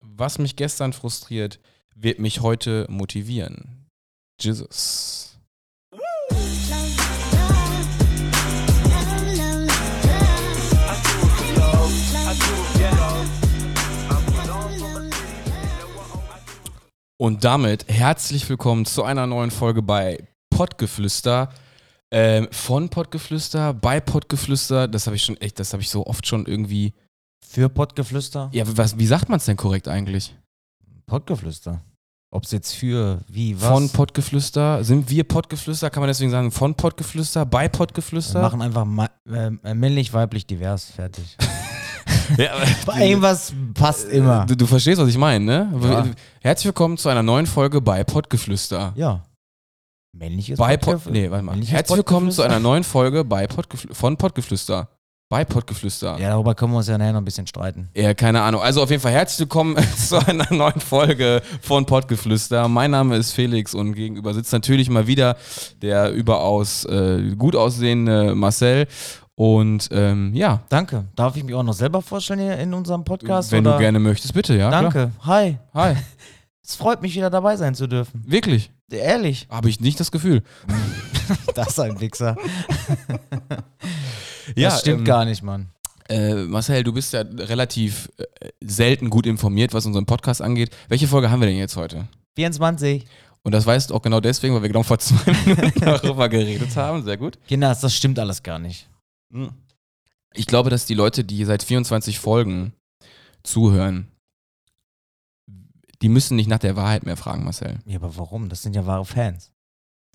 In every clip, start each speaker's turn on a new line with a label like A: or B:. A: was mich gestern frustriert, wird mich heute motivieren. Jesus. Und damit herzlich willkommen zu einer neuen Folge bei Pottgeflüster. Ähm, von Pottgeflüster, bei Pottgeflüster, das habe ich schon echt, das habe ich so oft schon irgendwie.
B: Für Pottgeflüster?
A: Ja, was, wie sagt man es denn korrekt eigentlich?
B: Pottgeflüster. Ob es jetzt für, wie, was?
A: Von Pottgeflüster, sind wir Pottgeflüster? Kann man deswegen sagen, von Pottgeflüster, bei
B: Wir
A: Pottgeflüster?
B: machen einfach ma- äh, männlich, weiblich, divers, fertig. Äh,
A: Ja, aber-
B: Irgendwas passt immer.
A: Du, du verstehst, was ich meine, ne?
B: Ja.
A: Herzlich willkommen zu einer neuen Folge bei Pottgeflüster.
B: Ja. Männliches
A: bei Pod,
B: Pottgeflüster?
A: nee, warte mal.
B: Männliches
A: Herzlich willkommen zu einer
B: Pottgeflüster?
A: neuen Folge bei Pottgefl von Pottgeflüster. Bei Pottgeflüster. Ja.
B: Ja, darüber können wir uns ja nachher noch ein bisschen streiten.
A: keine Ahnung. Also auf jeden Fall herzlich willkommen zu einer neuen Folge von Pottgeflüster. Mein Name ist Felix und gegenüber sitzt natürlich mal wieder der überaus äh, gut aussehende Marcel. Und ähm, ja,
B: Danke. Darf ich mich auch noch selber vorstellen hier in unserem Podcast?
A: wenn
B: oder?
A: du gerne möchtest, bitte, ja. Klar.
B: Danke. Hi.
A: Hi,
B: Es freut mich, wieder dabei sein zu dürfen.
A: wirklich.
B: Ehrlich.
A: Habe ich nicht das Gefühl.
B: Das ist ein Wichser.
A: Ja,
B: das stimmt
A: ähm,
B: gar nicht, Mann.
A: Äh, Marcel, du bist ja relativ äh, selten gut informiert, was unseren Podcast angeht. Welche Folge haben wir denn jetzt heute?
B: 24.
A: Und das weißt du auch genau deswegen, weil wir genau vor zwei Minuten darüber geredet haben. Sehr gut.
B: Kinder, das stimmt alles gar nicht. Hm.
A: Ich glaube, dass die Leute, die seit 24 Folgen zuhören, die müssen nicht nach der Wahrheit mehr fragen, Marcel.
B: Ja, aber warum? Das sind ja wahre Fans.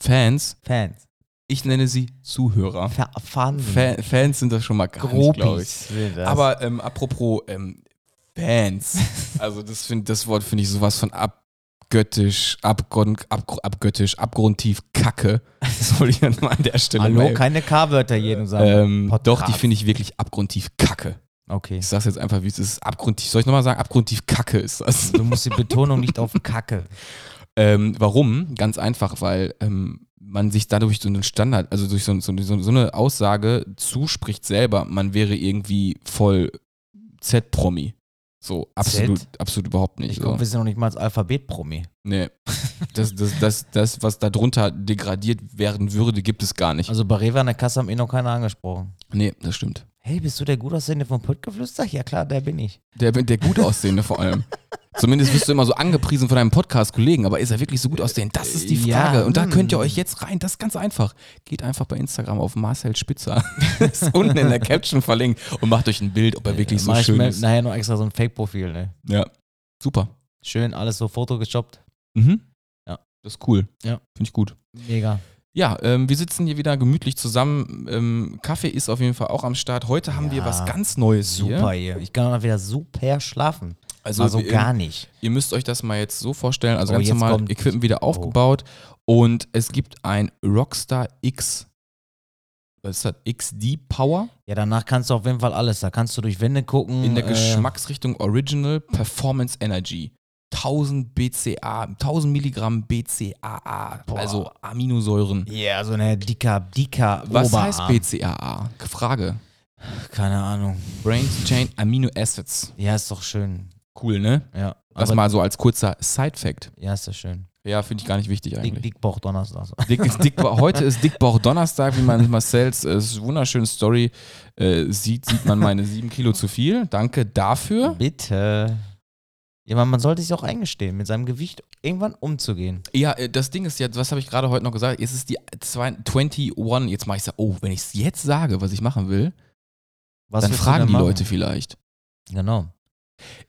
A: Fans,
B: Fans.
A: ich nenne sie Zuhörer.
B: Fa Fans.
A: Fa Fans sind das schon mal gar nicht, glaube ich.
B: Grobis. will das.
A: Aber ähm, apropos ähm, Fans, also das, find, das Wort finde ich sowas von abgöttisch, abgrund, abgr- abgöttisch, abgrundtief Kacke. Das wollte ich dann mal an der Stelle
B: Hallo,
A: mal-
B: keine K-Wörter jeden sagen.
A: ähm, Doch, die
B: Podcast.
A: finde ich wirklich abgrundtief Kacke.
B: Okay.
A: Ich sag's jetzt einfach, wie es ist. Abgrundtief, soll ich nochmal sagen, abgrundtief Kacke ist das.
B: Du musst die Betonung nicht auf Kacke.
A: Ähm, warum? Ganz einfach, weil ähm, man sich dadurch so einen Standard, also durch so, so, so, so eine Aussage zuspricht selber, man wäre irgendwie voll Z-Promi. So, absolut, absolut überhaupt nicht.
B: Ich
A: so.
B: glaube, wir sind noch nicht mal als Alphabet-Promi.
A: Nee. Das, das, das, das, was darunter degradiert werden würde, gibt es gar nicht.
B: Also bei Rewe an der Kasse haben eh noch keiner angesprochen.
A: nee, das stimmt.
B: Hey, bist du der Gutaussehende vom Pottgeflüster? Ja klar, der bin ich.
A: Der, der gut aussehende vor allem. Zumindest wirst du immer so angepriesen von deinem Podcast-Kollegen, aber ist er wirklich so gut aussehend? Das ist die
B: Ja,
A: Frage. Und da
B: hm.
A: könnt ihr euch jetzt rein, das ist ganz einfach. Geht einfach bei Instagram auf Marcel Spitzer. ist unten in der Caption verlinkt und macht euch ein Bild, ob er wirklich
B: Äh,
A: so
B: mach ich
A: schön
B: mir
A: ist.
B: nachher noch extra so ein Fake-Profil, ne?
A: Ja. Super.
B: Schön, alles so Foto geshoppt.
A: Mhm.
B: Ja.
A: Das ist cool.
B: Ja.
A: Finde ich gut.
B: Mega.
A: Ja, ähm, wir sitzen hier wieder gemütlich zusammen. Ähm, Kaffee ist auf jeden Fall auch am Start. Heute haben wir
B: Ja.
A: was ganz Neues
B: Super
A: hier.
B: hier. Ich kann auch wieder super schlafen.
A: Also,
B: Also
A: wir-
B: gar nicht.
A: ihr müsst euch das mal jetzt so vorstellen. Also
B: Oh,
A: ganz
B: jetzt
A: normal
B: kommt- oh.
A: Equipment wieder aufgebaut und es gibt ein Rockstar X. Was ist das? XD Power
B: Ja, danach kannst du auf jeden Fall alles. Da kannst du durch Wände gucken.
A: in der
B: äh,
A: Geschmacksrichtung Original Performance Energy. 1000 BCA, 1000 Milligramm BCAA,
B: Boah.
A: also Aminosäuren.
B: Ja, so eine dicker, dicker
A: Was
B: Oberarm.
A: heißt BCAA? Frage.
B: Keine Ahnung.
A: Brain Chain Amino Acids.
B: Ja, ist doch schön.
A: Cool, ne?
B: Ja.
A: Das
B: aber-
A: mal so als kurzer Side-Fact.
B: Ja, ist doch schön.
A: Ja, finde ich gar nicht wichtig
B: Dick,
A: eigentlich.
B: Dick Bauch Donnerstag.
A: Dick, ist Dick, heute ist Dickbauch Donnerstag, wie man Marcells äh, wunderschöne Story äh, sieht, sieht man meine sieben Kilo zu viel. Danke dafür.
B: Bitte. Ja, man, man sollte sich auch eingestehen, mit seinem Gewicht irgendwann umzugehen.
A: Ja, äh, das Ding ist jetzt, was habe ich gerade heute noch gesagt? Es ist die zwei- 21, jetzt mache ich es, oh, wenn ich es jetzt sage, was ich machen will,
B: Was
A: dann
B: willst du
A: fragen
B: denn
A: die
B: machen?
A: Leute vielleicht.
B: Genau.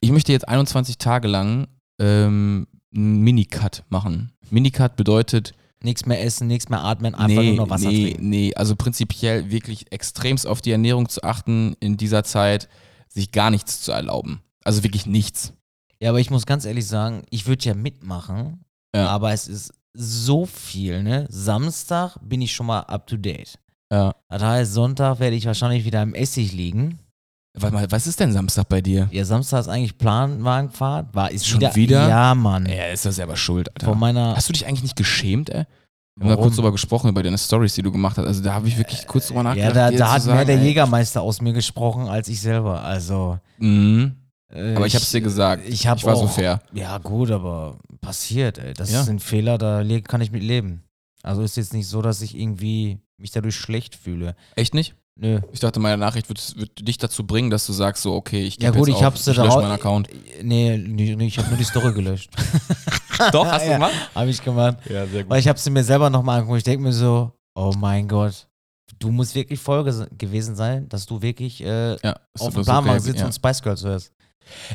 A: Ich möchte jetzt 21 Tage lang ähm, einen Minicut machen. Minicut bedeutet,
B: Nichts mehr essen, nichts mehr atmen, einfach nur noch Wasser
A: nee,
B: trinken.
A: Nee, also prinzipiell wirklich extremst auf die Ernährung zu achten in dieser Zeit, sich gar nichts zu erlauben. Also wirklich nichts.
B: Ja, aber ich muss ganz ehrlich sagen, ich würde ja mitmachen,
A: Ja.
B: aber es ist so viel, ne? Samstag bin ich schon mal up to date.
A: Ja.
B: Das heißt, Sonntag werde ich wahrscheinlich wieder im Essig liegen.
A: Warte mal, was ist denn Samstag bei dir?
B: Ja, Samstag ist eigentlich Planwagenfahrt. War ist
A: Schon wieder?
B: Ja, Mann.
A: Er ist ja selber schuld, Alter.
B: Von meiner.
A: Hast du dich eigentlich nicht geschämt, ey? Wir haben da
B: Warum?
A: kurz drüber gesprochen, über deine Stories, die du gemacht hast. Also da habe ich wirklich kurz drüber
B: Ja,
A: nachgedacht.
B: da,
A: dir
B: da
A: zu
B: hat
A: sagen,
B: mehr der
A: ey,
B: Jägermeister aus mir gesprochen als ich selber. Also,
A: Mhm.
B: Äh,
A: Aber ich hab's dir gesagt.
B: Ich, hab
A: Ich war so
B: auch-
A: fair.
B: Ja, gut, aber passiert, ey. Das
A: Ja.
B: ist ein Fehler, da le- kann ich mit leben. Also ist jetzt nicht so, dass ich irgendwie mich dadurch schlecht fühle.
A: Echt nicht?
B: Nö.
A: Ich dachte, meine Nachricht wird, wird dich dazu bringen, dass du sagst, so, okay, ich gebe
B: Ja, gut,
A: jetzt
B: ich hab's
A: auf, ich
B: da
A: lösche
B: raus-
A: meinen Account.
B: äh, Nee, nee, nee, ich habe nur die Story gelöscht.
A: Doch, hast du
B: Ja.
A: gemacht?
B: habe ich gemacht.
A: Ja, sehr
B: Weil ich habe sie mir selber nochmal angeguckt. Ich denke mir so, oh mein Gott, du musst wirklich voll ges- gewesen sein, dass du wirklich äh,
A: Ja, ist
B: auf
A: aber
B: dem
A: so
B: Barmarkt
A: geil,
B: sitzt
A: ja.
B: und Spice Girls hörst.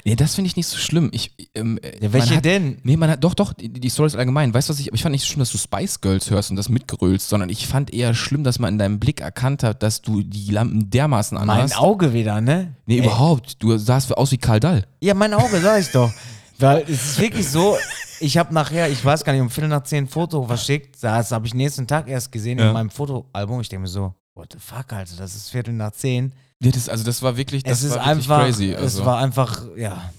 A: Nee, das finde ich nicht so schlimm. Ich, ähm,
B: Ja,
A: man
B: welche
A: hat,
B: denn?
A: Nee, man hat, doch, doch, die, die Story ist allgemein. Weißt du, was ich, aber ich fand nicht so schlimm, dass du Spice Girls hörst und das mitgerölst, sondern ich fand eher schlimm, dass man in deinem Blick erkannt hat, dass du die Lampen dermaßen
B: Mein
A: anhast.
B: Auge wieder, ne?
A: Nee,
B: Ey,
A: überhaupt. Du sahst aus wie Karl Dall.
B: Ja, mein Auge, sag ich doch. Weil es ist wirklich so, ich habe nachher, ich weiß gar nicht, um Viertel nach zehn ein Foto verschickt. Das habe ich nächsten Tag erst gesehen
A: Ja.
B: in meinem Fotoalbum. Ich denke mir so, what the fuck, Alter, das ist Viertel nach zehn.
A: Nee, das, also das war wirklich, das
B: es ist
A: war wirklich
B: einfach,
A: crazy. Also,
B: es war einfach, ja.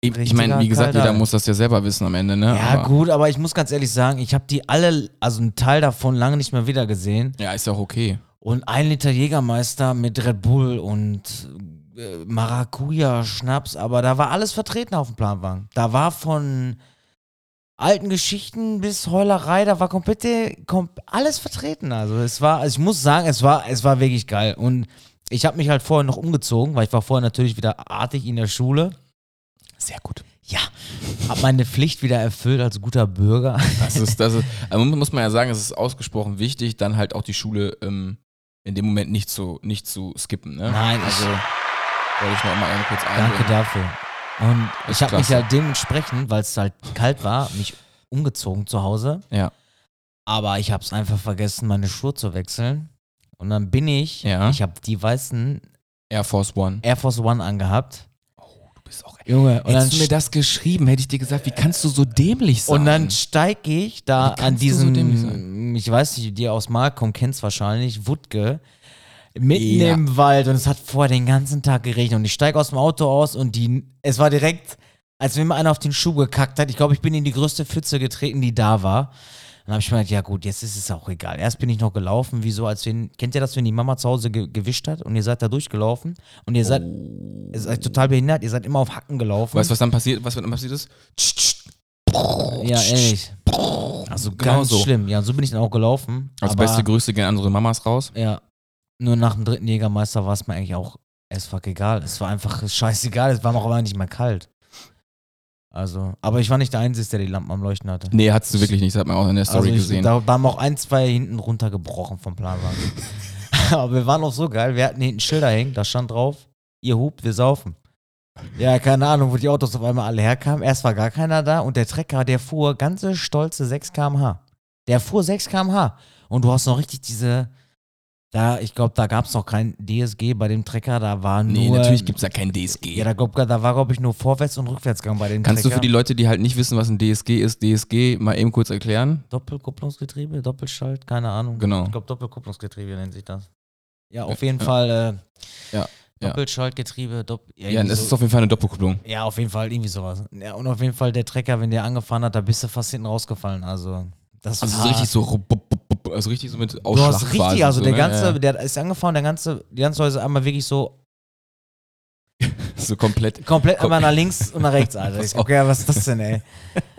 A: ich ich meine, wie
B: richtiger
A: gesagt,
B: Karl
A: jeder
B: Dall.
A: muss das ja selber wissen am Ende, ne?
B: Ja,
A: aber,
B: gut, aber ich muss ganz ehrlich sagen, ich habe die alle, also einen Teil davon lange nicht mehr wieder gesehen.
A: Ja, ist ja auch okay.
B: Und ein Liter Jägermeister mit Red Bull und äh, Maracuja-Schnaps, aber da war alles vertreten auf dem Planwagen. Da war von alten Geschichten bis Heulerei, da war komplett kom alles vertreten. Also es war, also ich muss sagen, es war, es war wirklich geil. Und ich habe mich halt vorher noch umgezogen, weil ich war vorher natürlich wieder artig in der Schule.
A: Sehr gut.
B: Ja, habe meine Pflicht wieder erfüllt als guter Bürger.
A: Das ist, das ist, also muss man ja sagen, es ist ausgesprochen wichtig, dann halt auch die Schule ähm, in dem Moment nicht zu, nicht zu skippen, ne?
B: Nein,
A: also wollte ich noch mal eben kurz einbringen.
B: Danke dafür. Und
A: Ist
B: ich habe mich
A: klasse.
B: halt dementsprechend, weil es halt kalt war, mich umgezogen zu Hause.
A: Ja.
B: Aber ich habe es einfach vergessen, meine Schuhe zu wechseln. Und dann bin ich,
A: Ja.
B: ich habe die weißen
A: Air Force One.
B: Air Force One angehabt.
A: Du bist auch
B: Junge, und dann,
A: Hättest du mir das geschrieben, hätte ich dir gesagt, wie kannst du so dämlich sein?
B: und dann steige ich da
A: Wie kannst
B: an
A: du so dämlich
B: diesem, ich weiß nicht, die aus Markom kennst wahrscheinlich, Wutke, mitten
A: Ja.
B: im Wald und es hat vorher den ganzen Tag geregnet und ich steige aus dem Auto aus und die, es war direkt, als wenn mir einer auf den Schuh gekackt hat. Ich glaube, ich bin in die größte Pfütze getreten, die da war. Dann habe ich mir gedacht, ja gut, jetzt ist es auch egal. Erst bin ich noch gelaufen, wieso, als wenn, kennt ihr das, wenn die Mama zu Hause ge gewischt hat und ihr seid da durchgelaufen und ihr seid, ihr seid total behindert, ihr seid immer auf Hacken gelaufen.
A: Oh. weißt du, was dann passiert, was dann passiert ist? Tsch, tsch.
B: Ja, ehrlich. Also
A: Genau
B: ganz
A: so.
B: schlimm. Ja, so bin ich dann auch gelaufen.
A: Also
B: aber,
A: beste Grüße gehen an unsere Mamas raus.
B: Ja. Nur nach dem dritten Jägermeister war es mir eigentlich auch es fuck egal. Es war einfach scheißegal. Es war mir auch aber nicht mal kalt. Also, aber ich war nicht der Einzige, der die Lampen am Leuchten hatte.
A: Nee, hattest du wirklich nicht, das hat man auch in der Story
B: also ich,
A: gesehen.
B: Da waren auch ein, zwei hinten runtergebrochen vom Planwagen. aber wir waren auch so geil. Wir hatten hinten Schilder hängen. Da stand drauf, ihr hupt, wir saufen. Ja, keine Ahnung, wo die Autos auf einmal alle herkamen. Erst war gar keiner da und der Trecker, der fuhr ganze stolze 6 km/h. Der fuhr 6 km/h. Und du hast noch richtig diese. Da, ich glaube, da gab es noch kein DSG bei dem Trecker. Da war nur.
A: nee, natürlich gibt es da kein DSG.
B: Ja, da, glaub, da war, glaube ich, nur Vorwärts- und Rückwärtsgang bei dem
A: Kannst du
B: Trecker.
A: für die Leute, die halt nicht wissen, was ein DSG ist, DSG mal eben kurz erklären?
B: Doppelkupplungsgetriebe, Doppelschalt, keine Ahnung.
A: Genau.
B: Ich glaube, Doppelkupplungsgetriebe nennt sich das. Ja, auf jeden Fall. Äh,
A: Ja, ja.
B: Doppelschaltgetriebe, Dopp ja,
A: Ja,
B: irgendwie
A: das
B: so,
A: ist auf jeden Fall eine Doppelkupplung.
B: ja, auf jeden Fall irgendwie sowas. Ja, und auf jeden Fall der Trecker, wenn der angefahren hat, da bist du fast hinten rausgefallen. Also, das
A: Also
B: war
A: so richtig so, rup, rup, rup, rup, also richtig so mit
B: Du
A: Ausschlag
B: hast
A: quasi
B: richtig, also
A: so,
B: der
A: ne?
B: ganze,
A: Ja,
B: der ist angefahren, der ganze, die ganze Häuser einmal wirklich so
A: ja. so komplett.
B: komplett
A: Kom-
B: einmal nach links und nach rechts, Alter.
A: Was
B: Ich,
A: auch-
B: okay, was ist das denn, ey?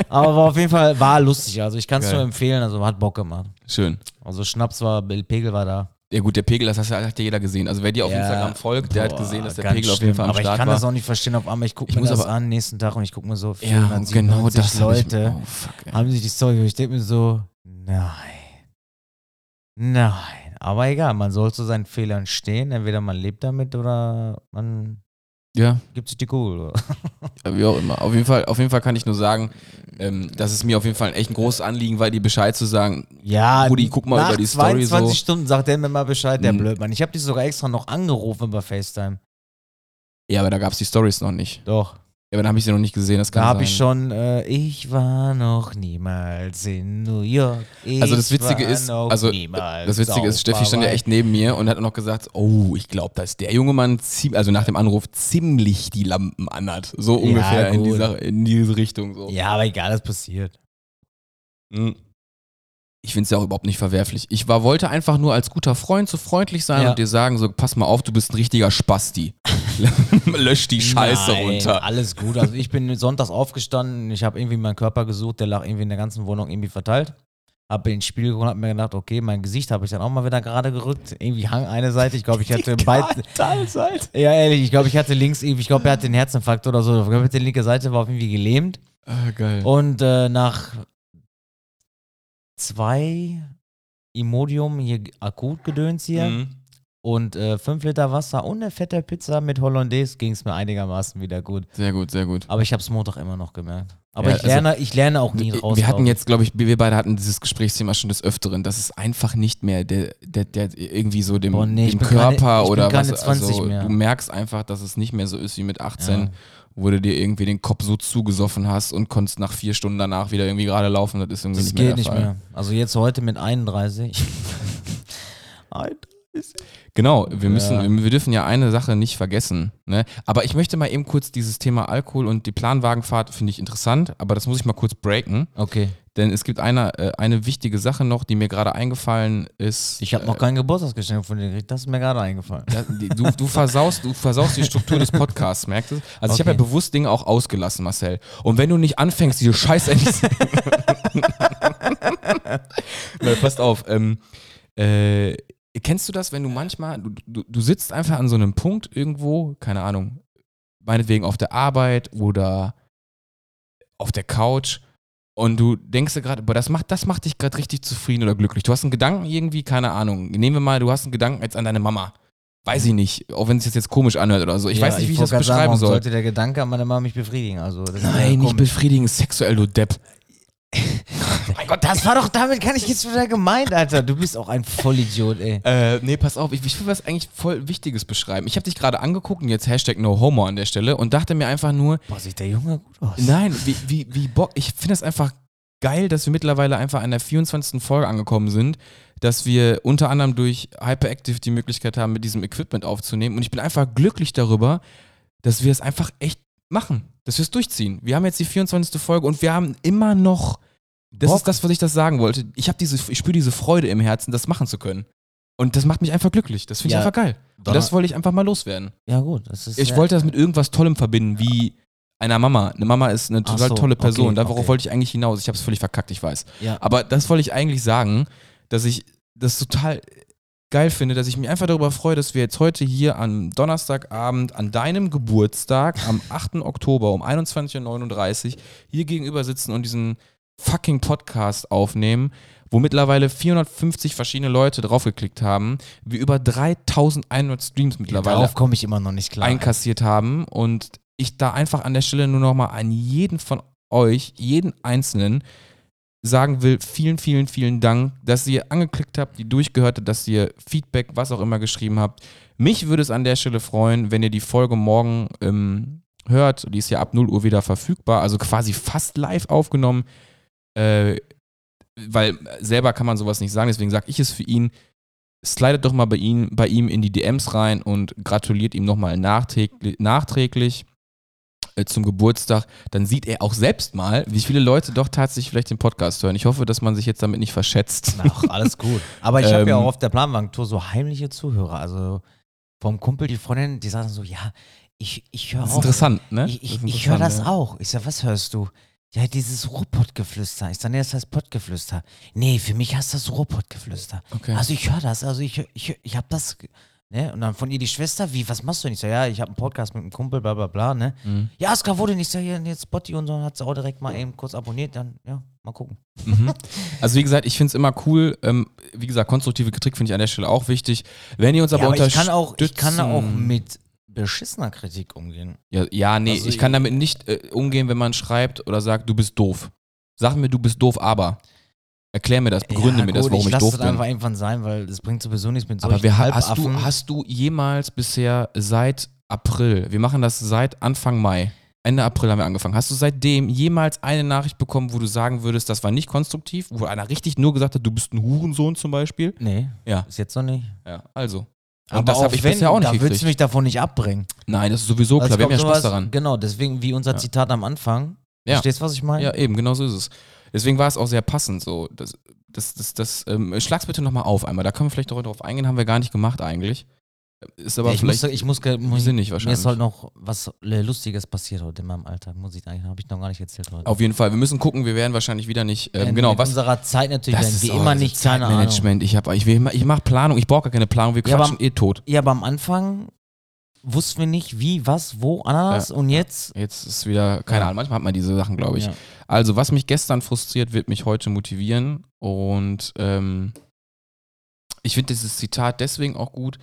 B: Aber war auf jeden Fall war lustig, also ich kann es
A: Geil.
B: nur empfehlen, also hat Bock gemacht.
A: Schön.
B: Also Schnaps war, Pegel war da.
A: Ja gut, der Pegel, das hat ja- hat ja jeder gesehen. Also wer dir auf
B: Ja.
A: Instagram folgt, der hat
B: Boah,
A: gesehen, dass der
B: ganz
A: Pegel auf jeden
B: schlimm.
A: Fall am
B: aber
A: Start
B: ich kann
A: war.
B: das auch nicht verstehen. Auf einmal, ich gucke
A: Ich
B: mir
A: muss
B: das
A: aber-
B: an nächsten Tag und ich gucke mir so
A: ja, und
B: 497
A: genau das hab ich-
B: Leute
A: oh, fuck, ey.
B: haben sich die Story und ich denke mir so, nein, nein. Aber egal, man soll zu seinen Fehlern stehen. Entweder man lebt damit oder man
A: Ja,
B: gibt sich die Kugel.
A: wie auch immer. Auf jeden Fall, auf jeden Fall kann ich nur sagen, ähm, dass es mir auf jeden Fall echt ein großes Anliegen war, dir Bescheid zu sagen.
B: Ja,
A: Rudi, guck mal
B: nach
A: über die Story
B: 22
A: so.
B: Stunden sagt er mir mal Bescheid, der
A: Mhm.
B: Blödmann. Ich habe dich sogar extra noch angerufen bei FaceTime.
A: Ja, aber da gab es die Stories noch nicht.
B: Doch.
A: Ja, aber dann habe ich sie noch nicht gesehen. Das kann
B: Da habe ich
A: sein.
B: schon, äh, ich war noch niemals in New York. Ich
A: Also das Witzige
B: war
A: ist,
B: noch
A: also
B: niemals
A: das Witzige ist,
B: auf
A: Steffi stand ja
B: Hawaii.
A: echt neben mir und hat noch gesagt, oh, ich glaube, dass der junge Mann, ziem- also nach dem Anruf, ziemlich die Lampen anhat. So
B: Ja,
A: ungefähr in,
B: gut.
A: dieser, in diese Richtung. So.
B: Hm. Ja, aber egal, das passiert.
A: Mhm. ich finde es ja auch überhaupt nicht verwerflich. Ich war, wollte einfach nur als guter Freund so freundlich sein
B: Ja.
A: und dir sagen, so, pass mal auf, du bist ein richtiger Spasti. Lösch die Scheiße
B: Nein,
A: runter.
B: Alles gut. Also ich bin sonntags aufgestanden, ich habe irgendwie meinen Körper gesucht, der lag irgendwie in der ganzen Wohnung irgendwie verteilt. Habe in den Spiegel geguckt und habe mir gedacht, okay, mein Gesicht habe ich dann auch mal wieder gerade gerückt. Irgendwie hang eine Seite. Ich glaube, ich hatte beide.
A: Teilzeit.
B: Ja, ehrlich, ich glaube, ich hatte links irgendwie, ich glaube, er hatte einen Herzinfarkt oder so. Ich glaube, die linke Seite war auf irgendwie gelähmt.
A: Ah, geil.
B: Und äh, nach zwei Imodium hier akut gedöns hier
A: Mhm.
B: und äh, fünf Liter Wasser und eine fette Pizza mit Hollandaise ging es mir einigermaßen wieder gut.
A: Sehr gut, sehr gut.
B: Aber ich habe es Montag immer noch gemerkt. Aber
A: Ja, also
B: ich, lerne, ich lerne auch nie raus.
A: Wir hatten
B: glaub ich.
A: jetzt, glaube ich, wir beide hatten dieses Gesprächsthema schon des Öfteren, dass es einfach nicht mehr der, der, der irgendwie so dem,
B: Boah, nee, ich
A: dem
B: bin
A: Körper
B: keine- ich bin
A: oder
B: keine
A: was.
B: 20
A: Also,
B: mehr.
A: du merkst einfach, dass es nicht mehr so ist wie mit 18,
B: Ja.
A: wo du dir irgendwie den Kopf so zugesoffen hast und konntest nach vier Stunden danach wieder irgendwie gerade laufen. Das ist irgendwie
B: das
A: nicht
B: geht
A: mehr der
B: nicht
A: Fall.
B: mehr. Also jetzt heute mit 31.
A: Genau, wir müssen,
B: Ja.
A: wir dürfen ja eine Sache nicht vergessen. Ne? Aber ich möchte mal eben kurz dieses Thema Alkohol und die Planwagenfahrt finde ich interessant, aber das muss ich mal kurz breaken,
B: okay.
A: denn es gibt eine, äh, eine wichtige Sache noch, die mir gerade eingefallen ist.
B: Ich habe noch kein Geburtstagsgeschenk von dir gekriegt. Das ist mir gerade eingefallen.
A: Äh, Ja, die- Du, du, versaust, du versaust die Struktur des Podcasts, merkst du? Also ich habe
B: Okay.
A: ja bewusst Dinge auch ausgelassen, Marcel. Und wenn du nicht anfängst, diese Scheiße endlich... Leute, passt auf. Ähm, äh, kennst du das, wenn du manchmal, du, du, du sitzt einfach an so einem Punkt irgendwo, keine Ahnung, meinetwegen auf der Arbeit oder auf der Couch und du denkst dir gerade, boah, das macht, das macht dich gerade richtig zufrieden oder glücklich. Du hast einen Gedanken irgendwie, keine Ahnung. Nehmen wir mal, du hast einen Gedanken jetzt an deine Mama. Weiß ich nicht, auch wenn es jetzt komisch anhört oder so. Ich
B: Ja,
A: weiß nicht, wie ich das
B: wollt grad sagen,
A: beschreiben
B: warum
A: soll.
B: sollte der Gedanke an meine Mama mich befriedigen. Also, das ist
A: Nein,
B: komisch.
A: nicht befriedigen, sexuell, du Depp. mein Gott,
B: Das war doch damit gar nicht jetzt wieder gemeint, Alter. Du bist auch ein Vollidiot, ey.
A: Äh, nee, pass auf, ich, ich will was eigentlich voll Wichtiges beschreiben. Ich habe dich gerade angeguckt und jetzt Hashtag NoHomo an der Stelle und dachte mir einfach nur,
B: Boah, sieht der Junge gut aus.
A: nein, wie, wie, wie Bock, ich finde das einfach geil, dass wir mittlerweile einfach an der 24. Folge angekommen sind, dass wir unter anderem durch Hyperactive die Möglichkeit haben, mit diesem Equipment aufzunehmen und ich bin einfach glücklich darüber, dass wir es einfach echt machen, dass wir es durchziehen. Wir haben jetzt die 24. Folge und wir haben immer noch, das
B: Bock.
A: ist das, was ich das sagen wollte, ich, hab diese, ich spüre diese Freude im Herzen, das machen zu können. Und das macht mich einfach glücklich. Das finde ich
B: Ja,
A: einfach geil. Und
B: Donner-
A: das wollte ich einfach mal loswerden.
B: Ja, gut. Das ist
A: Ich
B: sehr-
A: wollte das mit irgendwas Tollem verbinden, wie einer Mama. Eine Mama ist eine
B: Ach
A: total
B: so,
A: tolle Person.
B: okay,
A: Darauf
B: okay.
A: wollte ich eigentlich hinaus. Ich habe es völlig verkackt, ich weiß.
B: Ja.
A: Aber das wollte ich eigentlich sagen, dass ich das total geil finde, dass ich mich einfach darüber freue, dass wir jetzt heute hier am Donnerstagabend an deinem Geburtstag am 8. Oktober um 21.39 Uhr hier gegenüber sitzen und diesen fucking Podcast aufnehmen, wo mittlerweile 450 verschiedene Leute draufgeklickt haben, wir über 3100 Streams mittlerweile
B: Darauf komme ich immer noch nicht klar.
A: einkassiert haben und ich da einfach an der Stelle nur nochmal an jeden von euch, jeden Einzelnen sagen will, vielen, vielen, vielen Dank, dass ihr angeklickt habt, die durchgehört habt, dass ihr Feedback, was auch immer geschrieben habt. Mich würde es an der Stelle freuen, wenn ihr die Folge morgen ähm, hört. Die ist ja ab 0 Uhr wieder verfügbar, also quasi fast live aufgenommen. Äh, weil äh, selber kann man sowas nicht sagen, deswegen sage ich es für ihn slidet doch mal bei, ihn, bei ihm in die DMs rein und gratuliert ihm nochmal nachträglich, nachträglich äh, zum Geburtstag. Dann sieht er auch selbst mal, wie viele Leute doch tatsächlich vielleicht den Podcast hören. Ich hoffe, dass man sich jetzt damit nicht verschätzt.
B: Na, ach, alles gut. Aber ich habe
A: Ähm.
B: ja auch auf der Planwagentour so heimliche Zuhörer. Also vom Kumpel, die Freundin, die sagen so, ja, ich, ich höre auch.
A: Das ist interessant, ne?
B: Ich, ich,
A: ist
B: ich höre das
A: interessant,
B: auch. Ich sag, was hörst du? Ja, dieses Ruhrpottgeflüster. Ich sag, nee, das heißt Pottgeflüster. Nee, für mich heißt das Ruhrpottgeflüster.
A: Okay.
B: Also ich höre das, also ich, ich, ich habe das, ge- ne? Und dann von ihr die Schwester, wie, was machst du denn? Ich sag, ja, ich habe einen Podcast mit einem Kumpel, bla bla bla, ne?
A: Mhm.
B: Ja, Aska wurde nicht so hier und jetzt Spotty und so, hat sie auch direkt mal eben kurz abonniert, dann, ja, mal gucken.
A: Mhm. Also wie gesagt, ich finde es immer cool. Ähm, wie gesagt, konstruktive Kritik finde ich an der Stelle auch wichtig. Wenn ihr uns aber,
B: ja, aber ich
A: unterstützt...
B: kann auch, ich kann auch
A: unterstützen.
B: mit beschissener Kritik umgehen.
A: Ja, ja nee,
B: Also
A: ich kann damit nicht äh, umgehen, wenn man schreibt oder sagt, du bist doof. Sag mir, du bist doof, aber. Erklär mir das, begründe
B: ja,
A: mir das,
B: gut,
A: warum ich,
B: lass
A: doof
B: das
A: bin.
B: einfach irgendwann sein, weil das bringt sowieso nichts mit
A: Aber
B: solchen
A: wir, ha- hast, du,
B: Halbaffen.
A: hast du jemals bisher seit April, wir machen das seit Anfang Mai, Ende April haben wir angefangen, hast du seitdem jemals eine Nachricht bekommen, wo du sagen würdest, das war nicht konstruktiv, wo einer richtig nur gesagt hat, du bist ein Hurensohn zum Beispiel?
B: Nee,
A: Ja.
B: ist jetzt noch nicht.
A: Ja, also. Und
B: Aber
A: das
B: auch
A: habe ich
B: wenn,
A: bisher auch nicht
B: da willst
A: gekriegt.
B: du mich davon nicht abbringen.
A: Nein, das ist sowieso
B: Also
A: klar, wir haben ja
B: kommt
A: Spaß
B: sowas-
A: daran.
B: Genau, deswegen wie unser
A: Ja.
B: Zitat am Anfang.
A: Ja.
B: Verstehst du, was ich meine?
A: Ja, eben, genau so ist es. Deswegen war es auch sehr passend so. Das, das, das, das, ähm, schlag's bitte nochmal auf einmal. Da können wir vielleicht noch drauf eingehen, haben wir gar nicht gemacht eigentlich. Ist aber
B: ja, ich, muss,
A: vielleicht
B: ich muss, ge- muss
A: sinnig
B: mir
A: wahrscheinlich.
B: ist halt heute noch was äh, Lustiges passiert heute in meinem Alltag, muss ich eigentlich, habe ich noch gar nicht erzählt heute.
A: Auf jeden Fall, wir müssen gucken, wir werden wahrscheinlich wieder nicht, ähm,
B: In-
A: genau,
B: in
A: was,
B: unserer Zeit natürlich, wenn wir
A: aber
B: immer
A: so
B: nicht, keine Ahnung.
A: Zeitmanagement. Ich, hab, ich, will- ich mache Planung, ich brauche gar keine Planung, wir
B: Ja, aber-
A: quatschen eh tot.
B: Ja, aber am Anfang wussten wir nicht, wie, was, wo, Ananas und jetzt.
A: Jetzt ist wieder, keine
B: Ja.
A: Ahnung, manchmal hat man diese Sachen, glaube ich.
B: Ja.
A: Also, was mich gestern frustriert, wird mich heute motivieren. Und ähm, ich finde dieses Zitat deswegen auch gut,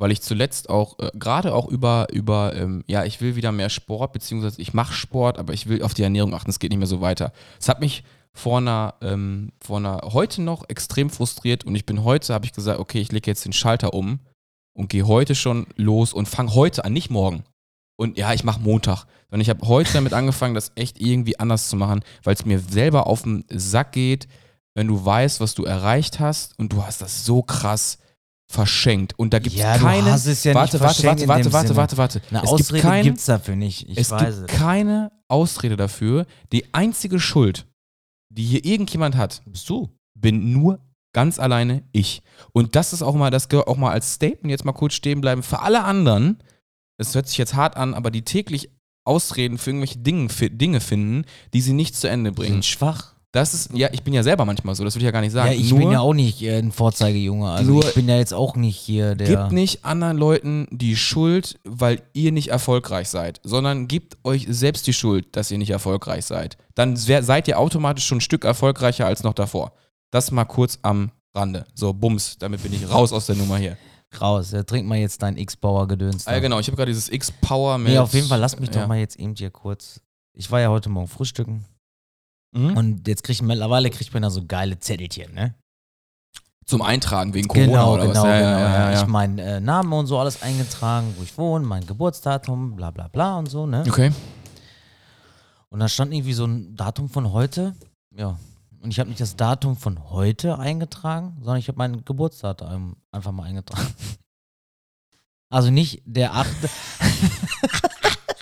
A: weil ich zuletzt auch, äh, gerade auch über, über ähm, ja, ich will wieder mehr Sport, beziehungsweise ich mache Sport, aber ich will auf die Ernährung achten, es geht nicht mehr so weiter. Es hat mich vor einer, ähm, vor einer, heute noch extrem frustriert und ich bin heute, habe ich gesagt, okay, ich lege jetzt den Schalter um und gehe heute schon los und fange heute an, nicht morgen. Und ja, ich mache Montag. Und ich habe heute damit angefangen, das echt irgendwie anders zu machen, weil es mir selber auf den Sack geht, wenn du weißt, was du erreicht hast und du hast das so krass verschenkt. Und da gibt es
B: Ja, du
A: keinen.
B: hast es ja nicht
A: warte, warte,
B: verschenkt
A: warte,
B: in
A: warte,
B: dem
A: warte,
B: Sinne.
A: warte, warte.
B: Eine
A: es
B: Ausrede
A: gibt keinen,
B: gibt es dafür nicht. Ich
A: es
B: weiß
A: gibt
B: es.
A: keine Ausrede dafür. Die einzige Schuld, die hier irgendjemand hat,
B: Bist du?
A: bin nur ganz alleine ich. Und das ist auch mal, das gehört auch mal als Statement jetzt mal kurz stehen bleiben. Für alle anderen, das hört sich jetzt hart an, aber die täglich Ausreden für irgendwelche Dinge, fi- Dinge finden, die sie nicht zu Ende
B: Wir
A: bringen.
B: sind schwach.
A: Das ist, ja, ich bin ja selber manchmal so, das will ich ja gar nicht sagen.
B: Hm. Ja, ich
A: Nur
B: bin ja auch nicht äh, ein Vorzeigejunge. Also
A: Nur-
B: ich bin ja jetzt auch nicht hier der.
A: Gebt nicht anderen Leuten die Schuld, weil ihr nicht erfolgreich seid, sondern gebt euch selbst die Schuld, dass ihr nicht erfolgreich seid. Dann wer- seid ihr automatisch schon ein Stück erfolgreicher als noch davor. Das mal kurz am Rande. So, Bums, damit bin ich raus aus der Nummer hier.
B: Raus, äh, trink mal jetzt dein X-Bauer-Gedöns. da.
A: Ah, ja, genau, ich habe gerade dieses X-Power mit.
B: Nee, auf jeden Fall, lass mich
A: ja.
B: doch mal jetzt eben hier kurz. Ich war ja heute Morgen frühstücken
A: Mhm.
B: und jetzt krieg ich mittlerweile kriegt man da so geile Zettelchen, ne?
A: Zum Eintragen wegen
B: Genau,
A: Corona oder was? Ja, ja, ja, ja,
B: Ich meinen äh, Namen und so alles eingetragen, wo ich wohne, mein Geburtsdatum, bla bla bla und so, ne?
A: Okay.
B: Und da stand irgendwie so ein Datum von heute. Ja. Und ich habe nicht das Datum von heute eingetragen, sondern ich habe mein Geburtsdatum einfach mal eingetragen. Also nicht der 8.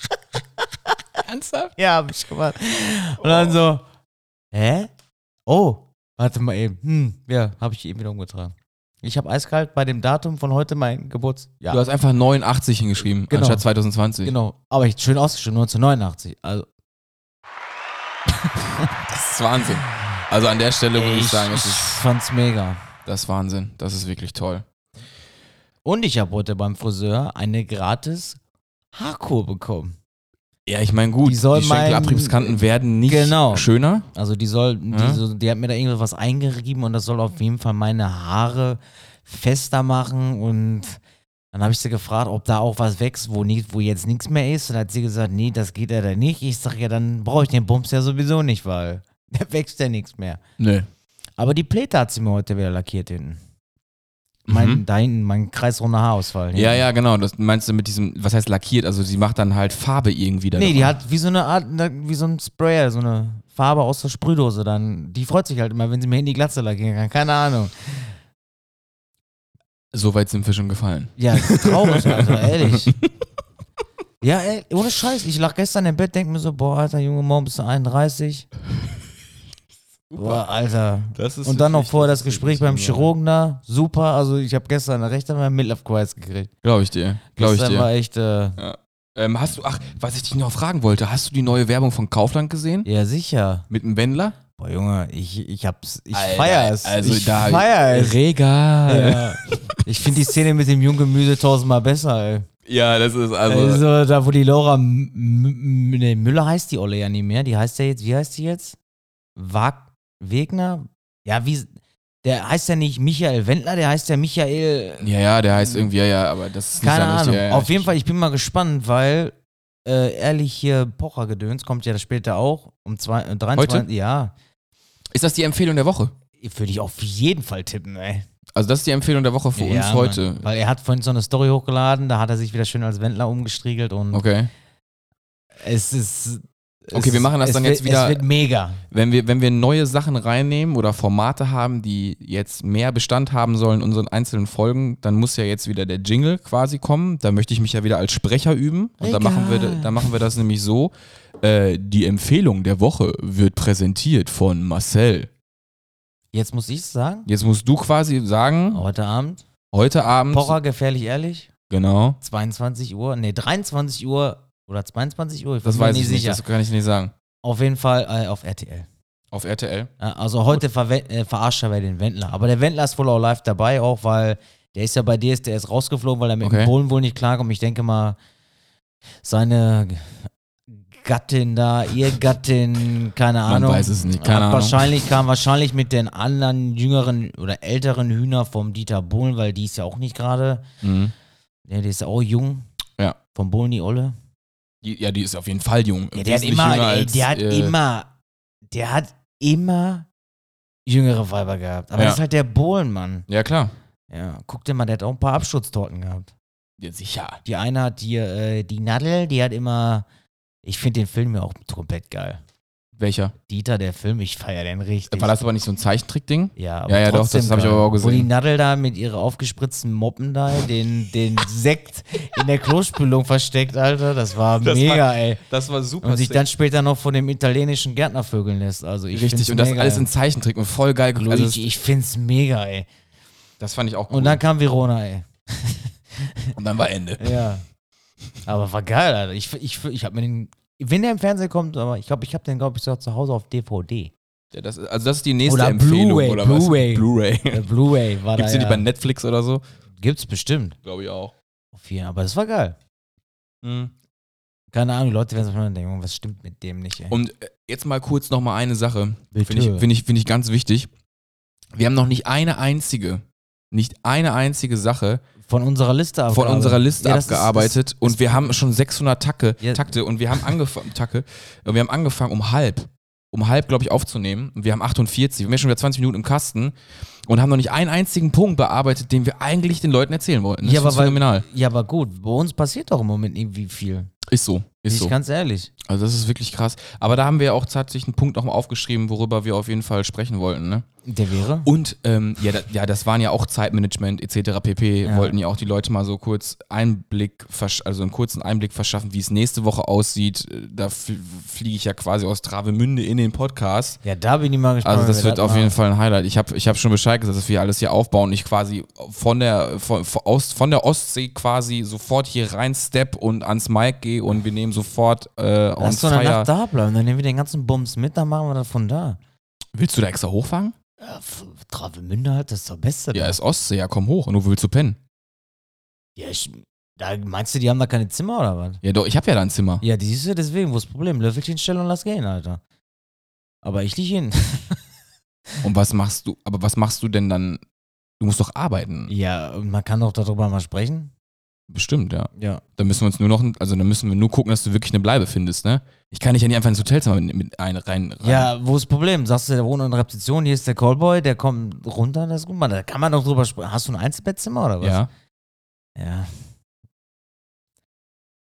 A: Ernsthaft?
B: ja, hab ich gemacht. Und dann so, hä? Oh, warte mal eben. Hm, ja, habe ich eben wieder umgetragen. Ich habe eiskalt bei dem Datum von heute mein Geburtsjahr.
A: Du hast einfach 89 hingeschrieben,
B: Genau.
A: anstatt 2020.
B: Genau. Aber ich schön ausgeschrieben, 1989. Also,
A: Das ist Wahnsinn. Also an der Stelle würde ich sagen,
B: ich
A: das ist,
B: fand's mega.
A: das ist Wahnsinn. Das ist wirklich toll.
B: Und ich habe heute beim Friseur eine gratis Haarkur bekommen.
A: Ja, ich meine, gut,
B: Die
A: die,
B: soll
A: die
B: meinen-
A: Schenkelabriebskanten werden nicht
B: Genau.
A: schöner.
B: Also die soll,
A: Ja.
B: die, so, die hat mir da irgendwas eingerieben und das soll auf jeden Fall meine Haare fester machen und dann habe ich sie gefragt, ob da auch was wächst, wo, nicht, wo jetzt nichts mehr ist. Und hat sie gesagt, nee, das geht ja da nicht. Ich sage ja, dann brauche ich den Bums ja sowieso nicht, weil da wächst ja nichts mehr.
A: Nö.
B: Aber die Pläte hat sie mir heute wieder lackiert hinten. Mein,
A: Mhm.
B: Da hinten, mein kreisrunder Haarausfall.
A: Ja, ja, genau. Das meinst du mit diesem, was heißt lackiert? Also sie macht dann halt Farbe irgendwie da.
B: Nee, die
A: drauf.
B: hat wie so eine Art, ne, wie so ein Sprayer, so eine Farbe aus der Sprühdose dann. Die freut sich halt immer, wenn sie mir in die Glatze lackieren kann. Keine Ahnung.
A: So weit sind wir schon gefallen.
B: Ja, das ist traurig, also ehrlich. Ja, ey, ohne Scheiß. Ich lag gestern im Bett, denk mir so, boah, Alter, Junge, morgen bist du 31. Boah, Alter.
A: Das ist
B: Und dann noch
A: wirklich-
B: vorher
A: das ist
B: das
A: wirklich
B: Gespräch beim
A: genial.
B: Chirurgen da. Super. Also, ich habe gestern recht einmal Midlife Crisis gekriegt.
A: Glaube ich dir. Glaube ich
B: gestern
A: dir.
B: war echt, äh,
A: Ähm, hast du, ach, was ich dich noch fragen wollte, hast du die neue Werbung von Kaufland gesehen?
B: ja, sicher.
A: Mit dem Wendler?
B: Boah, Junge, ich, ich hab's, ich
A: Alter,
B: feier es.
A: Also
B: ich
A: da
B: feier es.
A: Regal.
B: Ja. Ich finde die Szene mit dem jungen Gemüse tausendmal besser, ey.
A: Ja. das ist also.
B: Also, so, da, wo die Laura. M M M- nee, Müller heißt die Olle ja nicht mehr. Die heißt ja jetzt. Wie heißt die jetzt? Wag Wegner? Ja, wie. Der heißt ja nicht Michael Wendler, der heißt ja Michael.
A: ja, ja, der heißt irgendwie, ja, ja, aber das ist
B: Keine
A: nicht
B: Ahnung.
A: Ja, ja,
B: Auf jeden Fall, ich bin mal gespannt, weil. Äh, ehrlich, hier Pocher-Gedöns kommt ja später auch. Um zwei, äh, 23.
A: Heute?
B: Ja.
A: Ist das die Empfehlung der Woche?
B: Würde ich auf jeden Fall tippen, ey.
A: Also, das ist die Empfehlung der Woche für
B: Ja,
A: uns
B: Mann.
A: heute.
B: Weil er hat vorhin so eine Story hochgeladen, da hat er sich wieder schön als Wendler umgestriegelt und
A: Okay.
B: es ist. es
A: Okay, wir machen das
B: es
A: dann
B: wird,
A: jetzt wieder-
B: Es wird mega.
A: Wenn wir, wenn wir neue Sachen reinnehmen oder Formate haben, die jetzt mehr Bestand haben sollen in unseren einzelnen Folgen, dann muss ja jetzt wieder der Jingle quasi kommen. Da möchte ich mich ja wieder als Sprecher üben. Und da machen, wir,
B: Egal.
A: da machen wir das nämlich so. Äh, die Empfehlung der Woche wird präsentiert von Marcel.
B: Jetzt muss ich sagen.
A: Jetzt musst du quasi sagen,
B: Heute Abend.
A: heute Abend,
B: Pocher gefährlich ehrlich.
A: genau,
B: 22 Uhr, nee, 23 Uhr oder 22 Uhr, ich bin
A: das
B: mir
A: weiß
B: nicht
A: ich nicht,
B: sicher.
A: das kann ich nicht sagen.
B: Auf jeden Fall äh, auf RTL.
A: Auf RTL.
B: Ja, also heute verwe- äh, verarscht er bei den Wendler. Aber der Wendler ist wohl auch live dabei, auch weil der ist ja bei DSDS rausgeflogen, weil er mit
A: Okay.
B: dem Polen wohl nicht klarkommt. Ich denke mal, seine G- Gattin da, ihr Gattin, keine
A: Man
B: Ahnung.
A: weiß es nicht, keine
B: hat
A: Ahnung.
B: Wahrscheinlich kam wahrscheinlich mit den anderen jüngeren oder älteren Hühner vom Dieter Bohlen, weil die ist ja auch nicht gerade,
A: Mhm.
B: ja, die ist ja auch jung.
A: Ja.
B: Vom Bohlen die Olle.
A: Die, ja, die ist auf jeden Fall jung.
B: Ja, der hat
A: Wesentlich
B: immer,
A: jünger
B: ey,
A: als,
B: der hat
A: äh,
B: immer, der hat immer jüngere Weiber gehabt. Aber
A: Ja.
B: das ist halt der Bohlenmann.
A: Ja, klar.
B: Ja, guck dir mal, der hat auch ein paar Abschutztorten gehabt.
A: Ja, sicher.
B: Die eine hat hier, äh, die Nadel, die hat immer, ich finde den Film ja auch komplett geil.
A: Welcher?
B: Dieter, der Film, ich feiere den richtig.
A: War das aber nicht so ein Zeichentrickding?
B: ja,
A: Ja, ja, doch,
B: trotzdem
A: das hab ich
B: geil.
A: aber auch
B: Wo die
A: gesehen.
B: Nadel da mit ihrer aufgespritzten Moppen da den, den Sekt in der Klospülung versteckt, Alter. Das war
A: Das war-
B: mega, ey.
A: Das war super.
B: Und sich dann später noch von dem italienischen Gärtner vögeln lässt. Also ich
A: Richtig,
B: find's
A: und das
B: mega,
A: alles
B: ey.
A: in Zeichentrick und voll geil. ge-
B: Luigi,
A: Also das,
B: ich find's mega, ey.
A: das fand ich auch cool.
B: Und dann kam Verona, ey.
A: Und dann war Ende.
B: Ja. Aber war geil, Alter. Ich, ich, ich hab mir den. Wenn der im Fernsehen kommt, aber ich glaube, ich hab den, glaube ich, sogar zu Hause auf DVD.
A: Ja, das, also das ist die nächste
B: Oder
A: Empfehlung,
B: Blu-ray,
A: oder was?
B: Blu-ray.
A: Blu-ray.
B: Der Blu-ray war
A: Gibt's
B: da.
A: die
B: ja.
A: bei Netflix oder so?
B: Gibt's bestimmt.
A: Glaube ich auch.
B: Auf jeden, aber das war geil.
A: Hm.
B: Keine Ahnung, die Leute werden sich mal denken, was stimmt mit dem nicht, ey.
A: Und äh, jetzt mal kurz nochmal eine Sache.
B: Bitte.
A: Finde ich, find ich, find ich ganz wichtig. Wir haben noch nicht eine einzige, nicht eine einzige Sache
B: von unserer Liste ab.
A: von unserer Liste
B: ja, das ist- das-
A: abgearbeitet und wir haben schon 600 Tacke,
B: Ja.
A: Takte und wir haben angefangen, Tacke, und wir haben angefangen um halb, um halb, glaube ich, aufzunehmen und wir haben 48, wir haben ja schon wieder 20 Minuten im Kasten und haben noch nicht einen einzigen Punkt bearbeitet, den wir eigentlich den Leuten erzählen wollten. Das
B: Ja, aber
A: ist
B: weil-
A: phänomenal.
B: Ja, aber gut, bei uns passiert doch im Moment irgendwie viel.
A: Ist so, ist
B: ich
A: so.
B: ganz ehrlich.
A: Also das ist wirklich krass. Aber da haben wir ja auch tatsächlich einen Punkt nochmal aufgeschrieben, worüber wir auf jeden Fall sprechen wollten, ne?
B: Der wäre.
A: Und ähm, ja, da, ja, das waren ja auch Zeitmanagement etc. pp.
B: Ja.
A: Wollten ja auch die Leute mal so kurz Einblick, versch- also einen kurzen Einblick verschaffen, wie es nächste Woche aussieht. Äh, Da fl- fliege ich ja quasi aus Travemünde in den Podcast.
B: Ja, da bin ich mal gespannt.
A: Also
B: wenn
A: das wird auf
B: machen.
A: jeden Fall ein Highlight. Ich habe ich hab schon Bescheid gesagt, dass wir alles hier aufbauen. Ich quasi von der von, von, Ost, von der Ostsee quasi sofort hier rein step und ans Mic gehe und wir nehmen sofort äh, on
B: Lass doch eine
A: fire.
B: Nacht da bleiben, dann nehmen wir den ganzen Bums mit, dann machen wir das von da.
A: Willst du da extra hochfahren?
B: Ja, f- Travemünde halt, das ist doch Beste.
A: Ja,
B: da.
A: ist Ostsee, ja komm hoch. Und du willst du pennen.
B: ja ich, da meinst du, die haben da keine Zimmer oder was?
A: Ja doch, ich habe ja da ein Zimmer.
B: Ja, die siehst du deswegen, wo ist das Problem? Löffelchen stellen und lass gehen, Alter. Aber ich lieg hin.
A: Und was machst du, aber was machst du denn dann? Du musst doch arbeiten.
B: ja, und man kann doch darüber mal sprechen.
A: Bestimmt, ja.
B: Ja.
A: Dann müssen wir uns nur noch, also dann müssen wir nur gucken, dass du wirklich eine Bleibe findest, ne? Ich kann dich ja nicht einfach ins Hotelzimmer mit, mit ein, rein, rein.
B: Ja, wo ist das Problem? Sagst du, der wohnt in Repetition, hier ist der Callboy, der kommt runter, das ist gut. Man, da kann man doch drüber sprechen. Hast du ein Einzelbettzimmer oder was?
A: Ja.
B: Ja.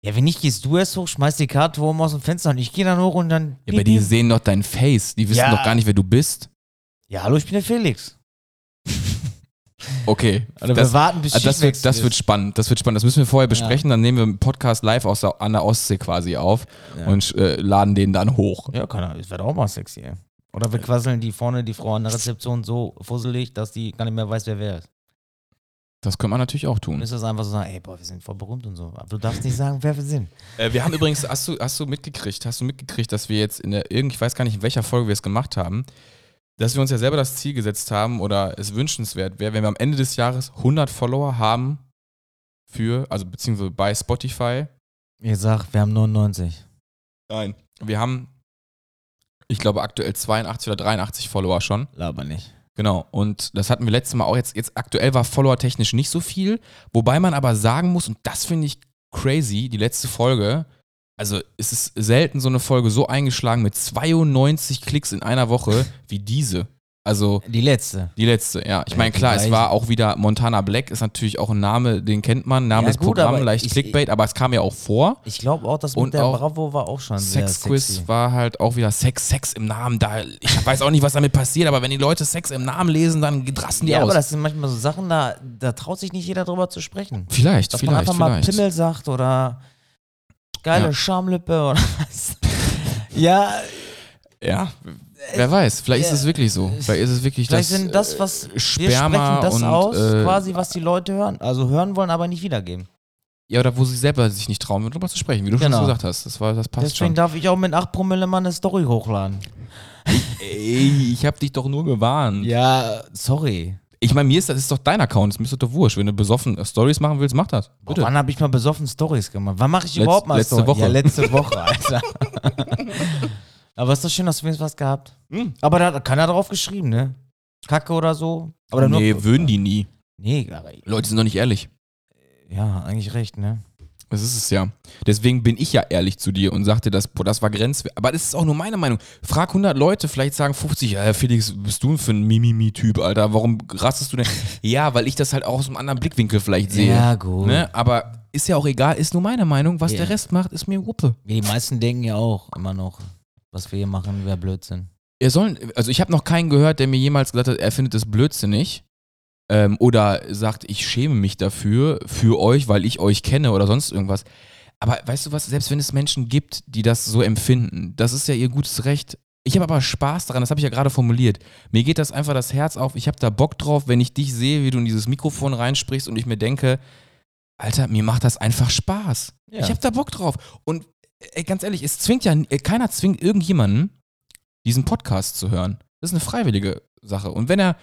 B: Ja, wenn nicht, gehst du erst hoch, schmeißt die Karte oben aus dem Fenster und ich gehe dann hoch und dann.
A: ja aber die sehen doch dein Face. Die wissen
B: Mhm. Ja.
A: doch gar nicht, wer du bist.
B: Ja, hallo, ich bin der Felix.
A: Okay.
B: Also wir
A: das,
B: warten, bis
A: also das,
B: Schichtwechsel
A: wird, das wird
B: ist.
A: spannend. Das wird spannend. Das müssen wir vorher besprechen. Dann nehmen wir einen Podcast live aus der, an der Ostsee quasi auf
B: Ja.
A: und äh, laden den dann hoch.
B: Ja, kann er. Das wäre auch mal sexy, ey. Oder wir quasseln die vorne, die Frau an der Rezeption so fusselig, dass die gar nicht mehr weiß, wer
A: Mhm.
B: wer ist.
A: Das könnte man natürlich auch
B: Dann
A: tun.
B: ist das einfach so sagen, ey, boah, wir sind voll berühmt und so. Aber du darfst nicht sagen, wer wir sind.
A: Äh, wir haben übrigens, hast du, hast du mitgekriegt, hast du mitgekriegt, dass wir jetzt in der, irgend, ich weiß gar nicht, in welcher Folge wir es gemacht haben, dass wir uns ja selber das Ziel gesetzt haben oder es wünschenswert wäre, wenn wir am Ende des Jahres 100 Follower haben für, also beziehungsweise bei Spotify.
B: Ich sag, wir haben 99.
A: Nein. Wir haben, ich glaube, aktuell 82 oder 83 Follower schon.
B: Laber nicht.
A: Genau. Und das hatten wir letztes Mal auch jetzt, jetzt aktuell war Follower technisch nicht so viel, wobei man aber sagen muss, und das finde ich crazy, die letzte Folge, also es ist selten so eine Folge so eingeschlagen mit 92 Klicks in einer Woche wie diese. Also
B: Die letzte.
A: die letzte, ja. Ich
B: Ja,
A: meine,
B: die
A: klar, es
B: gleiche.
A: war auch wieder Montana Black, ist natürlich auch ein Name, den kennt man, Name
B: Ja,
A: des
B: gut,
A: Programms,
B: aber
A: leicht
B: ich-
A: Clickbait, aber es kam ja auch vor.
B: Ich glaube auch, dass
A: Und
B: mit der
A: auch
B: Bravo war auch schon sehr
A: Sexquiz
B: sexy.
A: war halt auch wieder Sex, Sex im Namen. Da, ich weiß auch nicht, was damit passiert, aber wenn die Leute Sex im Namen lesen, dann rasten die
B: Ja,
A: aus.
B: aber das sind manchmal so Sachen, da, da traut sich nicht jeder drüber zu sprechen.
A: Vielleicht,
B: Dass man
A: vielleicht,
B: einfach mal
A: vielleicht.
B: Pimmel sagt oder geile
A: Ja.
B: Schamlippe oder was. ja, Äh,
A: Ja, Wer weiß, vielleicht ist es wirklich so. Vielleicht ist es wirklich
B: Vielleicht
A: das.
B: sind das, was
A: äh,
B: wir sprechen,
A: Sperma
B: das
A: und,
B: aus,
A: äh,
B: quasi, was die Leute hören. Also hören wollen, aber nicht wiedergeben.
A: Ja, oder wo sie selber sich nicht trauen, darüber zu sprechen, wie du
B: Genau.
A: schon gesagt hast. Das, war, das passt
B: Deswegen
A: schon.
B: darf ich auch mit 8 Promille mal eine Story hochladen.
A: Ey, ich habe dich doch nur gewarnt.
B: Ja, sorry.
A: Ich meine, mir ist das ist doch dein Account, das ist mir doch wurscht. Wenn du besoffen Stories machen willst, mach das.
B: Boah,
A: Bitte.
B: wann habe ich mal besoffen Stories gemacht? Wann mache ich
A: Letz-
B: überhaupt mal
A: letzte
B: Story?
A: Woche.
B: Ja, letzte Woche, Alter. aber ist doch schön, dass du wenigstens was gehabt.
A: Hm.
B: Aber da hat keiner drauf geschrieben, ne? Kacke oder so. Aber dann
A: nee,
B: nur,
A: würden die nie.
B: nee, aber,
A: Leute sind doch nicht ehrlich.
B: ja, eigentlich recht, ne?
A: Das ist es ja. Deswegen bin ich ja ehrlich zu dir und sagte, das, boah, das war grenzwertig. Aber das ist auch nur meine Meinung. Frag 100 Leute, vielleicht sagen 50, ja, Felix, was bist du denn für ein Mimimi-Typ, Alter? Warum rastest du denn? ja, weil ich das halt auch aus einem anderen Blickwinkel vielleicht sehe.
B: Ja, gut.
A: Ne? Aber ist ja auch egal, ist nur meine Meinung. Was
B: Ja.
A: der Rest macht, ist mir Wuppe.
B: Die meisten denken ja auch immer noch, was wir hier machen, wäre Blödsinn.
A: Er sollen, also ich habe noch keinen gehört, der mir jemals gesagt hat, er findet das blödsinnig. Ähm, oder sagt, ich schäme mich dafür, für euch, weil ich euch kenne oder sonst irgendwas. Aber weißt du was, selbst wenn es Menschen gibt, die das so empfinden, das ist ja ihr gutes Recht. Ich habe aber Spaß daran, das habe ich ja gerade formuliert. Mir geht das einfach das Herz auf, ich habe da Bock drauf, wenn ich dich sehe, wie du in dieses Mikrofon reinsprichst und ich mir denke, Alter, mir macht das einfach Spaß.
B: Ja.
A: Ich habe da Bock drauf. Und äh, ganz ehrlich, es zwingt ja, äh, keiner zwingt irgendjemanden, diesen Podcast zu hören. Das ist eine freiwillige Sache. Und wenn er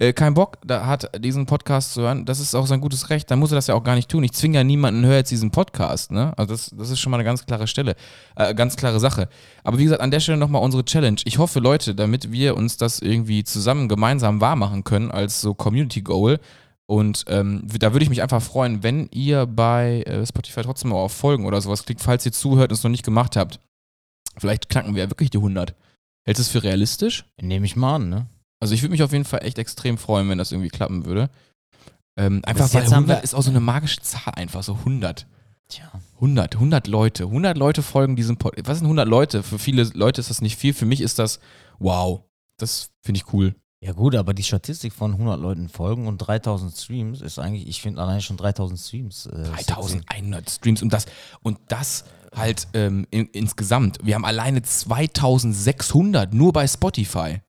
A: äh, keinen Bock da hat, diesen Podcast zu hören, das ist auch sein gutes Recht, dann muss er das ja auch gar nicht tun. Ich zwinge ja niemanden, hör jetzt diesen Podcast, ne? Also das, das ist schon mal eine ganz klare Stelle, äh, ganz klare Sache. Aber wie gesagt, an der Stelle nochmal unsere Challenge. Ich hoffe, Leute, damit wir uns das irgendwie zusammen, gemeinsam wahrmachen können als so Community Goal, und ähm, w- da würde ich mich einfach freuen, wenn ihr bei äh, Spotify trotzdem mal auf Folgen oder sowas klickt, falls ihr zuhört und es noch nicht gemacht habt. Vielleicht knacken wir ja wirklich die 100. Hältst du es für realistisch?
B: Nehme ich mal an, ne?
A: Also ich würde mich auf jeden Fall echt extrem freuen, wenn das irgendwie klappen würde. Ähm, einfach
B: Bis
A: weil
B: jetzt haben
A: 100
B: wir-
A: ist auch so eine magische Zahl einfach, so 100.
B: Tja.
A: 100, 100 Leute. 100 Leute folgen diesem Podcast. Was sind 100 Leute? Für viele Leute ist das nicht viel. Für mich ist das, wow, das finde ich cool.
B: Ja gut, aber die Statistik von 100 Leuten folgen und 3000 Streams ist eigentlich, ich finde allein schon 3000 Streams. Äh,
A: 3100 Streams und das und das halt ähm, in, insgesamt. Wir haben alleine 2600 nur bei Spotify.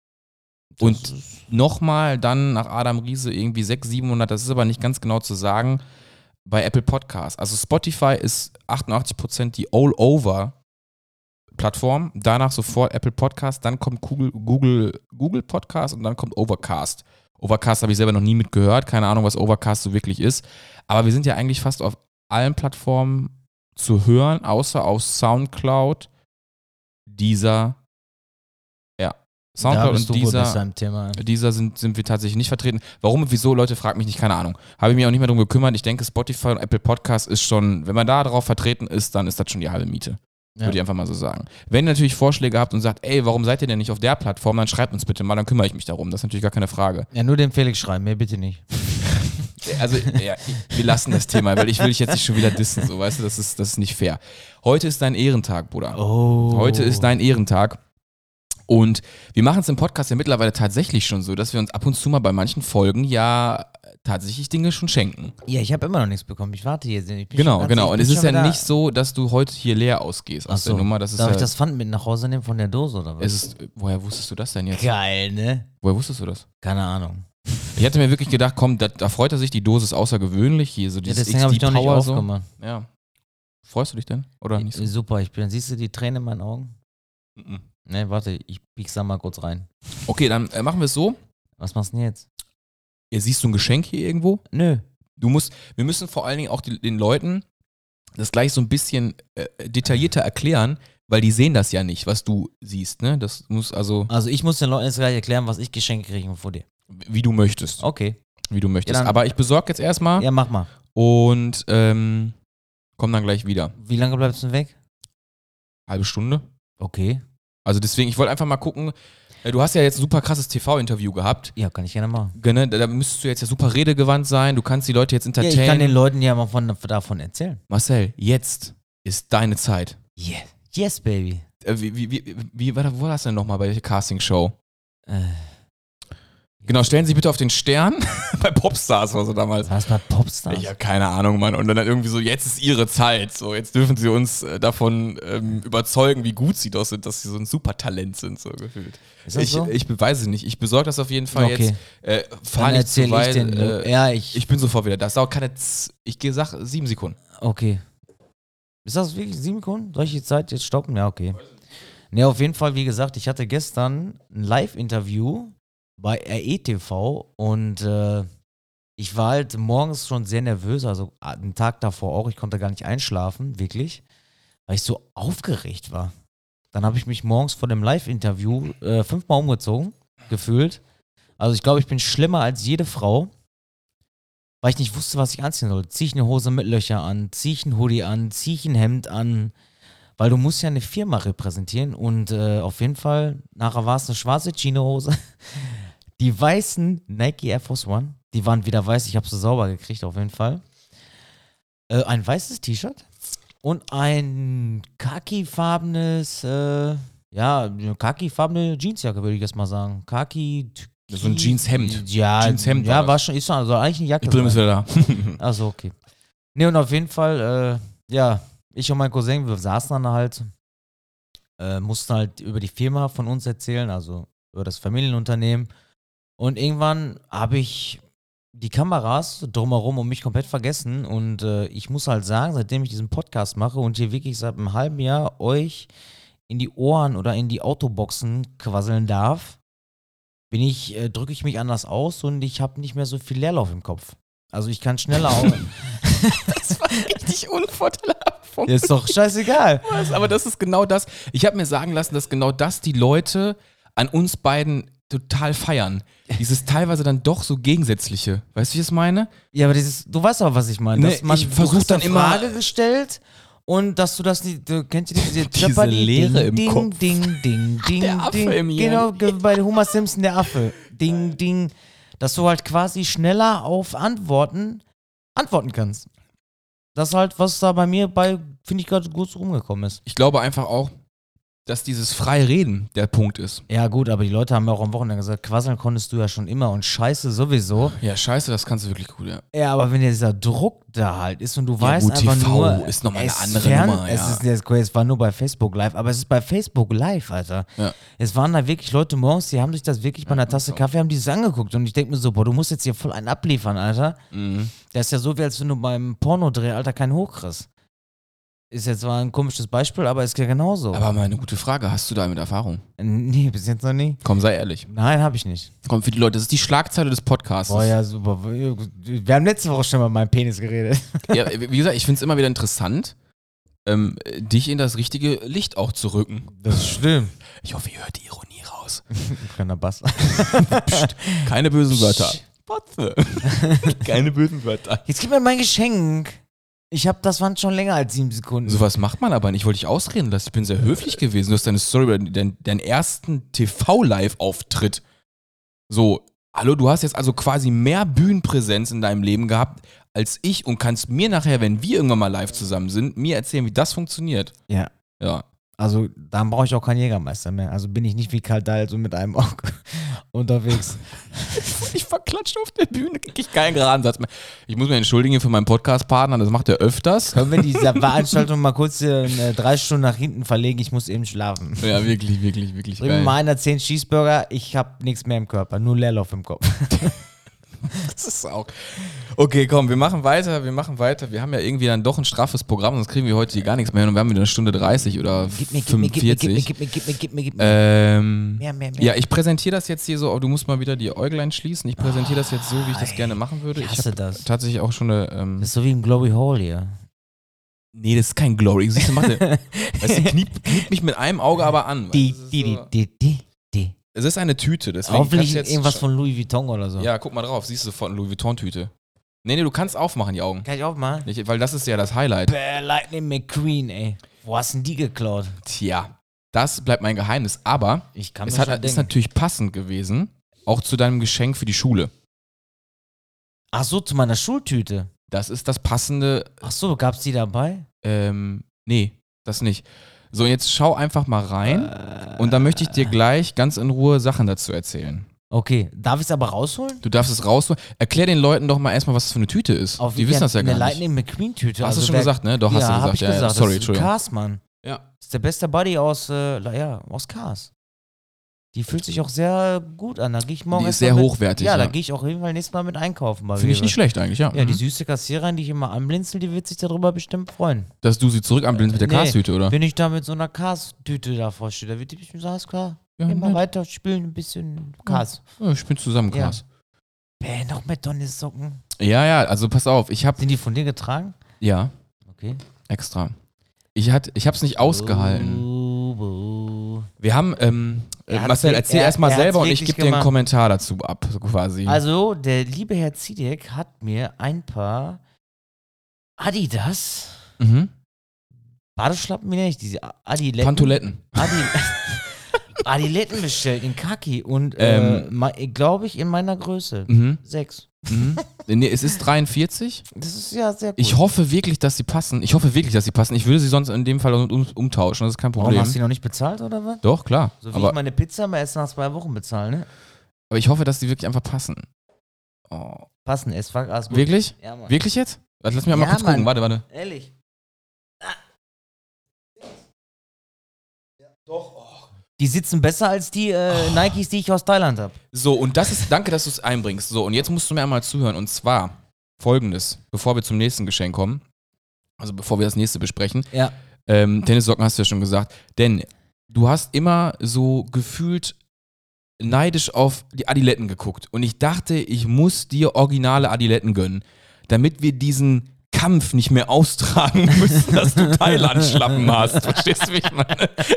A: Und nochmal dann nach Adam Riese irgendwie 600, 700, das ist aber nicht ganz genau zu sagen, bei Apple Podcasts. Also Spotify ist 88% die All-Over-Plattform, danach sofort Apple Podcast, dann kommt Google, Google, Google Podcast und dann kommt Overcast. Overcast habe ich selber noch nie mitgehört, keine Ahnung, was Overcast so wirklich ist. Aber wir sind ja eigentlich fast auf allen Plattformen zu hören, außer auf Soundcloud, dieser, ja,
B: da
A: Soundcloud und
B: bist du wohl
A: dieser.
B: besser im Thema.
A: Dieser sind, sind wir tatsächlich nicht vertreten. Warum und wieso, Leute, fragt mich nicht, keine Ahnung. Habe ich mich auch nicht mehr drum gekümmert. Ich denke, Spotify und Apple Podcast ist schon, wenn man da drauf vertreten ist, dann ist das schon die halbe Miete.
B: Ja.
A: Würde ich einfach mal so sagen. Wenn ihr natürlich Vorschläge habt und sagt, ey, warum seid ihr denn nicht auf der Plattform, dann schreibt uns bitte mal, dann kümmere ich mich darum. Das ist natürlich gar keine Frage.
B: Ja, nur dem Felix schreiben, mir bitte nicht.
A: Also, ja, wir lassen das Thema, weil ich will dich jetzt nicht schon wieder dissen, so, weißt du, das ist, das ist nicht fair. Heute ist dein Ehrentag, Bruder.
B: Oh.
A: Heute ist dein Ehrentag. Und wir machen es im Podcast ja mittlerweile tatsächlich schon so, dass wir uns ab und zu mal bei manchen Folgen ja tatsächlich Dinge schon schenken.
B: Ja, ich habe immer noch nichts bekommen. Ich warte hier. Ich bin schon
A: Genau,
B: ganz-
A: genau.
B: ich
A: Und
B: bin
A: es ist
B: schon
A: ja
B: wieder-
A: nicht so, dass du heute hier leer ausgehst
B: Ach
A: aus
B: so.
A: der Nummer. Das ist
B: Darf
A: ja,
B: ich das Pfand mit nach Hause nehmen von der Dose oder was?
A: es ist, woher wusstest du das denn jetzt?
B: Geil, ne?
A: Woher wusstest du das?
B: Keine Ahnung.
A: Ich hätte mir wirklich gedacht, komm, da, da freut er sich, die Dose ist außergewöhnlich. Hier so
B: Ja,
A: dieses
B: deswegen habe ich
A: XD
B: noch nicht
A: Power so.
B: aufgemacht. Äh,
A: Ja. Freust du dich denn? Oder nicht so?
B: Super, ich bin. Siehst du die Tränen in meinen Augen?
A: Mhm.
B: Ne, warte, ich bieg's da mal kurz rein.
A: Okay, dann äh, machen wir es so.
B: Was machst du denn jetzt?
A: Ihr siehst du ein Geschenk hier irgendwo?
B: Nö.
A: Du musst, wir müssen vor allen Dingen auch die, den Leuten das gleich so ein bisschen äh, detaillierter erklären, weil die sehen das ja nicht, was du siehst, ne? Das muss also,
B: Also ich muss den Leuten jetzt gleich erklären, was ich geschenkt kriege vor dir.
A: wie du möchtest.
B: Okay.
A: Wie du möchtest.
B: Ja, dann-
A: Aber ich besorge jetzt erstmal
B: Ja, mach mal.
A: und ähm, komm dann gleich wieder.
B: Wie lange bleibst du denn weg?
A: Halbe Stunde.
B: Okay.
A: Also deswegen, ich wollte einfach mal gucken, äh, du hast ja jetzt ein super krasses TV-Interview gehabt.
B: Ja, kann ich gerne machen.
A: Ne? Da, da müsstest du jetzt ja super redegewandt sein, du kannst die Leute jetzt
B: Ja,
A: entertainen.
B: ich kann den Leuten ja mal von, davon erzählen.
A: Marcel, jetzt ist deine Zeit.
B: Yes. Yes, Baby.
A: Äh, wie, wie, wie, wie, war das- wo war das denn nochmal bei der Casting-Show?
B: Äh,
A: Genau, stellen Sie bitte auf den Stern. Bei Popstars war so damals.
B: Was war Popstars?
A: Ich habe keine Ahnung, Mann. Und dann halt irgendwie so, jetzt ist ihre Zeit. So, jetzt dürfen sie uns äh, davon ähm, überzeugen, wie gut sie doch sind, dass sie so ein Supertalent sind, so gefühlt.
B: Ist das
A: ich,
B: so?
A: ich beweise nicht. Ich besorge das auf jeden Fall
B: Okay.
A: jetzt. Äh, fahr
B: Dann
A: nicht zu
B: erzähle ich
A: weit.
B: den.
A: äh,
B: ja, ich,
A: ich bin sofort wieder da. Es dauert keine, Z ich gehe, sag, sieben Sekunden.
B: Okay. Ist das wirklich sieben Sekunden? Soll ich die Zeit jetzt stoppen? Ja, okay. Ne, auf jeden Fall, wie gesagt, ich hatte gestern ein Live-Interview bei RETV und äh, ich war halt morgens schon sehr nervös, also einen Tag davor auch. Ich konnte gar nicht einschlafen, wirklich, weil ich so aufgeregt war. Dann habe ich mich morgens vor dem Live-Interview äh, fünfmal umgezogen, gefühlt. Also ich glaube, ich bin schlimmer als jede Frau weil ich nicht wusste, was ich anziehen soll. Zieh ich eine Hose mit Löcher an, zieh ich ein Hoodie an, zieh ich ein Hemd an, weil du musst ja eine Firma repräsentieren und äh, auf jeden Fall, nachher war es eine schwarze Chino-Hose. Die weißen Nike Air Force One, die waren wieder weiß, ich habe sie sauber gekriegt auf jeden Fall. Äh, ein weißes T-Shirt und ein khakifarbenes, äh, ja, eine khakifarbene Jeansjacke würde ich jetzt mal sagen. Khaki...
A: So ein Jeanshemd.
B: Ja,
A: Jeanshemd war
B: ja,
A: das.
B: war schon, ist schon, also eigentlich eine Jacke.
A: Ich bin
B: sein.
A: ist wieder da.
B: Also okay. Ne, und auf jeden Fall, äh, ja, ich und mein Cousin, wir saßen dann halt, äh, mussten halt über die Firma von uns erzählen, also über das Familienunternehmen. Und irgendwann habe ich die Kameras drumherum um mich komplett vergessen. Und äh, ich muss halt sagen, seitdem ich diesen Podcast mache und hier wirklich seit einem halben Jahr euch in die Ohren oder in die Autoboxen quasseln darf, bin ich, äh, drücke ich mich anders aus und ich habe nicht mehr so viel Leerlauf im Kopf. Also ich kann schneller auch.
A: das war richtig unvorteilhaft vom
B: Ist doch scheißegal.
A: Das- Aber das ist genau das. Ich habe mir sagen lassen, dass genau das die Leute an uns beiden total feiern. Dieses teilweise dann doch so gegensätzliche. Weißt du, wie ich es meine?
B: Ja, aber dieses, du weißt aber, was ich meine.
A: Nee,
B: dass man
A: ich
B: du
A: versuch
B: hast eine
A: dann immer-
B: Frage gestellt und dass du das nicht. Du, kennst du diese,
A: Diese
B: Jeopardy?
A: Leere
B: ding,
A: im
B: ding,
A: Kopf.
B: Ding, ding, ding,
A: Der Affe
B: ding.
A: im Hirn.
B: genau, ge- bei Homer Simpson der Affe. Ding, ding. Dass du halt quasi schneller auf Antworten antworten kannst. Das ist halt, was da bei mir bei, finde ich gerade gut rumgekommen ist.
A: Ich glaube einfach auch, dass dieses freie Reden der Punkt ist.
B: Ja, gut, aber die Leute haben ja auch am Wochenende gesagt, quasseln konntest du ja schon immer und Scheiße sowieso.
A: Ja, scheiße, das kannst du wirklich gut, ja.
B: Ja, aber wenn ja dieser Druck da halt ist und du weißt
A: gut,
B: einfach
A: TV
B: nur,
A: ist noch mal eine
B: es
A: andere Nummer,
B: Es
A: ja.
B: ist jetzt cool, es war nur bei Facebook Live, aber es ist bei Facebook Live, Alter.
A: Ja.
B: Es waren da wirklich Leute morgens, die haben sich das wirklich bei einer Tasse Kaffee haben die das angeguckt und ich denke mir so, boah, du musst jetzt hier voll einen abliefern, Alter.
A: Mhm.
B: Das ist ja so wie als wenn du beim Pornodreh, Alter, keinen hochkriegst. Ist jetzt zwar ein komisches Beispiel, aber ist ja genauso.
A: Aber mal eine gute Frage, hast du damit Erfahrung?
B: nee, bis jetzt noch nie.
A: Komm, sei ehrlich.
B: Nein, habe ich nicht.
A: Komm, für die Leute, das ist die Schlagzeile des Podcasts.
B: Boah, ja, super. Wir haben letzte Woche schon mal meinen Penis geredet.
A: ja, wie gesagt, ich finde es immer wieder interessant, ähm, dich in das richtige Licht auch zu rücken.
B: Das stimmt.
A: Ich hoffe, ihr hört die Ironie raus.
B: Kleiner Bass.
A: Keine bösen Wörter.
B: Psst.
A: Potze. Keine bösen Wörter.
B: Jetzt gib mir mein Geschenk. Ich hab, das waren schon länger als sieben Sekunden.
A: Sowas macht man aber nicht. Ich wollte dich ausreden lassen. Ich bin sehr höflich gewesen. Du hast deine Story über deinen, deinen ersten TV-Live-Auftritt. So, hallo, du hast jetzt also quasi mehr Bühnenpräsenz in deinem Leben gehabt als ich und kannst mir nachher, wenn wir irgendwann mal live zusammen sind, mir erzählen, wie das funktioniert.
B: Ja.
A: Ja.
B: Also, dann brauche ich auch keinen Jägermeister mehr. Also bin ich nicht wie Karl Dahl so mit einem Auge unterwegs.
A: Ich verklatsche auf der Bühne, kriege ich keinen geraden Satz mehr. Ich muss mich entschuldigen für meinen Podcast-Partner, das macht er öfters.
B: Können wir diese Veranstaltung mal kurz äh, drei Stunden nach hinten verlegen? Ich muss eben schlafen.
A: Ja, wirklich, wirklich, wirklich
B: Bring mir
A: geil.
B: mal einer zehn Cheeseburger. Ich hab nichts mehr im Körper, nur Leerlauf im Kopf.
A: Das ist auch. Okay, komm, wir machen weiter, wir machen weiter. Wir haben ja irgendwie dann doch ein straffes Programm, sonst kriegen wir heute hier gar nichts mehr hin und wir haben wieder eine Stunde 30 oder
B: Gib mir, gib mir, gib mir, gib mir,
A: 45.
B: gib mir, gib mir, gib mir, gib mir.
A: Ähm,
B: Mehr, mehr, mehr.
A: ja, ich präsentiere das jetzt hier so, oh, du musst mal wieder die Äuglein schließen. Ich präsentiere das jetzt so, wie ich das
B: ey,
A: gerne machen würde.
B: ich
A: Ich
B: hasse
A: habe
B: das.
A: tatsächlich auch schon eine. Ähm,
B: Das ist so wie im Glory Hall hier.
A: nee, das ist kein Glory. Siehst du, macht der, weißt du, kniep, kniep mich mit einem Auge aber an.
B: Die,
A: weißt du, es ist
B: die, die,
A: so-
B: die, die, die.
A: Es ist eine Tüte, deswegen kannst
B: Hoffentlich
A: du jetzt
B: irgendwas von Louis Vuitton oder so.
A: Ja, guck mal drauf, siehst du sofort eine Louis Vuitton-Tüte. Nee, nee, du kannst aufmachen die Augen.
B: Kann ich auch mal?
A: Nicht, weil das ist ja das Highlight.
B: Bäh, Lightning McQueen, ey. Wo hast denn die geklaut?
A: Tja, das bleibt mein Geheimnis. Aber
B: Ich kann
A: es
B: mir
A: hat,
B: schon
A: ist
B: denken.
A: natürlich passend gewesen, auch zu deinem Geschenk für die Schule.
B: Ach so, zu meiner Schultüte.
A: Das ist das passende.
B: Ach so, gab's die dabei?
A: Ähm, nee, das nicht.
B: Äh,
A: So, jetzt schau einfach mal rein. Und dann möchte ich dir gleich ganz in Ruhe Sachen dazu erzählen.
B: Okay, darf ich es aber rausholen?
A: Du darfst es rausholen. Erklär den Leuten doch mal erstmal, was das für eine Tüte ist.
B: Auf
A: die wissen das ja gar
B: Eine
A: nicht.
B: Lightning McQueen-Tüte. also
A: Hast du schon
B: wer-
A: gesagt, ne? Doch,
B: ja,
A: hast du
B: Hab
A: gesagt.
B: ich
A: Ja, ja,
B: gesagt.
A: Sorry,
B: das ist ein
A: Entschuldigung.
B: Cars, Mann.
A: Ja.
B: Das ist der beste Buddy aus, äh, la- ja, aus Cars. Die fühlt sich auch sehr gut an. Da gehe ich morgen
A: Die ist
B: erst
A: sehr
B: mal mit-
A: hochwertig.
B: Ja,
A: Ja,
B: da gehe ich auch auf jeden Fall nächstes Mal mit einkaufen. bei
A: Finde ich
B: Rewe.
A: nicht schlecht eigentlich, ja.
B: Ja, die
A: Mhm.
B: süße Kassiererin, die ich immer anblinzel, die wird sich darüber bestimmt freuen.
A: Dass du sie zurück anblinst mit der
B: Nee.
A: Cars-Tüte, oder?
B: Wenn ich da mit so einer Cars-Tüte davor stehe, da wird die bestimmt sagen, alles klar,
A: Ja,
B: immer
A: nett.
B: weiter spielen, ein bisschen Cars.
A: Ja, ich bin zusammen
B: Ja.
A: Cars.
B: Bäh, noch mehr Donnersocken.
A: Ja, ja, also pass auf, ich habe
B: Sind die von dir getragen?
A: ja,
B: Okay.
A: extra. Ich hat, ich hab's nicht ausgehalten.
B: Buh, buh.
A: Wir haben, ähm,
B: Oh. Er hat's
A: Marcel,
B: wir-
A: erzähl
B: er-
A: erstmal
B: er hat's
A: selber und ich
B: wirklich
A: gebe dir einen
B: gemacht.
A: Kommentar dazu ab, so quasi.
B: Also, der liebe Herr Zidek hat mir ein paar Adidas
A: mhm.
B: Badeschlappen, wie nenne ich diese? Adiletten.
A: Pantoletten.
B: Adi Adiletten bestellt in Kaki und
A: Ähm.
B: äh, glaube ich in meiner Größe.
A: Mhm.
B: Sechs.
A: Mhm. nee, es ist 43.
B: Das ist ja sehr gut.
A: Ich hoffe wirklich, dass sie passen. Ich hoffe wirklich, dass sie passen. Ich würde sie sonst in dem Fall um, um, umtauschen, das ist kein
B: Warum
A: Problem.
B: hast du die noch nicht bezahlt oder was?
A: Doch, klar.
B: So wie
A: aber,
B: ich meine Pizza mal erst nach zwei Wochen bezahle, ne?
A: aber ich hoffe, dass die wirklich einfach passen. Oh.
B: Passen, es war alles gut.
A: Wirklich?
B: Ja, Mann.
A: Wirklich jetzt? Warte, Lass mich mal
B: Ja,
A: kurz gucken.
B: Mann.
A: Warte, warte.
B: Ehrlich. Ah.
A: Doch. Oh.
B: Die sitzen besser als die äh, Nikes, die ich aus Thailand habe.
A: So, und das ist, danke, dass du es einbringst. So, und jetzt musst du mir einmal zuhören. Und zwar folgendes, bevor wir zum nächsten Geschenk kommen, also bevor wir das nächste besprechen.
B: Ja.
A: Ähm, Tennissocken hast du ja schon gesagt. Denn du hast immer so gefühlt neidisch auf die Adiletten geguckt. Und ich dachte, ich muss dir originale Adiletten gönnen, damit wir diesen Kampf nicht mehr austragen müssen, dass du Thailand-Schlappen hast. Verstehst du mich, Mann?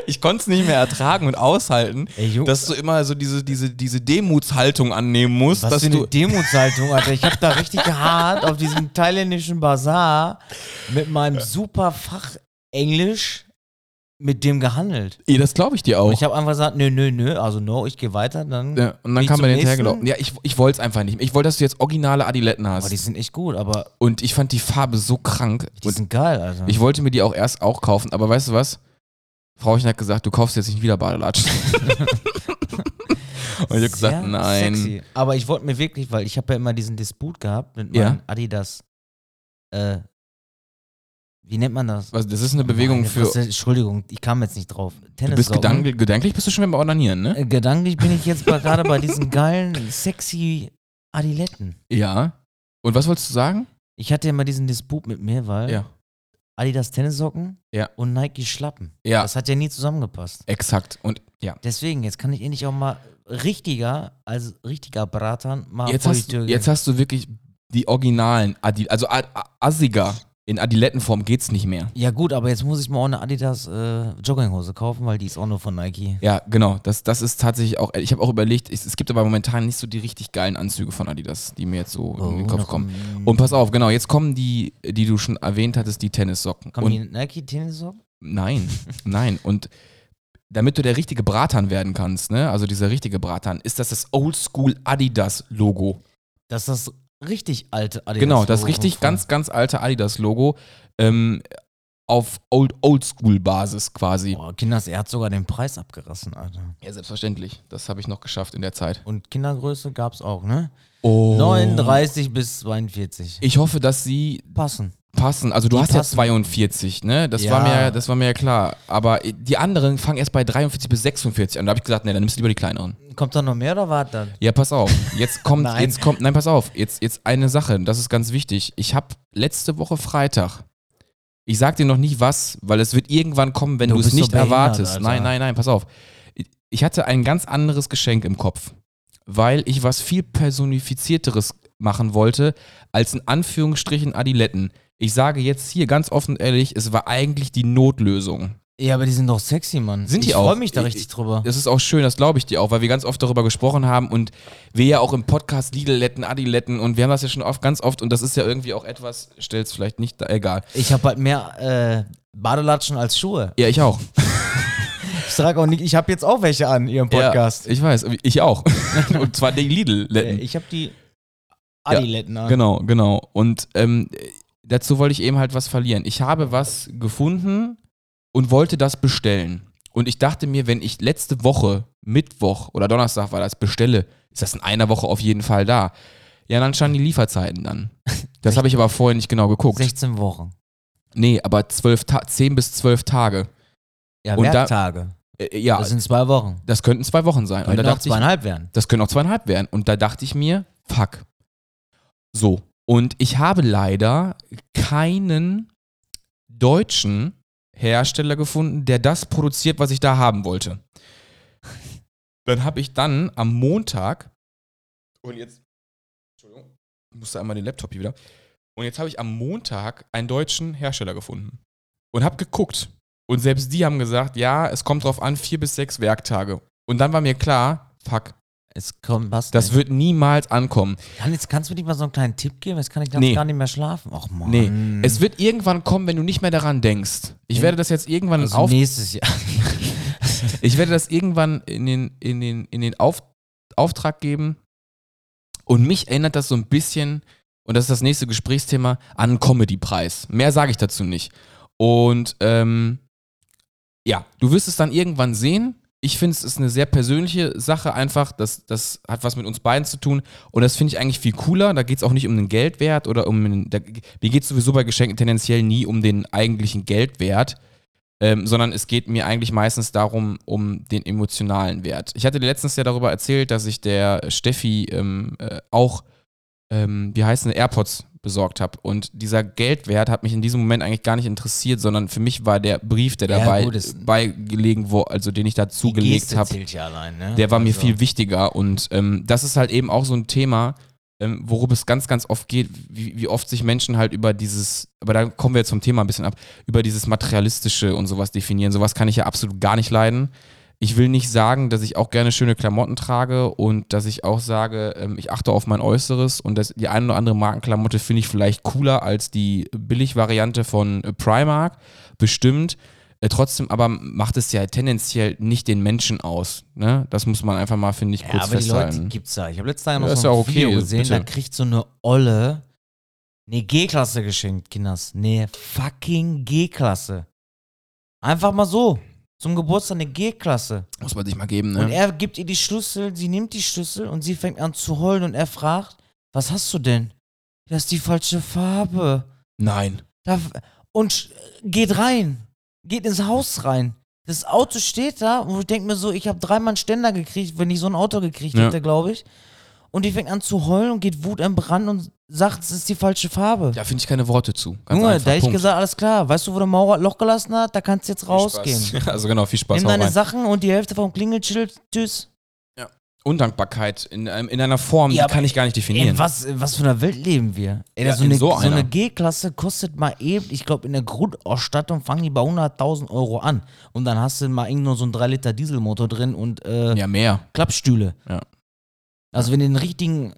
A: Ich konnte es nicht mehr ertragen und aushalten,
B: Ey, Junge.
A: dass du immer so diese, diese, diese Demutshaltung annehmen musst,
B: Was
A: dass
B: für eine
A: du.
B: Demutshaltung, Alter. Ich habe da richtig hart auf diesem thailändischen Bazar mit meinem super Fach Englisch mit dem gehandelt.
A: Ey, eh, das glaube ich dir auch.
B: Und ich habe einfach gesagt, nö, nö, nö, also no, ich gehe weiter, dann.
A: ja, und dann
B: Wie
A: kam
B: zum
A: man den
B: nächsten?
A: hergelaufen. Ja, ich, ich wollte es einfach nicht. mehr. Ich wollte, dass du jetzt originale Adiletten
B: Boah,
A: hast.
B: die sind echt gut, aber
A: und ich fand die Farbe so krank.
B: die
A: Und
B: sind geil, Alter.
A: ich wollte mir die auch erst auch kaufen, aber weißt du was? Frauchen hat gesagt, du kaufst jetzt nicht wieder Badelatschen. und ich habe gesagt,
B: Sehr
A: nein.
B: Sexy. Aber ich wollte mir wirklich, weil ich habe ja immer diesen Disput gehabt mit meinen
A: Ja.
B: Adidas. Äh, wie nennt man das?
A: Was, das ist eine Bewegung
B: Meine
A: für.
B: Fresse, Entschuldigung, ich kam jetzt nicht drauf.
A: Du
B: Tennis
A: bist gedanklich, gedanklich bist du schon wieder bei Ordnieren, ne?
B: Äh, Gedanklich bin ich jetzt mal gerade bei diesen geilen, sexy Adiletten.
A: Ja. Und was wolltest du sagen?
B: Ich hatte ja mal diesen Disput mit mir, weil Adidas Tennissocken
A: Ja.
B: und Nike Schlappen.
A: Ja,
B: Das hat ja nie zusammengepasst.
A: exakt. Und ja.
B: Deswegen, jetzt kann ich endlich auch mal richtiger, als richtiger Bratan mal
A: jetzt
B: vor
A: hast,
B: die Tür
A: jetzt
B: gehen.
A: hast du wirklich die originalen Adi, also A- A- Assiger in Adilettenform geht's nicht mehr.
B: Ja gut, aber jetzt muss ich mir auch eine Adidas äh, Jogginghose kaufen, weil die ist auch nur von Nike.
A: Ja, genau. Das, das ist tatsächlich auch. Ich habe auch überlegt, es, es gibt aber momentan nicht so die richtig geilen Anzüge von Adidas, die mir jetzt so in den Kopf
B: Oh, noch
A: kommen.
B: ein-
A: Und pass auf, genau, jetzt kommen die, die du schon erwähnt hattest, die Tennissocken.
B: Kommen
A: und,
B: die Nike Tennissocken?
A: Nein, nein. Und damit du der richtige Bratan werden kannst, ne, also dieser richtige Bratan, ist das das Oldschool Adidas Logo.
B: Das ist das richtig alte Adidas.
A: Genau, das
B: Logo
A: richtig
B: von-
A: ganz, ganz alte Adidas-Logo ähm, auf Old- Oldschool-Basis quasi.
B: Boah, Kinders, er hat sogar den Preis abgerissen, Alter.
A: Ja, selbstverständlich. Das habe ich noch geschafft in der Zeit.
B: Und Kindergröße gab es auch, ne?
A: Oh.
B: 39 bis 42.
A: Ich hoffe, dass sie
B: Passen.
A: passen. Also du
B: Die
A: hast ja
B: passen.
A: 42, ne? Das,
B: Ja.
A: War mir, das war mir ja klar. Aber äh, die anderen fangen erst bei 43 bis 46 an. Da habe ich gesagt, ne, dann nimmst du lieber die kleineren.
B: Kommt da noch mehr oder war dann?
A: Ja, pass auf. Jetzt kommt,
B: Nein.
A: jetzt kommt, nein, pass auf. Jetzt, jetzt eine Sache, das ist ganz wichtig. Ich habe letzte Woche Freitag, ich sag dir noch nicht was, weil es wird irgendwann kommen, wenn
B: Du
A: du es
B: bist so
A: nicht
B: behindert,
A: erwartest.
B: Alter.
A: Nein, nein, nein, pass auf. Ich hatte ein ganz anderes Geschenk im Kopf, weil ich was viel personifizierteres machen wollte, als in Anführungsstrichen Adiletten. Ich sage jetzt hier ganz offen und ehrlich, es war eigentlich die Notlösung.
B: Ja, aber die sind doch sexy, Mann.
A: Sind die
B: ich
A: auch?
B: freue mich da
A: Ich-
B: richtig drüber.
A: Das ist auch schön, das glaube ich dir auch, weil wir ganz oft darüber gesprochen haben und wir ja auch im Podcast Lidl-Letten, Adi-Letten und wir haben das ja schon oft, ganz oft und das ist ja irgendwie auch etwas, stellst vielleicht nicht da, egal.
B: Ich habe halt mehr äh, Badelatschen als Schuhe.
A: Ja, ich auch.
B: Ich sage auch nicht, ich habe jetzt auch welche an ihrem Podcast.
A: Ja, ich weiß, ich auch. und zwar die
B: Äh,
A: Lidl-Letten.
B: Ich habe die Adiletten an.
A: Genau, genau. Und ähm, dazu wollte ich eben halt was verlieren. Ich habe was gefunden und wollte das bestellen. Und ich dachte mir, wenn ich letzte Woche, Mittwoch oder Donnerstag war das, bestelle, ist das in einer Woche auf jeden Fall da. Ja, dann standen die Lieferzeiten dann. Das habe ich aber vorher nicht genau geguckt.
B: 16 Wochen.
A: Nee, aber 12 Ta 10 bis 12 Tage.
B: Ja,
A: Und da-
B: Werktage.
A: Äh, ja,
B: das sind zwei Wochen.
A: das könnten zwei Wochen sein. Und
B: Könnte
A: da
B: auch
A: dachte ich,
B: zweieinhalb werden.
A: das können auch zweieinhalb werden. Und da dachte ich mir, fuck. So. Und ich habe leider keinen deutschen Hersteller gefunden, der das produziert, was ich da haben wollte. Dann habe ich dann am Montag und jetzt Entschuldigung, ich musste einmal den Laptop hier wieder. Und jetzt habe ich am Montag einen deutschen Hersteller gefunden und habe geguckt und selbst die haben gesagt, ja, es kommt drauf an, vier bis sechs Werktage. Und dann war mir klar, fuck,
B: Es kommt was.
A: das wird niemals ankommen.
B: kann, jetzt kannst du nicht mal so einen kleinen Tipp geben? Jetzt kann ich nachts
A: Nee.
B: gar nicht mehr schlafen. Ach Mann.
A: Nee, es wird irgendwann kommen, wenn du nicht mehr daran denkst. Ich
B: Nee.
A: werde das jetzt irgendwann
B: also
A: auf,
B: nächstes Jahr.
A: ich werde das irgendwann in den, in den, in den auf, Auftrag geben. Und mich erinnert das so ein bisschen, und das ist das nächste Gesprächsthema, an einen Comedy-Preis. Mehr sage ich dazu nicht. Und ähm, ja, du wirst es dann irgendwann sehen. Ich finde, es ist eine sehr persönliche Sache einfach. Das, das hat was mit uns beiden zu tun. Und das finde ich eigentlich viel cooler. Da geht es auch nicht um den Geldwert oder um den. Da, mir geht es sowieso bei Geschenken tendenziell nie um den eigentlichen Geldwert, ähm, sondern es geht mir eigentlich meistens darum, um den emotionalen Wert. Ich hatte dir letztens ja darüber erzählt, dass ich der Steffi ähm, äh, auch, ähm, wie heißen die, AirPods besorgt habe. Und dieser Geldwert hat mich in diesem Moment eigentlich gar nicht interessiert, sondern für mich war der Brief, der
B: Ja,
A: dabei
B: gut, es-
A: beigelegen wurde, also den ich dazu
B: Die
A: gelegt
B: Geste
A: habe,
B: zählt ja allein, ne?
A: der war mir
B: Also,
A: viel wichtiger. Und ähm, das ist halt eben auch so ein Thema, ähm, worüber es ganz, ganz oft geht, wie, wie oft sich Menschen halt über dieses, aber da kommen wir jetzt vom Thema ein bisschen ab, über dieses Materialistische und sowas definieren. Sowas kann ich ja absolut gar nicht leiden. Ich will nicht sagen, dass ich auch gerne schöne Klamotten trage und dass ich auch sage, ähm, ich achte auf mein Äußeres und dass die eine oder andere Markenklamotte finde ich vielleicht cooler als die Billigvariante von äh, Primark, bestimmt. Äh, Trotzdem aber macht es ja tendenziell nicht den Menschen aus. Ne? Das muss man einfach mal, finde ich,
B: Ja,
A: kurz
B: aber die Leute
A: festhalten.
B: gibt's da. Ich habe letztes Jahr noch
A: Ja, ist
B: so ein
A: ja auch okay,
B: Video gesehen,
A: bitte.
B: da kriegt so eine Olle eine G-Klasse geschenkt, Kinders. Nee, fucking G-Klasse. Einfach mal so. Zum Geburtstag eine G-Klasse.
A: muss man sich mal geben.
B: Und
A: Ne?
B: er gibt ihr die Schlüssel, sie nimmt die Schlüssel und sie fängt an zu heulen und er fragt, was hast du denn? Das ist die falsche Farbe.
A: Nein.
B: Da, f- und sch- geht rein. Geht ins Haus rein. Das Auto steht da und ich denke mir so, ich habe dreimal einen Ständer gekriegt, wenn ich so ein Auto gekriegt
A: Ja.
B: hätte, glaube ich. Und die fängt an zu heulen und geht wutentbrannt und sagt, es ist die falsche Farbe.
A: Da finde ich keine Worte zu. Ganz
B: Junge,
A: einfach,
B: da hätte ich
A: Punkt.
B: gesagt, alles klar, weißt du, wo der Maurer ein Loch gelassen hat? Da kannst du jetzt rausgehen.
A: Spaß. Also genau, viel Spaß.
B: Nimm
A: hau
B: deine
A: rein.
B: Sachen und die Hälfte vom Klingelschild. Tschüss.
A: Undankbarkeit in, einem, in einer Form,
B: Ja,
A: die kann ich gar nicht definieren.
B: Ey, was, was für einer Welt leben wir? Ey,
A: Ja,
B: so,
A: in
B: eine,
A: so
B: so,
A: einer.
B: eine G-Klasse kostet mal eben, ich glaube, in der Grundausstattung fangen die bei 100.000 Euro an. Und dann hast du mal irgend nur so einen 3-Liter Dieselmotor drin und äh,
A: ja, mehr.
B: Klappstühle.
A: Ja.
B: Also, wenn du den richtigen.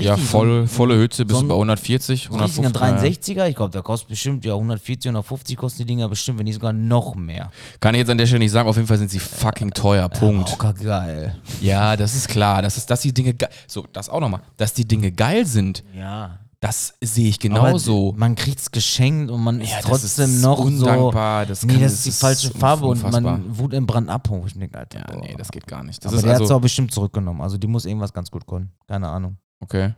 A: Ja,
B: richtigen-
A: voll, volle Hütte bist du
B: so ein-
A: bei 140,
B: so einen richtigen
A: 150.
B: 63er, ich glaube, der kostet bestimmt, ja, 140, 150 kosten die Dinger bestimmt, wenn nicht sogar noch mehr.
A: Kann ich jetzt an der Stelle nicht sagen, auf jeden Fall sind sie fucking teuer. Punkt.
B: Auch geil.
A: Ja, das ist klar. Das ist, dass die Dinge ge- So, das auch nochmal. Dass die Dinge geil sind,
B: Ja.
A: das sehe ich
B: Aber
A: genauso.
B: Man kriegt's geschenkt und man ist
A: Ja, das
B: trotzdem
A: ist
B: noch
A: undankbar,
B: so.
A: das
B: nee,
A: kann-
B: das
A: das
B: ist die
A: ist
B: falsche Farbe und
A: unfassbar.
B: man Wut im Brand abholen. Ich denk, Alter,
A: Ja,
B: boah.
A: nee, das geht gar nicht. Das
B: Aber
A: ist
B: der hat's
A: also.
B: auch bestimmt zurückgenommen. Also die muss irgendwas ganz gut können. Keine Ahnung.
A: Okay.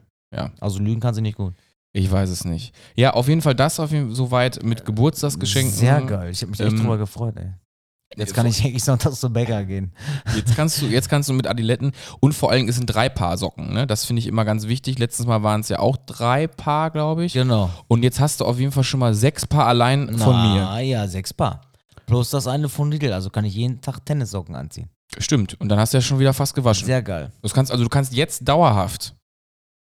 B: Also lügen kann sie nicht gut.
A: Ich weiß es nicht. Ja, auf jeden Fall das auf jeden, soweit mit Geburtstagsgeschenken.
B: Äh, Sehr geil. Ich habe mich echt
A: Ähm,
B: drüber gefreut, ey. Jetzt kann ich eigentlich sonntags zum Bäcker gehen.
A: Jetzt kannst du, jetzt kannst du mit Adiletten und vor allen Dingen es sind drei Paar Socken. Ne? Das finde ich immer ganz wichtig. Letztes Mal waren es ja auch drei Paar, glaube ich.
B: Genau.
A: Und jetzt hast du auf jeden Fall schon mal sechs Paar allein von mir.
B: Na, ja, sechs Paar. Plus das eine von Lidl. Also kann ich jeden Tag Tennissocken anziehen.
A: Stimmt. Und dann hast du ja schon wieder fast gewaschen.
B: Sehr geil.
A: Du kannst, also du kannst jetzt dauerhaft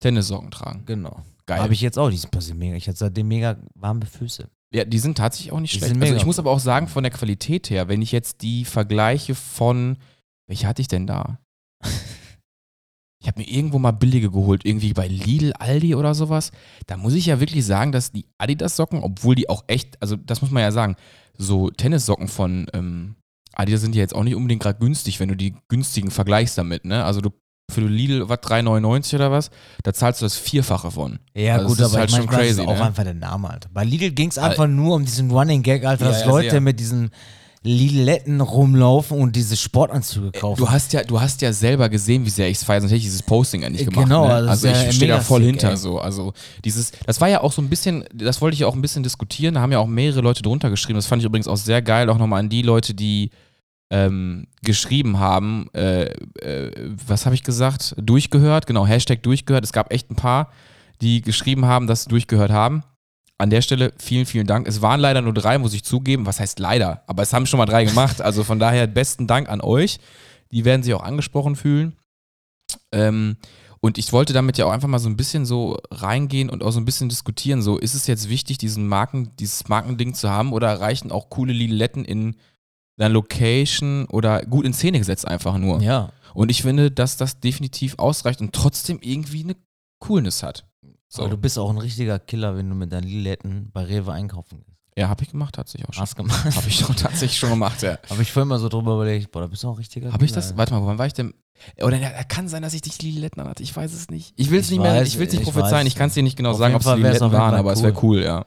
A: Tennissocken tragen.
B: Genau.
A: Geil.
B: Habe ich jetzt auch. Die sind- boah, sind mega. Ich hatte seitdem mega warme Füße.
A: ja, die sind tatsächlich auch nicht
B: Die
A: schlecht.
B: sind
A: Also
B: mega
A: ich muss aber auch sagen, von der Qualität her, wenn ich jetzt die vergleiche von, welche hatte ich denn da? Ich habe mir irgendwo mal billige geholt, irgendwie bei Lidl, Aldi oder sowas. Da muss ich ja wirklich sagen, dass die Adidas-Socken, obwohl die auch echt, also das muss man ja sagen, so Tennissocken von ähm, Adidas sind ja jetzt auch nicht unbedingt gerade günstig, wenn du die günstigen vergleichst damit, ne? Also du für Lidl, was, 3,99 oder was, da zahlst du das Vierfache von.
B: Ja,
A: Also
B: gut,
A: es ist
B: aber
A: halt
B: ich
A: schon
B: meine, das ist
A: crazy,
B: auch
A: ne?
B: einfach der Name, Alter. Bei Lidl ging es einfach nur um diesen Running Gag, Alter,
A: Ja,
B: dass
A: ja,
B: Leute
A: sehr.
B: mit diesen Liletten rumlaufen und diese Sportanzüge kaufen.
A: Äh, Du hast ja, du hast ja selber gesehen, wie sehr ich es feiere, sonst hätte ich dieses Posting eigentlich
B: Äh,
A: gemacht.
B: genau,
A: ne?
B: also das
A: also
B: ist ja
A: ich stehe da
B: mega
A: voll
B: sick,
A: hinter
B: ey.
A: so. Also dieses, das war ja auch so ein bisschen, das wollte ich ja auch ein bisschen diskutieren, da haben ja auch mehrere Leute drunter geschrieben. Das fand ich übrigens auch sehr geil, auch nochmal an die Leute, die ähm, geschrieben haben, äh, äh, was habe ich gesagt? Durchgehört, genau, Hashtag durchgehört. Es gab echt ein paar, die geschrieben haben, dass sie durchgehört haben. An der Stelle vielen, vielen Dank. Es waren leider nur drei, muss ich zugeben. Was heißt leider? Aber es haben schon mal drei gemacht. Also von daher besten Dank an euch. Die werden sich auch angesprochen fühlen. Ähm, und ich wollte damit ja auch einfach mal so ein bisschen so reingehen und auch so ein bisschen diskutieren. So, ist es jetzt wichtig, diesen Marken, dieses Markending zu haben oder reichen auch coole Liletten in einer Location oder gut in Szene gesetzt einfach nur?
B: ja.
A: Und ich finde, dass das definitiv ausreicht und trotzdem irgendwie eine Coolness hat. So,
B: Aber du bist auch ein richtiger Killer, wenn du mit deinen Liletten bei Rewe einkaufen gehst.
A: ja, habe ich gemacht, hat sich auch schon.
B: Hast gemacht.
A: Habe ich schon tatsächlich schon gemacht, ja.
B: Habe ich vorhin mal so drüber überlegt, boah, da bist du auch ein richtiger
A: Habe ich
B: Killer,
A: das?
B: ey.
A: Warte mal, wann war ich denn? Oder ja, kann sein, dass ich dich Liletten hatte. Ich weiß es nicht. Ich will es
B: Ich
A: nicht mehr,
B: weiß,
A: ich will es nicht
B: ich
A: prophezeien.
B: weiß.
A: Ich kann es dir nicht genau
B: Auf
A: sagen,
B: jeden
A: ob es
B: Fall wär's
A: Liletten
B: auf jeden
A: waren,
B: Fall
A: aber es wäre cool, ja.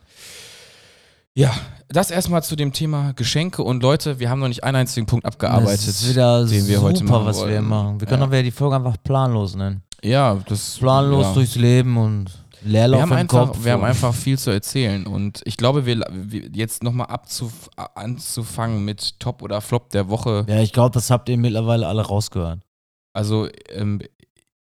A: Ja, das erstmal zu dem Thema Geschenke und Leute, wir haben noch nicht einen einzigen Punkt abgearbeitet.
B: Das ist wieder
A: den
B: super,
A: wir heute machen
B: was wir
A: wollten.
B: machen. Wir können
A: Ja.
B: doch wieder die Folge einfach planlos nennen.
A: ja, das
B: Planlos
A: ja.
B: durchs Leben und
A: wir
B: Leerlauf
A: haben,
B: im
A: einfach,
B: Kopf.
A: wir haben
B: und-
A: einfach viel zu erzählen und ich glaube, wir, wir jetzt nochmal anzufangen mit Top oder Flop der Woche.
B: ja, ich glaube, das habt ihr mittlerweile alle rausgehört.
A: Also ähm,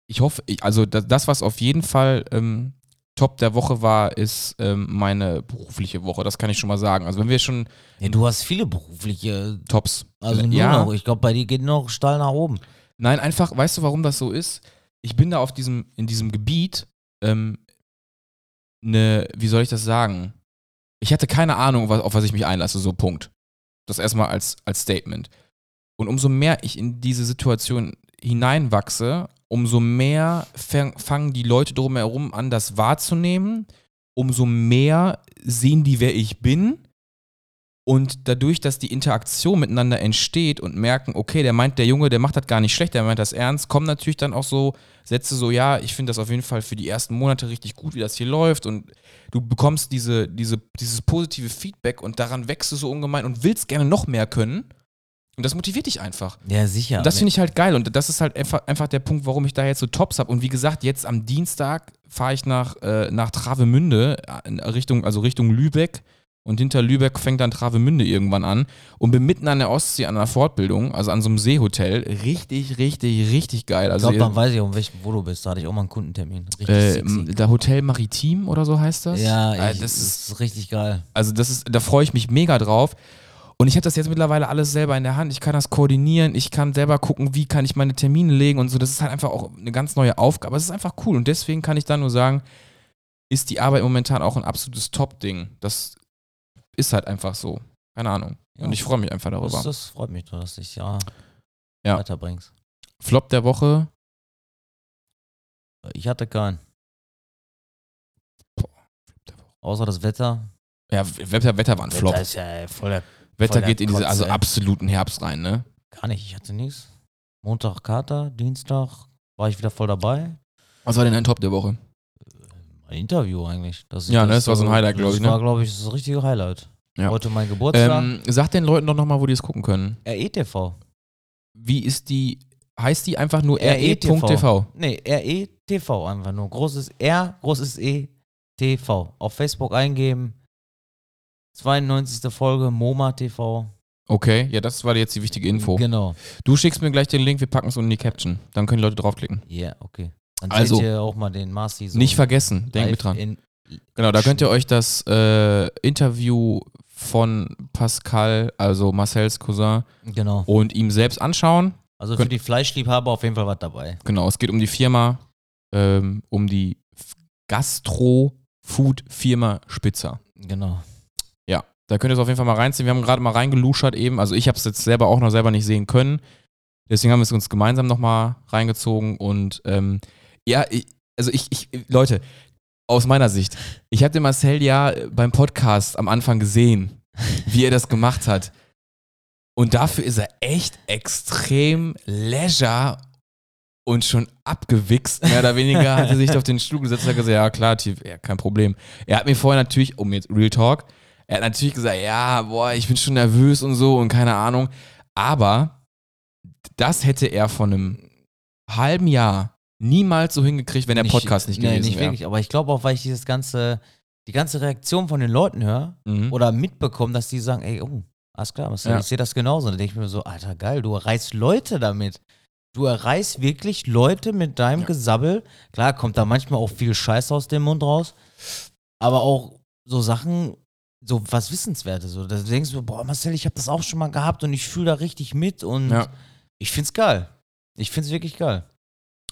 A: ich hoffe, ich, also das, das, was auf jeden Fall ähm, Top der Woche war, ist ähm, meine berufliche Woche. Das kann ich schon mal sagen. Also wenn wir schon
B: Ja, du hast viele berufliche,
A: Tops, äh,
B: also nur
A: ja,
B: noch. Ich glaube, bei dir geht noch steil nach oben.
A: nein, einfach, weißt du, warum das so ist? Ich bin da auf diesem in diesem Gebiet ähm, ne, wie soll ich das sagen? Ich hatte keine Ahnung, was, auf was ich mich einlasse. So Punkt. Das erstmal als als Statement. Und umso mehr ich in diese Situation hineinwachse, umso mehr fang- fangen die Leute drumherum an, das wahrzunehmen, umso mehr sehen die, wer ich bin. Und dadurch, dass die Interaktion miteinander entsteht und merken, okay, der meint, der Junge, der macht das gar nicht schlecht, der meint das ernst, kommen natürlich dann auch so Sätze so, ja, ich finde das auf jeden Fall für die ersten Monate richtig gut, wie das hier läuft. Und du bekommst diese, diese, dieses positive Feedback und daran wächst du so ungemein und willst gerne noch mehr können. Und das motiviert dich einfach.
B: Ja, sicher.
A: Und das finde ich halt geil und das ist halt einfach, einfach der Punkt, warum ich da jetzt so Tops habe. Und wie gesagt, jetzt am Dienstag fahre ich nach, äh, nach Travemünde, äh, in Richtung, also Richtung Lübeck. Und hinter Lübeck fängt dann Travemünde irgendwann an und bin mitten an der Ostsee an einer Fortbildung, also an so einem Seehotel. Richtig, richtig, richtig geil.
B: ich
A: Also
B: glaube, dann weiß ich, um welchem, wo du bist. Da hatte ich auch mal einen Kundentermin. Richtig
A: äh,
B: sexy.
A: der Hotel Maritim oder so heißt das.
B: Ja,
A: äh,
B: ich,
A: das ist
B: das ist richtig geil.
A: Also das ist, da freue ich mich mega drauf. Und ich habe das jetzt mittlerweile alles selber in der Hand. Ich kann das koordinieren, ich kann selber gucken, wie kann ich meine Termine legen und so. Das ist halt einfach auch eine ganz neue Aufgabe. Es ist einfach cool. Und deswegen kann ich da nur sagen, ist die Arbeit momentan auch ein absolutes Top-Ding. Das ist halt einfach so. Keine Ahnung.
B: Ja.
A: Und ich freue mich einfach darüber.
B: Das, das freut mich, dass dich ja,
A: Ja.
B: weiterbringst.
A: Flop der Woche.
B: Ich hatte keinen.
A: Boah.
B: Außer das Wetter.
A: Ja, Wetter, Wetter war ein Flop.
B: Wetter
A: Wetter,
B: ist ja ey, voll der, voll der
A: geht in diese,
B: Kotz,
A: also
B: ey.
A: absoluten Herbst rein, ne?
B: Gar nicht, ich hatte nichts. Montag Kater, Dienstag war ich wieder voll dabei.
A: Was war denn ein Top der Woche?
B: Ein Interview eigentlich. Das,
A: Ja, ne, das war so ein Highlight, glaub ich,
B: Das war,
A: ne?
B: glaube ich, das richtige Highlight.
A: Ja.
B: Heute mein Geburtstag. E
A: Ähm, sag den Leuten doch nochmal, wo die es gucken können.
B: RETV.
A: Wie ist die, heißt die einfach nur E
B: RE.tv?
A: re.tv?
B: Nee, RETV einfach nur. Großes R, großes E, TV. Auf Facebook eingeben. 92. Folge MoMA TV.
A: Okay, ja, das war jetzt die wichtige Info.
B: Genau.
A: Du schickst mir gleich den Link, wir packen es unten in die Caption. Dann können die Leute draufklicken.
B: Ja, okay. Dann
A: Also,
B: seht ihr auch mal den Marci so.
A: Nicht vergessen, denkt
B: live
A: mit dran.
B: In,
A: Genau, da könnt ihr euch das äh, Interview von Pascal, also Marcells Cousin,
B: genau.
A: und ihm selbst anschauen.
B: Also für
A: Könnt-
B: die Fleischliebhaber auf jeden Fall was dabei.
A: Genau, es geht um die Firma, ähm, um die F- Gastro-Food-Firma Spitzer.
B: Genau.
A: Ja, da könnt ihr es auf jeden Fall mal reinziehen. Wir haben gerade mal reingeluschert eben. Also ich habe es jetzt selber auch noch selber nicht sehen können. Deswegen haben wir es uns gemeinsam nochmal reingezogen. Und ähm, ja, ich, also ich, ich, Leute, aus meiner Sicht, ich habe den Marcel ja äh, beim Podcast am Anfang gesehen, wie er das gemacht hat. Und dafür ist er echt extrem leisure und schon abgewichst, mehr oder weniger, hat er sich auf den Stuhl gesetzt und hat gesagt, ja klar, Tief, ja, kein Problem. Er hat mir vorher natürlich, um jetzt Real Talk, Er hat natürlich gesagt, ja, boah, ich bin schon nervös und so und keine Ahnung. Aber das hätte er von einem halben Jahr niemals so hingekriegt, wenn der Podcast nicht
B: nee,
A: gewesen
B: nicht
A: wäre.
B: wirklich. Aber ich glaube auch, weil ich dieses ganze, die ganze Reaktion von den Leuten höre
A: Mhm.
B: oder mitbekomme, dass die sagen, ey, oh, alles klar, Marcel,
A: Ja.
B: ich sehe das genauso. Und dann denke ich mir so, alter, geil, du erreichst Leute damit. Du erreichst wirklich Leute mit deinem
A: Ja.
B: Gesabbel. Klar, kommt da manchmal auch viel Scheiß aus dem Mund raus. Aber auch so Sachen, so was Wissenswertes. So. Da denkst du, boah, Marcel, ich habe das auch schon mal gehabt und ich fühle da richtig mit und
A: Ja.
B: ich find's geil. Ich find's wirklich geil.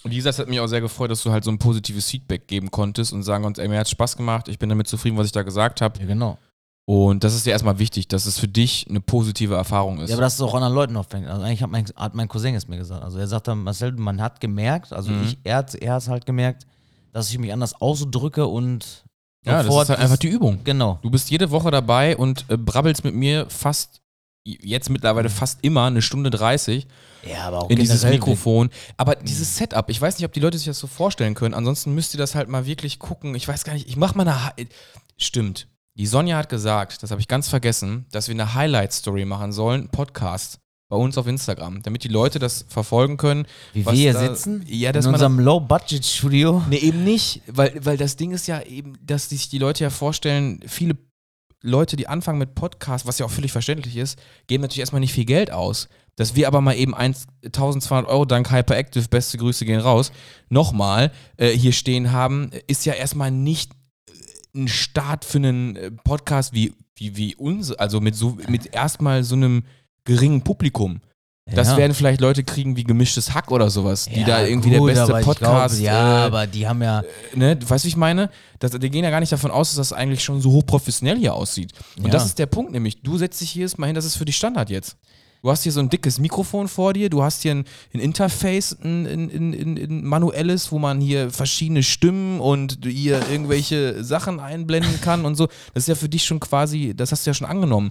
A: Und wie gesagt, es hat mich auch sehr gefreut, dass du halt so ein positives Feedback geben konntest und sagen konntest, ey, mir hat Spaß gemacht, ich bin damit zufrieden, was ich da gesagt habe.
B: Ja, genau.
A: Und das ist ja erstmal wichtig, dass es für dich eine positive Erfahrung ist.
B: Ja, aber dass es auch anderen Leuten auffängt. Also eigentlich hat mein, hat mein Cousin es mir gesagt. Also er sagt dann, Marcel, man hat gemerkt, also
A: Mhm.
B: ich, er hat er hat's halt gemerkt, dass ich mich anders ausdrücke und
A: ja das
B: sofort
A: ist halt einfach die Übung.
B: Genau.
A: Du bist jede Woche dabei und äh, brabbelst mit mir fast, jetzt mittlerweile fast immer, eine Stunde 30
B: Ja, aber auch
A: in dieses
B: generell,
A: Mikrofon. Aber dieses Setup, ich weiß nicht, ob die Leute sich das so vorstellen können. Ansonsten müsst ihr das halt mal wirklich gucken. Ich weiß gar nicht, ich mach mal eine. Hi- Stimmt. Die Sonja hat gesagt, das habe ich ganz vergessen, dass wir eine Highlight-Story machen sollen, Podcast, bei uns auf Instagram, damit die Leute das verfolgen können.
B: Wie wir
A: was
B: hier
A: da-
B: sitzen?
A: Ja, dass
B: in
A: man
B: unserem Low-Budget-Studio.
A: Nee, eben nicht, weil, weil das Ding ist ja eben, dass sich die Leute ja vorstellen, viele Leute, die anfangen mit Podcasts, was ja auch völlig verständlich ist, geben natürlich erstmal nicht viel Geld aus. Dass wir aber mal eben 1 1200 Euro dank Hyperactive, beste Grüße gehen raus, nochmal äh, hier stehen haben, ist ja erstmal nicht äh, ein Start für einen äh, Podcast wie, wie, wie uns, also mit, so, mit erstmal so einem geringen Publikum. Das
B: ja.
A: werden vielleicht Leute kriegen wie gemischtes Hack oder sowas, die
B: Ja,
A: da irgendwie
B: gut,
A: der
B: aber
A: beste
B: ich glaub,
A: Podcast
B: ja,
A: äh,
B: aber die haben ja.
A: ne, du weißt, wie ich meine? Das, die gehen ja gar nicht davon aus, dass das eigentlich schon so hochprofessionell hier aussieht. Und
B: Ja.
A: das ist der Punkt, nämlich, du setzt dich jedes Mal hin, das ist für dich Standard jetzt. Du hast hier so ein dickes Mikrofon vor dir, du hast hier ein, ein Interface, ein, ein, ein, ein, ein manuelles, wo man hier verschiedene Stimmen und hier irgendwelche Sachen einblenden kann und so. Das ist ja für dich schon quasi, das hast du ja schon angenommen.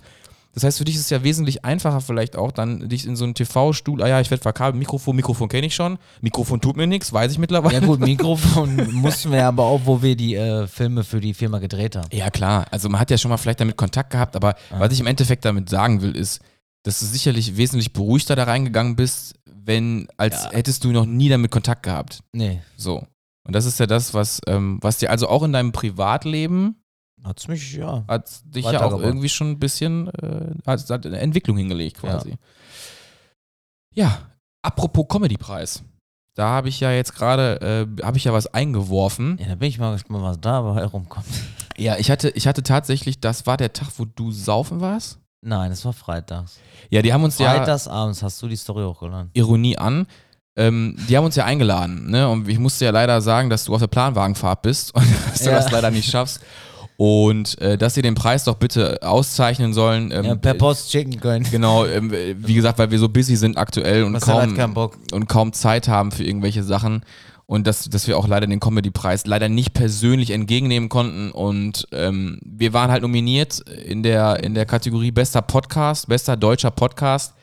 A: Das heißt, für dich ist es ja wesentlich einfacher vielleicht auch dann, dich in so einen TV-Stuhl, ah ja, ich werde verkabelt, Mikrofon, Mikrofon kenne ich schon, Mikrofon tut mir nichts, weiß ich mittlerweile.
B: Ja, gut, Mikrofon mussten wir aber auch, wo wir die äh, Filme für die Firma gedreht haben.
A: Ja, klar. Also man hat ja schon mal vielleicht damit Kontakt gehabt, aber
B: Ah.
A: was ich im Endeffekt damit sagen will, ist, dass du sicherlich wesentlich beruhigter da reingegangen bist, wenn, als
B: Ja.
A: hättest du noch nie damit Kontakt gehabt.
B: Nee,
A: So. Und das ist ja das, was, ähm, was dir also auch in deinem Privatleben
B: hat's mich, ja.
A: hat dich ja auch
B: Weitergebracht.
A: irgendwie schon ein bisschen äh, hat, hat eine Entwicklung hingelegt quasi. Ja, apropos Comedy-Preis. Da habe ich ja jetzt gerade, äh, habe ich ja was eingeworfen.
B: Ja, da bin ich mal gespannt, was da aber herumkommt.
A: Ja, ich hatte, ich hatte tatsächlich, das war der Tag, wo du saufen warst.
B: Nein, es war freitags.
A: Ja, die haben uns ja
B: Freitags abends hast du die Story hochgeladen.
A: Ironie an. Ähm, die haben uns ja eingeladen, ne? Und ich musste ja leider sagen, dass du auf der Planwagenfahrt bist und dass du
B: Ja.
A: das leider nicht schaffst. Und äh, dass sie den Preis doch bitte auszeichnen sollen. Ähm,
B: Ja, per Post schicken können.
A: Genau, ähm, äh, wie gesagt, weil wir so busy sind aktuell und
B: Marcel
A: kaum,
B: hat keinen Bock.
A: und kaum Zeit haben für irgendwelche Sachen. Und dass, dass wir auch leider den Comedy-Preis leider nicht persönlich entgegennehmen konnten. Und ähm, wir waren halt nominiert in der, in der Kategorie Bester Podcast, Bester deutscher Podcast.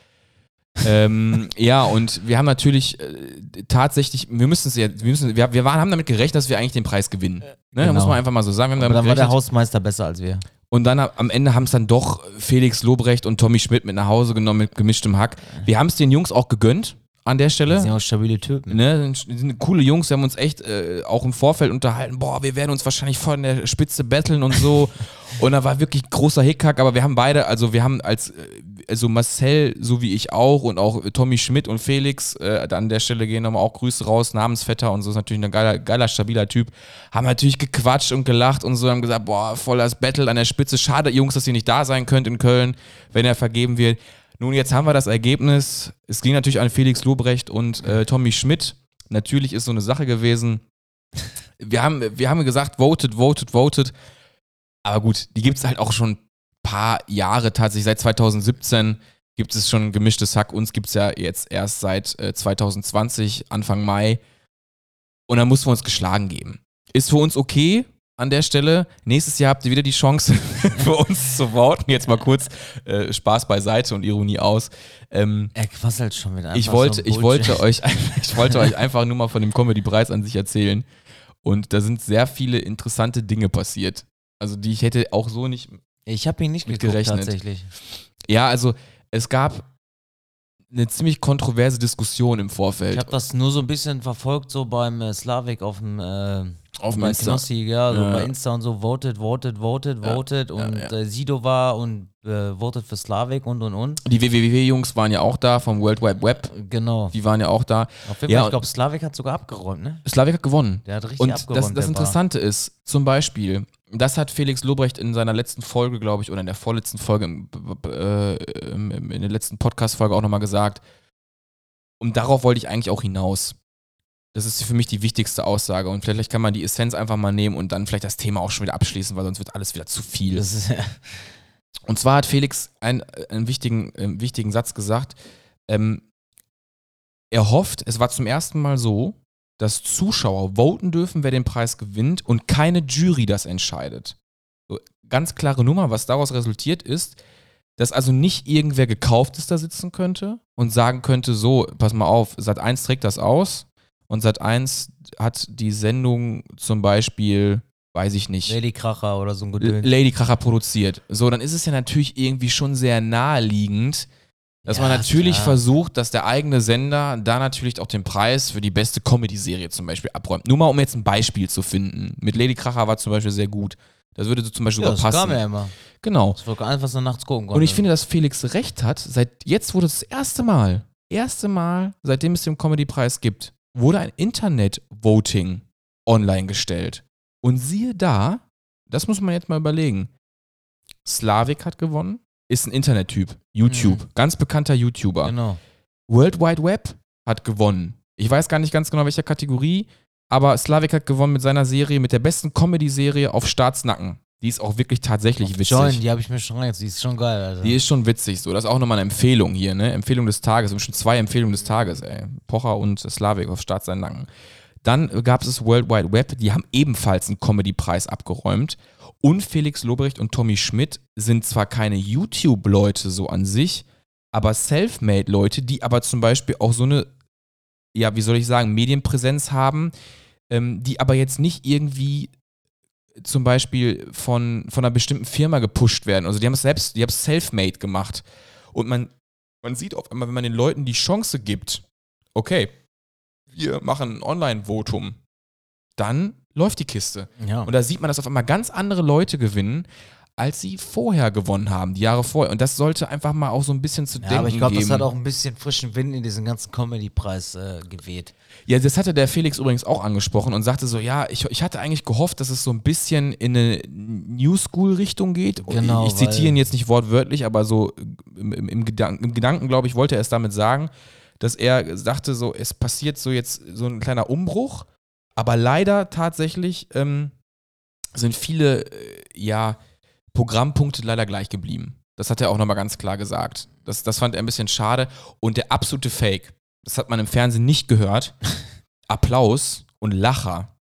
A: ähm, ja, und wir haben natürlich äh, tatsächlich, wir müssen es jetzt, wir, müssen, wir, wir waren, haben damit gerechnet, dass wir eigentlich den Preis gewinnen. Ne? Da
B: Genau.
A: muss man einfach mal so sagen. Wir haben
B: Aber
A: damit
B: dann war der
A: gerechnet.
B: Hausmeister besser als wir.
A: Und dann ab- am Ende haben es dann doch Felix Lobrecht und Tommy Schmidt mit nach Hause genommen mit gemischtem Hack. Wir haben es den Jungs auch gegönnt an der
B: Das sind
A: Stelle.
B: ja auch stabile Typen.
A: Ne, sind- sind coole Jungs, wir haben uns echt äh, auch im Vorfeld unterhalten, boah, wir werden uns wahrscheinlich vor der Spitze betteln und so. und da war wirklich großer Hickhack, aber wir haben beide, also wir haben als, äh, also Marcel, so wie ich auch und auch äh, Tommy Schmidt und Felix, äh, an der Stelle gehen nochmal auch Grüße raus, Namensvetter und so, ist natürlich ein geiler, geiler, stabiler Typ, haben natürlich gequatscht und gelacht und so, haben gesagt, boah, voll das Battle an der Spitze, schade Jungs, dass ihr nicht da sein könnt in Köln, wenn er vergeben wird. Nun, jetzt haben wir das Ergebnis. Es ging natürlich an Felix Lobrecht und äh, Tommy Schmidt. Natürlich ist so eine Sache gewesen. Wir haben, wir haben gesagt, voted, voted, voted. Aber gut, die gibt es halt auch schon ein paar Jahre tatsächlich. Seit 2017 gibt es schon ein gemischtes Hack. Uns gibt es ja jetzt erst seit äh, 2020, Anfang Mai. Und dann mussten wir uns geschlagen geben. Ist für uns okay an der Stelle. Nächstes Jahr habt ihr wieder die Chance, für uns zu voten. Jetzt mal kurz äh, Spaß beiseite und Ironie aus. Ähm,
B: Er quasselt schon wieder.
A: ich wollte, ich wollte euch, ich wollte euch einfach nur mal von dem Comedy-Preis an sich erzählen. Und da sind sehr viele interessante Dinge passiert. Also die ich hätte auch so nicht
B: Ich habe ihn nicht
A: Mit
B: geguckt,
A: gerechnet.
B: tatsächlich.
A: Ja, also es gab eine ziemlich kontroverse Diskussion im
B: Ich
A: Vorfeld
B: habe das nur so ein bisschen verfolgt, so beim äh, Slavik auf dem äh,
A: auf dem
B: bei
A: Insta.
B: Knossi, ja, so
A: Ja.
B: bei Insta und so, voted, voted, voted,
A: Ja,
B: voted und
A: ja.
B: Äh, Sido war und äh, voted für Slavik und und und.
A: Die WWW-Jungs waren ja auch da vom World Wide Web.
B: Genau.
A: Die waren ja auch da.
B: Auf jeden Fall,
A: Ja,
B: ich glaube, Slavik hat sogar abgeräumt, ne?
A: Slavik hat gewonnen.
B: Der hat richtig
A: Und
B: abgeräumt.
A: das, das
B: der Bar.
A: Interessante ist, zum Beispiel, das hat Felix Lobrecht in seiner letzten Folge, glaube ich, oder in der vorletzten Folge, im- b- b- äh, im- im- in der letzten Podcast-Folge auch nochmal gesagt. Und darauf wollte ich eigentlich auch hinaus. Das ist für mich die wichtigste Aussage. Und vielleicht kann man die Essenz einfach mal nehmen und dann vielleicht das Thema auch schon wieder abschließen, weil sonst wird alles wieder zu viel.
B: Das ist,
A: Und zwar hat Felix ein, einen wichtigen, einen wichtigen Satz gesagt. Ähm, er hofft, es war zum ersten Mal so, dass Zuschauer voten dürfen, wer den Preis gewinnt und keine Jury das entscheidet. So, ganz klare Nummer, was daraus resultiert ist, dass also nicht irgendwer gekauftes da sitzen könnte und sagen könnte, so, pass mal auf, Sat 1 trägt das aus und Sat 1 hat die Sendung zum Beispiel, weiß ich nicht,
B: Lady Kracher oder so ein
A: L-
B: Gedöns.
A: Lady Kracher produziert. So, dann ist es ja natürlich irgendwie schon sehr naheliegend, dass man
B: Ja,
A: natürlich
B: klar.
A: versucht, dass der eigene Sender da natürlich auch den Preis für die beste Comedy-Serie zum Beispiel abräumt. Nur mal, um jetzt ein Beispiel zu finden. Mit Lady Kracher war zum Beispiel sehr gut. Das würde so zum Beispiel
B: Ja, das
A: sogar
B: kam
A: passen.
B: ja immer.
A: Genau.
B: Das war einfach so nachts gucken
A: Und ich
B: konnte.
A: finde, dass Felix recht hat, seit jetzt wurde das erste Mal, erste Mal, seitdem es den Comedy-Preis gibt, wurde ein Internet-Voting online gestellt. Und siehe da, das muss man jetzt mal überlegen. Slavik hat gewonnen, ist ein Internettyp, YouTube, ganz bekannter YouTuber.
B: Mhm. Genau.
A: World Wide Web hat gewonnen. Ich weiß gar nicht ganz genau, welcher Kategorie, aber Slavik hat gewonnen mit seiner Serie, mit der besten Comedy-Serie auf Staatsnacken. Die ist auch wirklich tatsächlich witzig.
B: Join, die habe ich mir schon jetzt. Die ist schon geil, Alter.
A: Die ist schon witzig so. Das ist auch nochmal eine Empfehlung hier, ne? Empfehlung des Tages. Wir haben schon zwei Empfehlungen des Tages, ey. Pocher und Slavik auf Staatseinlangen. Dann gab es das World Wide Web, die haben ebenfalls einen Comedy-Preis abgeräumt. Und Felix Lobrecht und Tommy Schmidt sind zwar keine YouTube-Leute so an sich, aber Selfmade-Leute, die aber zum Beispiel auch so eine, ja, wie soll ich sagen, Medienpräsenz haben, ähm, die aber jetzt nicht irgendwie zum Beispiel von, von einer bestimmten Firma gepusht werden. Also die haben es selbst, die haben es self-made gemacht. Und man, man sieht auf einmal, wenn man den Leuten die Chance gibt, okay, wir machen ein Online-Votum, dann läuft die Kiste.
B: ja.
A: Und da sieht man, dass auf einmal ganz andere Leute gewinnen, als sie vorher gewonnen haben, die Jahre vorher. Und das sollte einfach mal auch so ein bisschen zu denken
B: ja, aber ich glaube,
A: geben.
B: das hat auch ein bisschen frischen Wind in diesen ganzen Comedy-Preis äh, geweht.
A: Ja, das hatte der Felix übrigens auch angesprochen und sagte so, ja, ich, ich hatte eigentlich gehofft, dass es so ein bisschen in eine New School-Richtung geht. Und
B: Genau,
A: ich, ich zitiere ihn
B: weil-
A: jetzt nicht wortwörtlich, aber so im, im, im Gedanken, im Gedanken glaube ich, wollte er es damit sagen, dass er sagte so, es passiert so jetzt so ein kleiner Umbruch, aber leider tatsächlich ähm, sind viele, äh, ja, Programmpunkte leider gleich geblieben. Das hat er auch nochmal ganz klar gesagt. Das, das fand er ein bisschen schade. Und der absolute Fake, das hat man im Fernsehen nicht gehört. Applaus und Lacher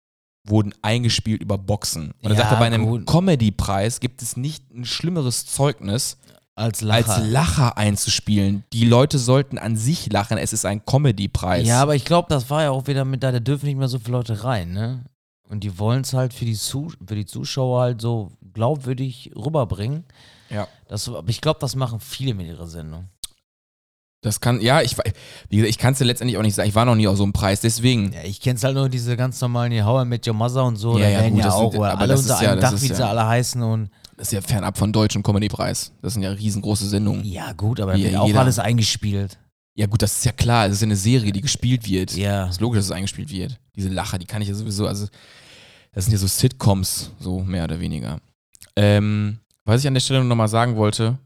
A: wurden eingespielt über Boxen. Und er
B: Ja,
A: sagte, bei einem
B: gut.
A: Comedy-Preis gibt es nicht ein schlimmeres Zeugnis,
B: Als Lacher.
A: als Lacher einzuspielen. Die Leute sollten an sich lachen. Es ist ein Comedy-Preis.
B: Ja, aber ich glaube, das war ja auch wieder mit da, da dürfen nicht mehr so viele Leute rein, ne? Und die wollen es halt für die, Zus für die Zuschauer halt so glaubwürdig rüberbringen.
A: Ja.
B: Das, aber ich glaube, das machen viele mit ihrer Sendung.
A: Das kann, ja, ich, we- wie gesagt, ich kann es dir letztendlich auch nicht sagen. Ich war noch nie auf so einem Preis. Deswegen,
B: Ja, ich kenn's halt nur diese ganz normalen hier, How I Met Your Mother und so.
A: Ja,
B: da
A: ja,
B: werden
A: gut,
B: ja
A: das
B: auch,
A: sind-
B: oder
A: aber
B: alle
A: das
B: unter
A: ist ja-
B: einem
A: das
B: Dach,
A: ist
B: wie sie
A: ja-
B: alle heißen und
A: das ist ja fernab von deutschen Comedy-Preis. Das sind ja riesengroße Sendungen.
B: ja gut, aber da
A: Ja,
B: wird auch
A: jeder-
B: alles eingespielt.
A: Ja, gut, das ist ja klar. Das ist ja eine Serie, die gespielt wird.
B: Ja.
A: Ist logisch, dass es eingespielt wird. Diese Lacher, die kann ich ja sowieso, also das sind ja so Sitcoms, so mehr oder weniger. Ähm, was ich an der Stelle nochmal sagen wollte,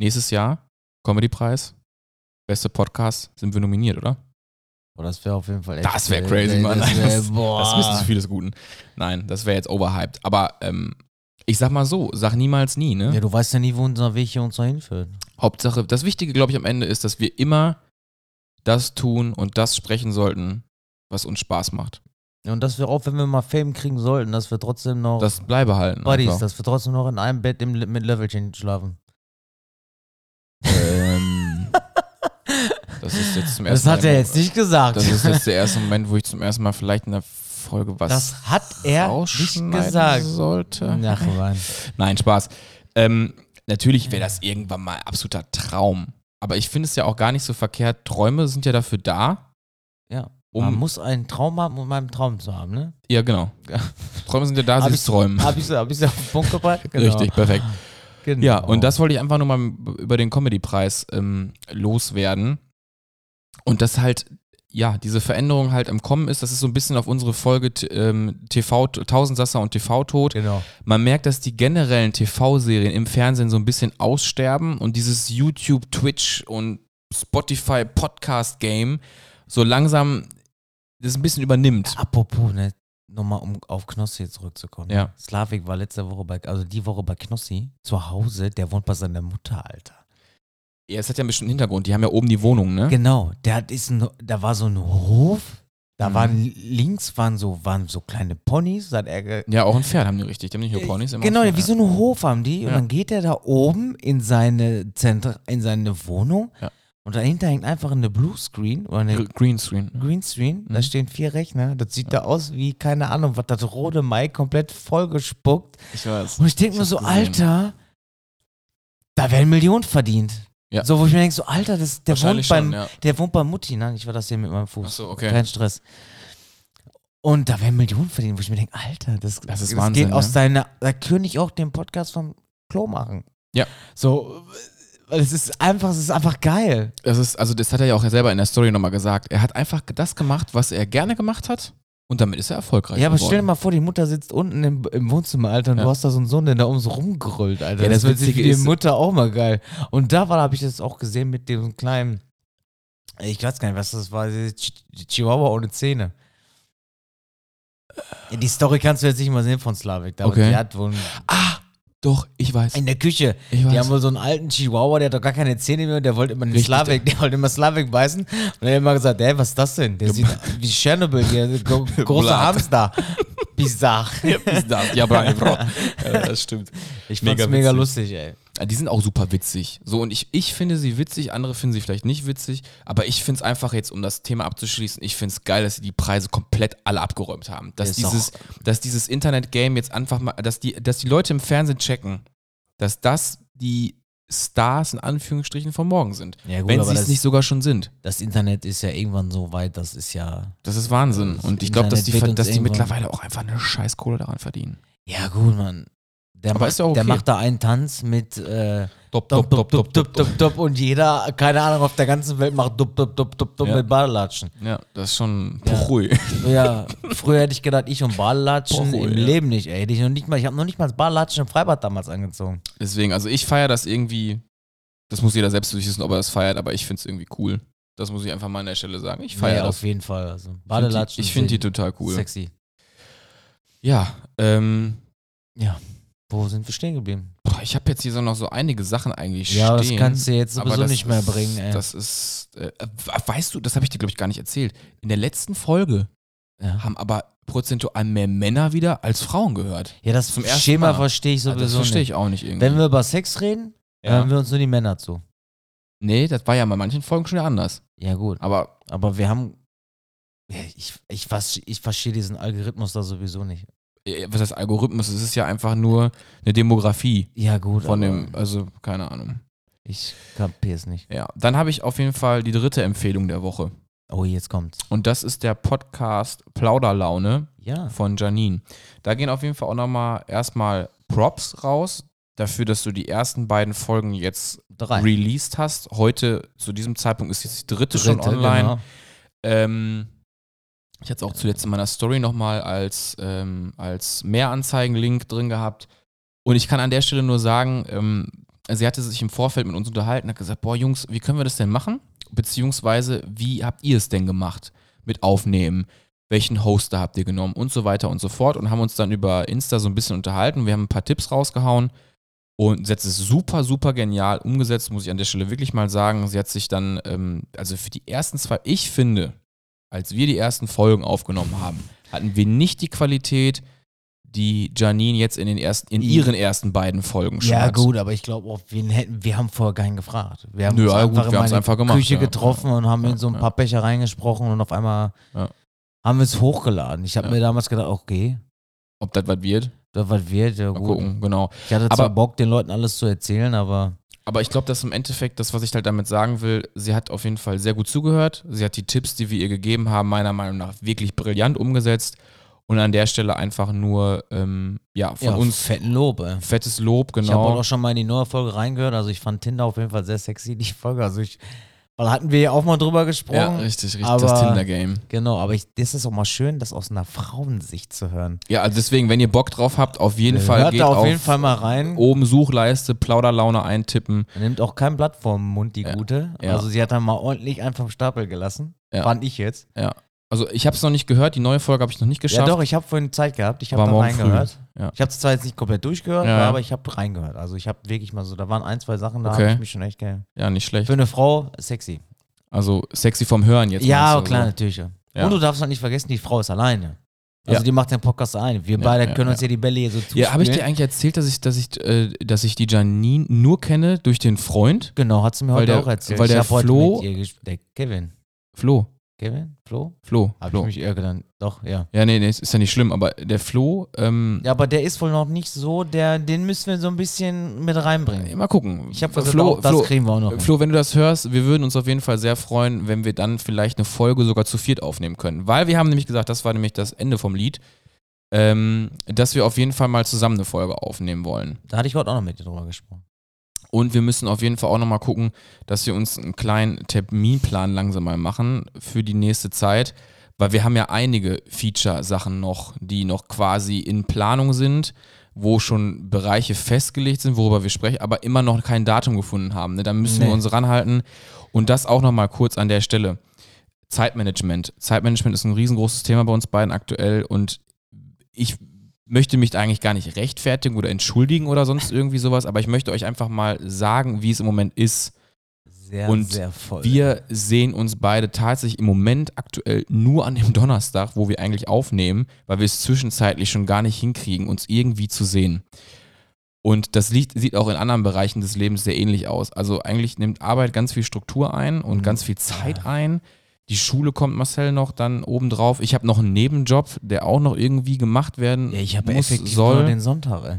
A: nächstes Jahr, Comedy-Preis, beste Podcast, sind wir nominiert, oder?
B: Boah, das wäre auf jeden Fall echt.
A: Das wär
B: äh,
A: crazy, Mann.
B: Das, wär,
A: Das-
B: boah.
A: Das wissen zu vieles Guten. Nein, das wäre jetzt overhyped. Aber ähm, ich sag mal so, sag niemals nie, ne?
B: Ja, du weißt ja nie, wo unser Weg hier uns noch hinführt.
A: Hauptsache, das Wichtige, glaube ich, am Ende ist, dass wir immer das tun und das sprechen sollten, was uns Spaß macht.
B: Ja, Und dass wir auch, wenn wir mal Fame kriegen sollten, dass wir trotzdem noch
A: Das bleibe halten.
B: Buddies,
A: einfach.
B: dass wir trotzdem noch in einem Bett im, mit Levelchen schlafen.
A: Ähm, das ist jetzt zum
B: Das
A: ersten
B: hat
A: Mal-
B: er jetzt nicht gesagt.
A: Das
B: Das,
A: ist jetzt der erste Moment, wo ich zum ersten Mal vielleicht in der Folge was
B: hat er nicht
A: rausschneiden
B: gesagt.
A: sollte.
B: Ach, Mann.
A: Nein, Spaß. Ähm, natürlich wäre das irgendwann mal absoluter Traum. Aber ich finde es ja auch gar nicht so verkehrt. Träume sind ja dafür da,
B: Ja.
A: um.
B: Man muss einen Traum haben, um einen Traum zu haben, ne?
A: ja, genau. Träume sind ja da,
B: Hab
A: sie
B: ich-
A: zu träumen.
B: Hab ich so, hab ich so auf den Punkt gebracht? Genau.
A: Richtig, perfekt.
B: Genau.
A: Ja, und das wollte ich einfach nur mal m- über den Comedy-Preis ähm, loswerden. Und dass halt, ja, diese Veränderung halt am Kommen ist, das ist so ein bisschen auf unsere Folge t- ähm, TV, Tausendsasser und TV-Tod.
B: Genau.
A: Man merkt, dass die generellen TV-Serien im Fernsehen so ein bisschen aussterben und dieses YouTube, Twitch und Spotify Podcast-Game so langsam das ein bisschen übernimmt.
B: Apropos, ne? Nochmal, um auf Knossi zurückzukommen.
A: Ja.
B: Slavik war letzte Woche bei, also die Woche bei Knossi zu Hause, der wohnt bei seiner Mutter, Alter.
A: Ja, es hat ja einen bestimmten Hintergrund. Die haben ja oben die Wohnung, ne?
B: Genau, der hat, ist ein, da war so ein Hof, da
A: Mhm.
B: waren links waren so, waren so kleine Ponys, hat er ge
A: Ja, auch ein Pferd haben die richtig. Die haben nicht nur Ponys. Äh, die haben auch ein
B: Genau,
A: Pferd,
B: wie so einen Hof haben die.
A: Ja.
B: Und dann geht er da oben in seine Zentra in seine Wohnung
A: Ja.
B: und dahinter hängt einfach eine Bluescreen oder eine
A: Gr- Greenscreen.
B: Greenscreen. Da
A: Mhm.
B: stehen vier Rechner. Das sieht da aus wie, keine Ahnung, was das rote Mai komplett vollgespuckt.
A: Ich weiß.
B: Und ich denke mir
A: hab's
B: so,
A: gesehen.
B: Alter, da werden Millionen verdient.
A: Ja.
B: So, wo ich mir denke, so, Alter, das, der, wohnt
A: Wahrscheinlich
B: beim,
A: schon, ja.
B: der wohnt bei Mutti. Nein, ich war das hier mit meinem Fuß.
A: Achso, okay.
B: Kein Stress. Und da werden Millionen verdient, wo ich mir denke, Alter, das,
A: Das ist
B: das
A: Wahnsinn,
B: geht aus
A: ne?
B: deiner. Da könnte ich auch den Podcast vom Klo machen.
A: Ja.
B: So, weil es ist einfach, es ist einfach geil.
A: Das ist, also das hat er ja auch selber in der Story nochmal gesagt. Er hat einfach das gemacht, was er gerne gemacht hat und damit ist er erfolgreich
B: ja, aber
A: geworden.
B: stell dir mal vor, die Mutter sitzt unten im, im Wohnzimmer, Alter, und
A: Ja.
B: du hast da so einen Sohn, der da ums rumgrölt, Alter.
A: Ja, das
B: wird sich
A: Witzige
B: für die
A: ist-
B: Mutter auch mal geil. Und da war, habe ich das auch gesehen mit dem kleinen, ich weiß gar nicht, was das war, dieses Ch- Chihuahua ohne Zähne. Ja, die Story kannst du jetzt nicht mal sehen von Slavik, aber
A: Okay.
B: die hat wohl
A: Ah, doch, ich weiß.
B: in der Küche.
A: Ich
B: Die haben
A: weiß.
B: wohl so einen alten Chihuahua, der hat doch gar keine Zähne mehr und der wollte immer den
A: Richtig,
B: Slavik, der wollte immer Slavik beißen. Und er hat immer gesagt, ey, was ist das denn? Der sieht wie Tschernobyl, der gro- großer
A: Blatt.
B: Hamster. Bizarr.
A: ja, Brian, Bro. ja, das stimmt.
B: Ich
A: Mega
B: fand's mega
A: witzig.
B: lustig, ey.
A: Ja, Die sind auch super witzig. So, und ich, ich finde sie witzig, andere finden sie vielleicht nicht witzig, aber ich finde es einfach jetzt, um das Thema abzuschließen, ich finde es geil, dass sie die Preise komplett alle abgeräumt haben. Dass
B: Ist
A: dieses, dass dieses Internet-Game jetzt einfach mal, dass die, dass die Leute im Fernsehen checken, dass das die Stars in Anführungsstrichen von morgen sind.
B: Ja, gut,
A: wenn
B: aber
A: sie es
B: das-
A: nicht sogar schon sind.
B: Das Internet ist ja irgendwann so weit, das ist ja.
A: Das ist Wahnsinn.
B: Das
A: und ich glaube, dass
B: Internet
A: die,
B: wird
A: ver-
B: uns
A: dass die
B: irgendwann-
A: mittlerweile auch einfach eine Scheißkohle daran verdienen.
B: Ja, gut, Mann. Der,
A: Aber
B: macht,
A: ist ja auch
B: der
A: okay.
B: macht da einen Tanz mit äh,
A: Top,
B: Dup, Dup, Dup, Dup, Dup, Dup und jeder, keine Ahnung, auf der ganzen Welt macht Dup, Dup, Dup, Dup, Dup
A: Ja.
B: mit Badelatschen.
A: Ja, das ist schon
B: Ja.
A: ruhig.
B: Ja, früher hätte ich gedacht, ich und Badelatschen
A: Boah,
B: im
A: ja.
B: Leben nicht, ey. Hätte Ich, noch nicht mal- ich habe noch nicht mal das Badelatschen im Freibad damals angezogen.
A: Deswegen, also ich feiere das irgendwie, das muss jeder selbst für sich wissen, ob er das feiert, aber ich finde es irgendwie cool. Das muss ich einfach mal an der Stelle sagen. Ich feiere
B: Nee,
A: das.
B: auf jeden Fall. Also
A: Ich find die-
B: Badelatschen.
A: Ich finde die
B: sind
A: total cool.
B: Sexy.
A: Ja, ähm,
B: Wo sind wir stehen geblieben?
A: boah, ich habe jetzt hier so noch so einige Sachen eigentlich
B: Ja, das
A: stehen.
B: kannst du jetzt
A: aber
B: sowieso
A: das
B: nicht mehr
A: ist,
B: bringen, ey.
A: Das ist, äh, weißt du, das habe ich dir, glaube ich, gar nicht erzählt. In der letzten Folge
B: ja.
A: haben aber prozentual mehr Männer wieder als Frauen gehört.
B: Ja, das
A: Zum ersten
B: Schema
A: Mal.
B: verstehe ich
A: Also das
B: sowieso
A: verstehe
B: nicht.
A: ich auch nicht irgendwie.
B: Wenn wir über Sex reden,
A: Ja.
B: hören wir uns nur die Männer zu.
A: nee, das war ja bei manchen Folgen schon wieder anders.
B: Ja, gut.
A: Aber
B: Aber wir haben. Ja, Ich, ich, was, ich verstehe diesen Algorithmus da sowieso nicht.
A: äh, was heißt Algorithmus? Es ist ja einfach nur eine Demografie
B: Ja, gut.
A: von
B: aber
A: dem, also keine Ahnung.
B: Ich kapiere es nicht.
A: Ja, dann habe ich auf jeden Fall die dritte Empfehlung der Woche.
B: Oh, jetzt kommt's.
A: Und das ist der Podcast Plauderlaune
B: Ja.
A: von Janine. Da gehen auf jeden Fall auch nochmal erstmal Props raus dafür, dass du die ersten beiden Folgen jetzt
B: Drei.
A: released hast. Heute, zu diesem Zeitpunkt, ist jetzt die dritte, schon online.
B: genau.
A: Ähm, ich hatte es auch zuletzt in meiner Story nochmal als, ähm, als Mehranzeigen-Link drin gehabt. Und ich kann an der Stelle nur sagen, ähm, sie hatte sich im Vorfeld mit uns unterhalten, hat gesagt, boah Jungs, wie können wir das denn machen? Beziehungsweise, wie habt ihr es denn gemacht mit Aufnehmen? Welchen Hoster habt ihr genommen? Und so weiter und so fort. Und haben uns dann über Insta so ein bisschen unterhalten. Wir haben ein paar Tipps rausgehauen. Und sie hat es super, super genial umgesetzt, muss ich an der Stelle wirklich mal sagen. Sie hat sich dann, ähm, also für die ersten zwei, ich finde, als wir die ersten Folgen aufgenommen haben, hatten wir nicht die Qualität, die Janine jetzt in den ersten, in ihren ersten beiden Folgen schon
B: Ja,
A: hat.
B: gut, aber ich glaube auch, wen hätten, wir haben vorher keinen gefragt. Wir haben
A: Nö,
B: uns
A: ja, gut,
B: einfach in
A: wir haben's
B: meine
A: einfach gemacht,
B: Küche
A: ja.
B: getroffen und haben
A: Ja,
B: in so ein
A: ja.
B: paar Becher reingesprochen und auf einmal
A: Ja.
B: haben wir es hochgeladen. Ich habe
A: Ja.
B: mir damals gedacht, okay,
A: Ob das was wird?
B: Da was wird, ja
A: Mal
B: gut.
A: gucken, genau.
B: Ich hatte
A: Aber-
B: zwar Bock, den Leuten alles zu erzählen, aber
A: Aber ich glaube, dass im Endeffekt das, was ich halt damit sagen will, sie hat auf jeden Fall sehr gut zugehört. Sie hat die Tipps, die wir ihr gegeben haben, meiner Meinung nach wirklich brillant umgesetzt. Und an der Stelle einfach nur, ähm, ja, von
B: ja,
A: uns
B: fetten Lob, ey.
A: fettes Lob,
B: Ich habe
A: genau.
B: auch schon mal in die neue Folge reingehört. Also ich fand Tinder auf jeden Fall sehr sexy, die Folge. Also ich, weil hatten wir ja auch mal drüber
A: ja,
B: gesprochen.
A: richtig, richtig, das
B: aber-
A: Tinder-Game.
B: genau, aber ich, das ist auch mal schön, das aus einer Frauensicht zu hören. Also
A: Ja, also deswegen, wenn ihr Bock drauf habt, auf jeden Fall
B: Hört
A: geht
B: da auf,
A: auf Oh.
B: jeden Fall mal rein.
A: oben Suchleiste, Plauderlaune eintippen.
B: Nimmt auch kein Blatt vorm Mund, die gute.
A: ja.
B: Also sie hat da mal ordentlich einen vom Stapel gelassen.
A: Ja.
B: Fand ich jetzt.
A: Also ich habe es noch nicht gehört, die neue Folge habe ich noch nicht
B: Ja
A: geschafft.
B: doch, ich habe vorhin Zeit gehabt. Ich
A: War
B: habe da
A: morgen früh.
B: reingehört.
A: Ja.
B: Ich habe es zwar jetzt nicht komplett durchgehört,
A: Ja, ja.
B: aber ich habe reingehört. Also ich habe wirklich mal so, da waren ein, zwei Sachen, da
A: Okay.
B: habe ich mich schon echt geil.
A: ja, nicht schlecht.
B: Für eine Frau sexy.
A: Also sexy vom Hören jetzt.
B: Ja,
A: meinst du,
B: klar,
A: also.
B: natürlich. Ja.
A: Ja.
B: Und du darfst halt nicht vergessen, die Frau ist alleine. Also
A: Ja.
B: die macht den Podcast alleine. Wir
A: Ja,
B: beide
A: ja,
B: können
A: ja.
B: uns hier die Bälle hier so zuspielen.
A: Ja, habe ich dir eigentlich erzählt, dass ich, dass ich, äh, dass ich die Janine nur kenne durch den Freund?
B: Genau, hat sie mir
A: Weil
B: heute
A: der-
B: auch erzählt.
A: weil
B: ich
A: der
B: hab heute
A: Flo-
B: mit ihr ges- der Kevin.
A: Flo.
B: Kevin? Flo?
A: Flo.
B: Hab ich
A: Flo.
B: mich irrgelandet. Doch, ja.
A: Ja, nee, nee, ist ist ja nicht schlimm, aber der Flo, ähm,
B: Ja, aber der ist wohl noch nicht so, der, den müssen wir so ein bisschen mit reinbringen.
A: mal gucken.
B: Ich habe
A: Flo,
B: gesagt, auch das
A: Flo,
B: kriegen wir auch noch. hin.
A: Flo, wenn du das hörst, wir würden uns auf jeden Fall sehr freuen, wenn wir dann vielleicht eine Folge sogar zu viert aufnehmen können. Weil wir haben nämlich gesagt, das war nämlich das Ende vom Lied, ähm, dass wir auf jeden Fall mal zusammen eine Folge aufnehmen wollen.
B: Da hatte ich heute auch noch mit dir drüber gesprochen.
A: Und wir müssen auf jeden Fall auch nochmal gucken, dass wir uns einen kleinen Terminplan langsam mal machen für die nächste Zeit. Weil wir haben ja einige Feature-Sachen noch, die noch quasi in Planung sind, wo schon Bereiche festgelegt sind, worüber wir sprechen, aber immer noch kein Datum gefunden haben. Ne? Da müssen
B: Nee.
A: wir uns ranhalten. Und das auch nochmal kurz an der Stelle. Zeitmanagement. Zeitmanagement ist ein riesengroßes Thema bei uns beiden aktuell und ich möchte mich da eigentlich gar nicht rechtfertigen oder entschuldigen oder sonst irgendwie sowas, aber ich möchte euch einfach mal sagen, wie es im Moment ist.
B: Sehr,
A: Und
B: sehr voll.
A: Wir sehen uns beide tatsächlich im Moment aktuell nur an dem Donnerstag, wo wir eigentlich aufnehmen, weil wir es zwischenzeitlich schon gar nicht hinkriegen, uns irgendwie zu sehen. Und das liegt, sieht auch in anderen Bereichen des Lebens sehr ähnlich aus. Also eigentlich nimmt Arbeit ganz viel Struktur ein und
B: Mhm.
A: ganz viel Zeit ein. Die Schule kommt Marcel noch dann obendrauf. Ich habe noch einen Nebenjob, der auch noch irgendwie gemacht werden
B: ja, ich habe
A: muss,
B: effektiv
A: soll.
B: nur den Sonntag, ey.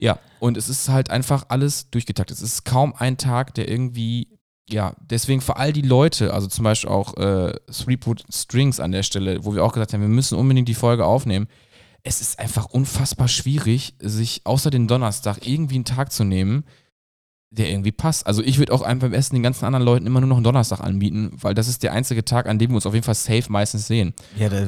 A: Ja, und es ist halt einfach alles durchgetaktet. Es ist kaum ein Tag, der irgendwie, ja, deswegen für all die Leute, also zum Beispiel auch äh, Threepwood Strings an der Stelle, wo wir auch gesagt haben, wir müssen unbedingt die Folge aufnehmen. Es ist einfach unfassbar schwierig, sich außer den Donnerstag irgendwie einen Tag zu nehmen, der irgendwie passt. Also ich würde auch einfach am besten den ganzen anderen Leuten immer nur noch einen Donnerstag anbieten, weil das ist der einzige Tag, an dem wir uns auf jeden Fall safe meistens sehen.
B: Ja, da,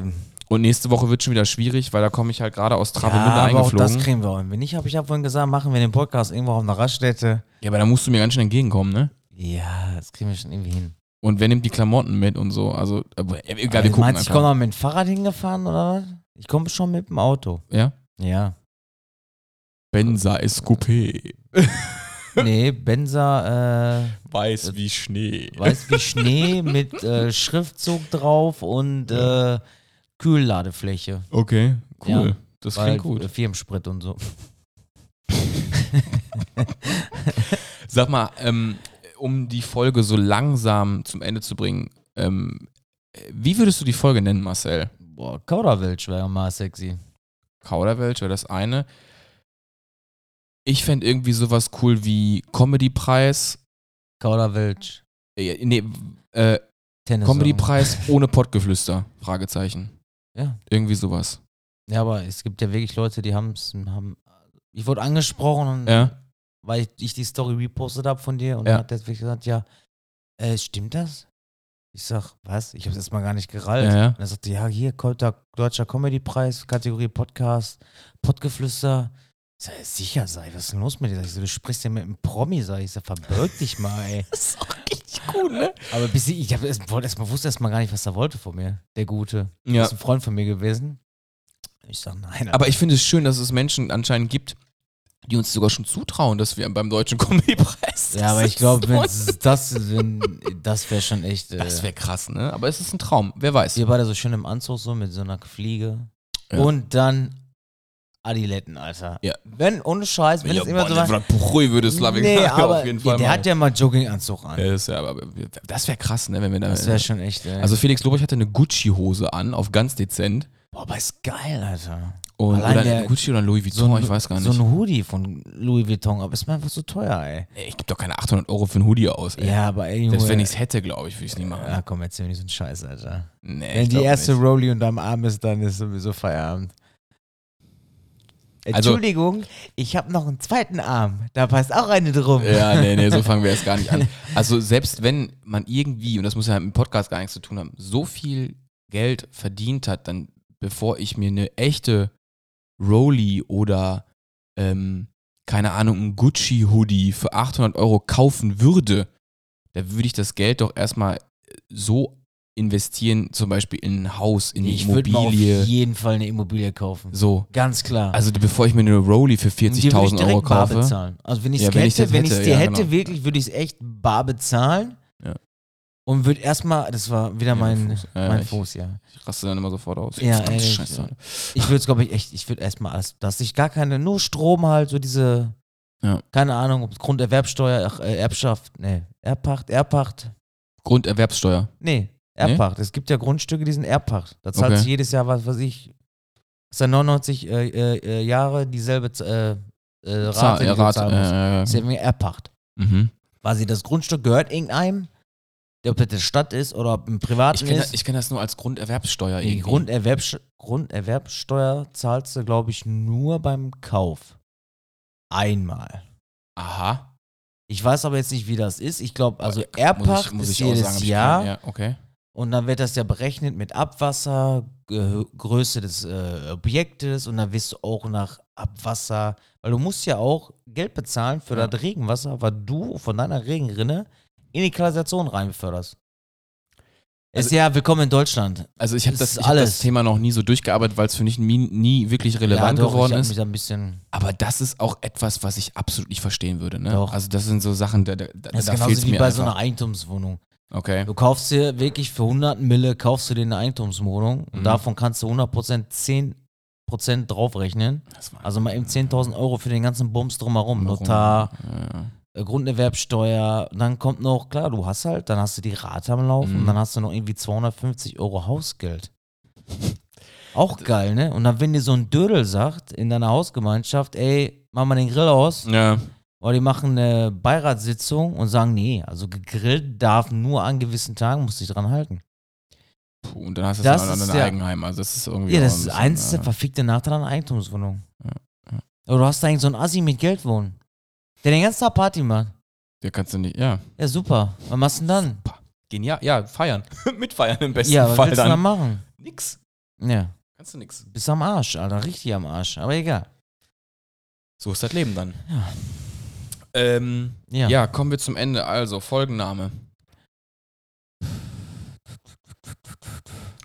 A: Und nächste Woche wird schon wieder schwierig, weil da komme ich halt gerade aus Travemünde
B: ja aber auch
A: eingeflogen.
B: das kriegen wir auch hin. Wenn nicht, habe ich ja vorhin gesagt, machen wir den Podcast irgendwo auf einer Raststätte.
A: ja, aber da musst du mir ganz schön entgegenkommen, ne?
B: Ja, das kriegen wir schon irgendwie hin.
A: Und wer nimmt die Klamotten mit und so? Also, aber egal,
B: Also
A: wir gucken
B: meinst, du, ich
A: einfach.
B: komme mal mit dem Fahrrad hingefahren oder was? Ich komme schon mit dem Auto.
A: ja?
B: Ja.
A: Benza ist Coupé,
B: Nee, Benza äh,
A: weiß wie Schnee.
B: weiß wie Schnee mit äh, Schriftzug drauf und äh, Kühlladefläche.
A: Okay, cool. Das
B: Weil,
A: klingt gut.
B: äh, Firmensprit und so.
A: Sag mal, ähm, um die Folge so langsam zum Ende zu bringen, ähm, wie würdest du die Folge nennen, Marcel?
B: Boah, Kauderwelsch wäre mal sexy.
A: Kauderwelsch wäre das eine. Ich fände irgendwie sowas cool wie Comedy-Preis.
B: Kauderwelsch.
A: Äh, nee, äh,
B: Tennis.
A: Comedy-Preis ohne Pottgeflüster? Fragezeichen.
B: Ja.
A: Irgendwie sowas.
B: Ja, aber es gibt ja wirklich Leute, die haben's, haben. Ich wurde angesprochen und
A: Ja.
B: weil ich, ich die Story repostet habe von dir und
A: Ja.
B: hat der wirklich gesagt, ja, äh, stimmt das? Ich sag, was? Ich habe es erstmal gar nicht gerallt.
A: Ja, ja.
B: Und er sagte, ja, hier kommt der Deutscher Comedy-Preis, Kategorie Podcast, Pottgeflüster. Ich sag, sicher sei, was ist denn los mit dir? Sag Ich so, du sprichst ja mit einem Promi, sag ich, ich sag, verbirg dich mal, ey.
A: Das ist auch richtig gut, ne?
B: Aber bis ich, ich hab erst, wollte erstmal, wusste erstmal gar nicht, was er wollte von mir, der Gute.
A: Ja.
B: Ist ein Freund von mir gewesen. Ich sag, nein.
A: Aber ich finde es schön, dass es Menschen anscheinend gibt, die uns sogar schon zutrauen, dass wir beim Deutschen Comedy-Preis
B: ja, aber ich glaube, wenn das, wenn, das wäre schon echt. Äh,
A: Das wäre krass, ne? Aber es ist ein Traum, wer weiß.
B: Ihr beide so schön im Anzug, so mit so einer Fliege.
A: Ja.
B: Und dann Adiletten, Alter.
A: Ja.
B: Wenn, ohne Scheiß, wenn es immer so war.
A: würde Slavik
B: Nee, aber
A: auf jeden
B: ja,
A: Fall
B: der
A: machen.
B: hat ja mal Jogginganzug an.
A: Ja, das wär- aber das wäre krass, ne? Wenn wir da,
B: Das wäre schon echt, äh, ey.
A: also Felix Lobrecht hatte eine Gucci-Hose an, auf ganz dezent.
B: boah, aber ist geil, Alter.
A: Und,
B: Allein
A: oder
B: der-
A: ein Gucci oder ein Louis Vuitton, ich weiß gar nicht.
B: So ein Hoodie von Louis Vuitton, aber ist mir einfach so teuer, ey.
A: Ey, ich gebe doch keine 800 Euro für einen Hoodie aus. Ey.
B: Ja, aber ey,
A: Selbst
B: Junge.
A: wenn ich es hätte, glaube ich, würde ich es nie machen.
B: Ja, komm, erzähl mir nicht so einen Scheiß, Alter.
A: Nee, ich
B: Wenn die
A: glaub
B: erste
A: nicht.
B: Rolli unterm Arm ist, dann ist sowieso Feierabend.
A: Also-
B: Entschuldigung, ich habe noch einen zweiten Arm. Da passt auch eine drum.
A: Ja, nee, nee, so fangen wir erst gar nicht an. Also selbst wenn man irgendwie, und das muss ja mit dem Podcast gar nichts zu tun haben, so viel Geld verdient hat, dann bevor ich mir eine echte Rolli oder ähm, keine Ahnung, ein Gucci-Hoodie für 800 Euro kaufen würde, da würde ich das Geld doch erstmal so investieren, zum Beispiel in ein Haus, in eine
B: ich würde auf
A: Immobilie.
B: jeden Fall eine Immobilie kaufen.
A: So.
B: Ganz klar.
A: Also bevor ich mir eine Rolli für
B: Die würd ich
A: 40.000
B: direkt
A: Euro
B: bar
A: kaufe.
B: bezahlen. Also wenn ich es
A: Ja, wenn ich's
B: hätte,
A: jetzt
B: wenn ich es
A: hätte,
B: dir
A: ja,
B: hätte,
A: genau.
B: wirklich, würde ich es echt bar bezahlen.
A: Ja.
B: Und würde erstmal, das war wieder
A: Ja,
B: mein,
A: Fuß. Ja,
B: mein
A: ich-
B: Fuß, ja.
A: Ich raste dann immer sofort aus.
B: Ja,
A: Verdammte
B: ehrlich,
A: Scheiße.
B: ja. Ich würde es, glaube ich, echt, ich würde erstmal alles, dass ich gar keine, nur Strom halt, so diese,
A: Ja.
B: keine Ahnung, ob Grunderwerbsteuer, ach, äh, Erbschaft, nee, Erbpacht, Erbpacht,
A: Grunderwerbsteuer.
B: nee, Erbpacht. Es gibt ja Grundstücke, die sind Erbpacht. Da zahlt
A: Okay.
B: sich jedes Jahr, was weiß ich, ist dann 99 äh, äh, äh, Jahre dieselbe äh, äh, Rate,
A: Zahl-
B: die
A: äh,
B: du
A: Rate,
B: zahlen musst.
A: äh,
B: Ist ja irgendwie Erbpacht.
A: mhm.
B: Quasi das Grundstück gehört irgendeinem, der ob das der Stadt ist oder ob im
A: Ich
B: Privaten
A: kenne
B: ist.
A: das, kenn das nur als Grunderwerbsteuer.
B: Nee,
A: irgendwie.
B: Grunderwerbs Grunderwerbsteuer zahlst du, glaube ich, nur beim Kauf. Einmal.
A: Aha.
B: Ich weiß aber jetzt nicht, wie das ist. Ich glaube, also
A: Muss
B: Erbpacht
A: ich, Äh, muss
B: ist
A: ich auch
B: jedes
A: sagen, hab ich
B: Jahr
A: keinen- ja, okay.
B: und dann wird das ja berechnet mit Abwasser, Gehö- Größe des äh, Objektes und dann wirst du auch nach Abwasser, weil du musst ja auch Geld bezahlen für
A: Ja.
B: das Regenwasser, weil du von deiner Regenrinne in die Kanalisation reinbeförderst. ist
A: Also-
B: ja willkommen in Deutschland.
A: Also ich habe
B: Das
A: das,
B: ist
A: ich hab das
B: alles.
A: Thema noch nie so durchgearbeitet, weil es für mich nie, nie wirklich relevant
B: ja, doch,
A: geworden
B: ich hab
A: ist.
B: Mich da ein bisschen
A: Aber das ist auch etwas, was ich absolut nicht verstehen würde. Ne?
B: Doch.
A: Also das sind so Sachen, da, da,
B: Das ist
A: da fehlt
B: genauso wie
A: mir
B: bei so einer
A: einfach.
B: Eigentumswohnung.
A: okay.
B: Du kaufst dir wirklich für 100 Mille, kaufst du dir eine Eigentumswohnung und
A: Mhm.
B: davon kannst du 100% 10% draufrechnen.
A: Das war-
B: Also mal eben 10.000 Euro für den ganzen Bums drumherum.
A: Warum?
B: Notar,
A: Ja,
B: äh, Grunderwerbsteuer, dann kommt noch, klar, du hast halt, dann hast du die Rate am Laufen,
A: Mhm.
B: dann hast du noch irgendwie 250 Euro Hausgeld. Auch geil, ne? Und dann, wenn dir so ein Dödel sagt in deiner Hausgemeinschaft, ey, mach mal den Grill aus,
A: ja. ja.
B: oder die machen eine Beiratssitzung und sagen, nee, also gegrillt darf nur an gewissen Tagen, muss dich dran halten.
A: Puh, und dann hast du
B: Das
A: das in
B: ist
A: einem
B: ja-
A: Eigenheim. Also das ist irgendwie
B: Ja,
A: auch
B: das
A: ein
B: ist
A: bisschen,
B: eins der
A: äh,
B: verfickte Nachteil an Eigentumswohnung.
A: Ja, ja.
B: Aber du hast da eigentlich so einen Assi mit Geld wohnen, der den ganzen Tag Party macht.
A: Ja, kannst du nicht, ja.
B: Ja, super. Was machst du denn dann?
A: Genial, ja, feiern. Mitfeiern im besten
B: Ja, was
A: Fall
B: willst du denn
A: dann.
B: dann machen?
A: Nix.
B: Ja,
A: Kannst du nix.
B: bist am Arsch, Alter. Richtig am Arsch. Aber egal.
A: So ist das Leben dann.
B: Ja.
A: Ähm,
B: Ja.
A: ja. kommen wir zum Ende. Also, Folgenname.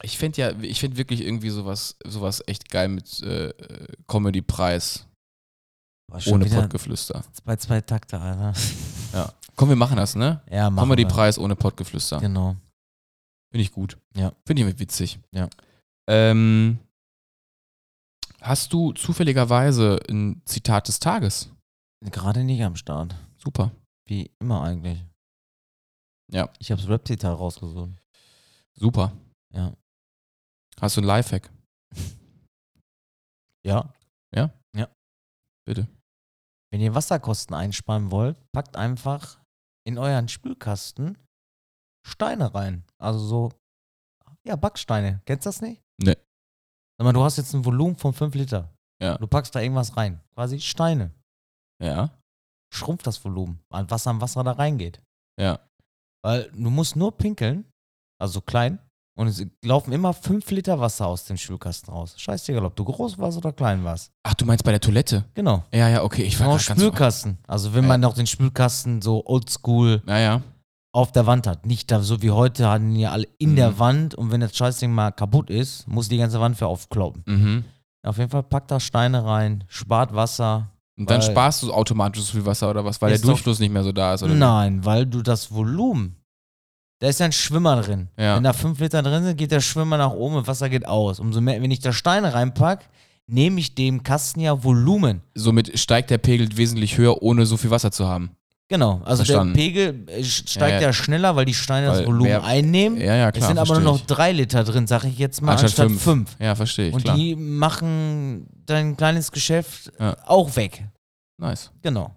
A: Ich finde ja, ich finde wirklich irgendwie sowas, sowas echt geil mit äh, Comedy-Preis
B: Boah, schon
A: ohne
B: wieder
A: Pottgeflüster.
B: Zwei, zwei Takte, Alter.
A: Ja. Komm, wir machen das, ne?
B: Ja, machen wir.
A: Comedy-Preis ohne Pottgeflüster.
B: Genau.
A: Finde ich gut.
B: Ja.
A: Finde ich witzig.
B: Ja.
A: Ähm, hast du zufälligerweise ein Zitat des Tages?
B: Gerade nicht am Start.
A: Super.
B: Wie immer eigentlich.
A: Ja.
B: Ich hab's Rap-Zitat rausgesucht.
A: Super.
B: Ja.
A: Hast du ein Lifehack?
B: Ja.
A: Ja?
B: Ja.
A: Bitte.
B: Wenn ihr Wasserkosten einsparen wollt, packt einfach in euren Spülkasten Steine rein. Also so, ja, Backsteine. Kennst du das nicht?
A: Nee.
B: Sag mal, du hast jetzt ein Volumen von 5 Liter.
A: Ja.
B: Du packst da irgendwas rein. Quasi Steine.
A: Ja.
B: Schrumpft das Volumen, an was am Wasser da reingeht.
A: Ja.
B: Weil du musst nur pinkeln, also klein, und es laufen immer 5 Liter Wasser aus dem Spülkasten raus. Scheißegal, ob du groß warst oder klein warst.
A: Ach, du meinst bei der Toilette?
B: Genau.
A: Ja, ja, okay. Ich war
B: Genau,
A: grad ganz.
B: Spülkasten. Also wenn man noch den Spülkasten so oldschool
A: Ja, ja.
B: auf der Wand hat. Nicht da, so wie heute hatten die alle in
A: Mhm.
B: der Wand und wenn das Scheißding mal kaputt ist, muss die ganze Wand für aufkloppen.
A: Mhm.
B: Auf jeden Fall packt da Steine rein, spart Wasser.
A: Und dann
B: Weil-
A: sparst du automatisch so viel Wasser oder was, weil der
B: Ist doch-
A: Durchfluss nicht mehr so da ist, oder? wie?
B: Nein, weil du das Volumen, da ist ja ein Schwimmer drin.
A: Ja.
B: Wenn da fünf Liter drin sind, geht der Schwimmer nach oben und Wasser geht aus. Umso mehr, wenn ich da Steine reinpack, nehme ich dem Kasten ja Volumen.
A: Somit steigt der Pegel wesentlich höher, ohne so viel Wasser zu haben.
B: Genau, also
A: Verstanden.
B: der Pegel äh, sch- steigt
A: Ja,
B: ja,
A: ja.
B: schneller, weil die Steine das
A: Weil
B: Volumen
A: mehr-
B: einnehmen.
A: Ja, ja, klar.
B: Mhm. es sind aber
A: versteh
B: nur noch
A: ich.
B: drei Liter drin, sag ich jetzt mal, anstatt, fünf.
A: Ja, verstehe ich.
B: Und
A: klar.
B: die machen dein kleines Geschäft
A: Ja.
B: auch weg.
A: Nice.
B: Genau.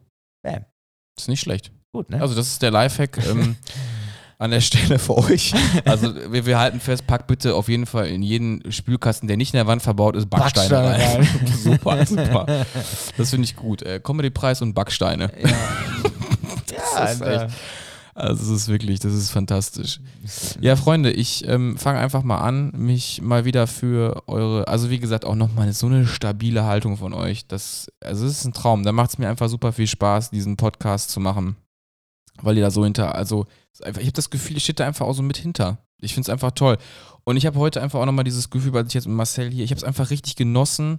A: Ist nicht schlecht.
B: Gut, ne?
A: Also, das ist der Lifehack ähm, an der Stelle für euch. Also, wir, wir halten fest, packt bitte auf jeden Fall in jeden Spülkasten, der nicht in der Wand verbaut ist, Backsteine,
B: Backsteine
A: rein. super, super. Das finde ich gut. Äh, Comedy-Preis und Backsteine.
B: ja,
A: Das ist
B: Alter.
A: Also, es ist wirklich, das ist fantastisch. Ja, Freunde, ich ähm, fange einfach mal an, mich mal wieder für eure, also wie gesagt, auch nochmal so eine stabile Haltung von euch. Das, also es ist ein Traum. Da macht es mir einfach super viel Spaß, diesen Podcast zu machen, weil ihr da so hinter, also es ist einfach- ich habe das Gefühl, ich steht da einfach auch so mit hinter. Ich finde es einfach toll. Und ich habe heute einfach auch nochmal dieses Gefühl, weil ich jetzt mit Marcel hier, ich habe es einfach richtig genossen,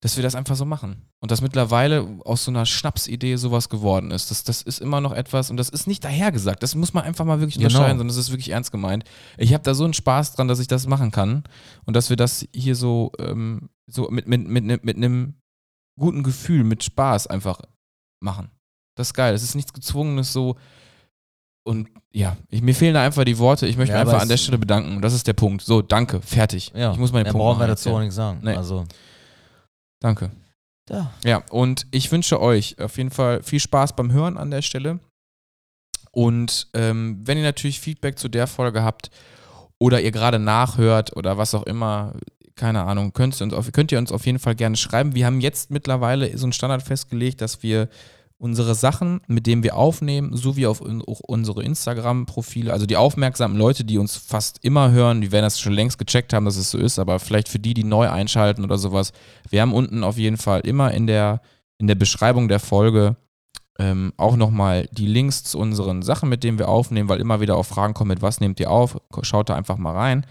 A: dass wir das einfach so machen. Und dass mittlerweile aus so einer Schnapsidee sowas geworden ist. Das, das ist immer noch etwas, und das ist nicht dahergesagt. Das muss man einfach mal wirklich
B: Genau.
A: unterscheiden, sondern das ist wirklich ernst gemeint. Ich habe da so einen Spaß dran, dass ich das machen kann. Und dass wir das hier so, ähm, so mit, mit, mit, mit, mit einem guten Gefühl, mit Spaß einfach machen. Das ist geil. Es ist nichts Gezwungenes so. Und ja, ich, mir fehlen da einfach die Worte. Ich möchte
B: Ja,
A: mich
B: aber
A: einfach an
B: es-
A: der Stelle bedanken. Das ist der Punkt. So, danke. Fertig.
B: Ja,
A: Ich muss meine
B: mehr
A: Punkte
B: brauchen wir
A: machen
B: dazu auch
A: jetzt,
B: nichts sagen.
A: Nee.
B: Also,
A: ja. Danke.
B: da.
A: Ja, und ich wünsche euch auf jeden Fall viel Spaß beim Hören an der Stelle. Und ähm, wenn ihr natürlich Feedback zu der Folge habt oder ihr gerade nachhört oder was auch immer, keine Ahnung, könnt ihr, uns auf, könnt ihr uns auf jeden Fall gerne schreiben. Wir haben jetzt mittlerweile so einen Standard festgelegt, dass wir unsere Sachen, mit denen wir aufnehmen, sowie auf un auch unsere Instagram-Profile, also die aufmerksamen Leute, die uns fast immer hören, die werden das schon längst gecheckt haben, dass es so ist, aber vielleicht für die, die neu einschalten oder sowas, wir haben unten auf jeden Fall immer in der, in der Beschreibung der Folge ähm, auch nochmal die Links zu unseren Sachen, mit denen wir aufnehmen, weil immer wieder auch Fragen kommen, mit was nehmt ihr auf, schaut da einfach mal rein.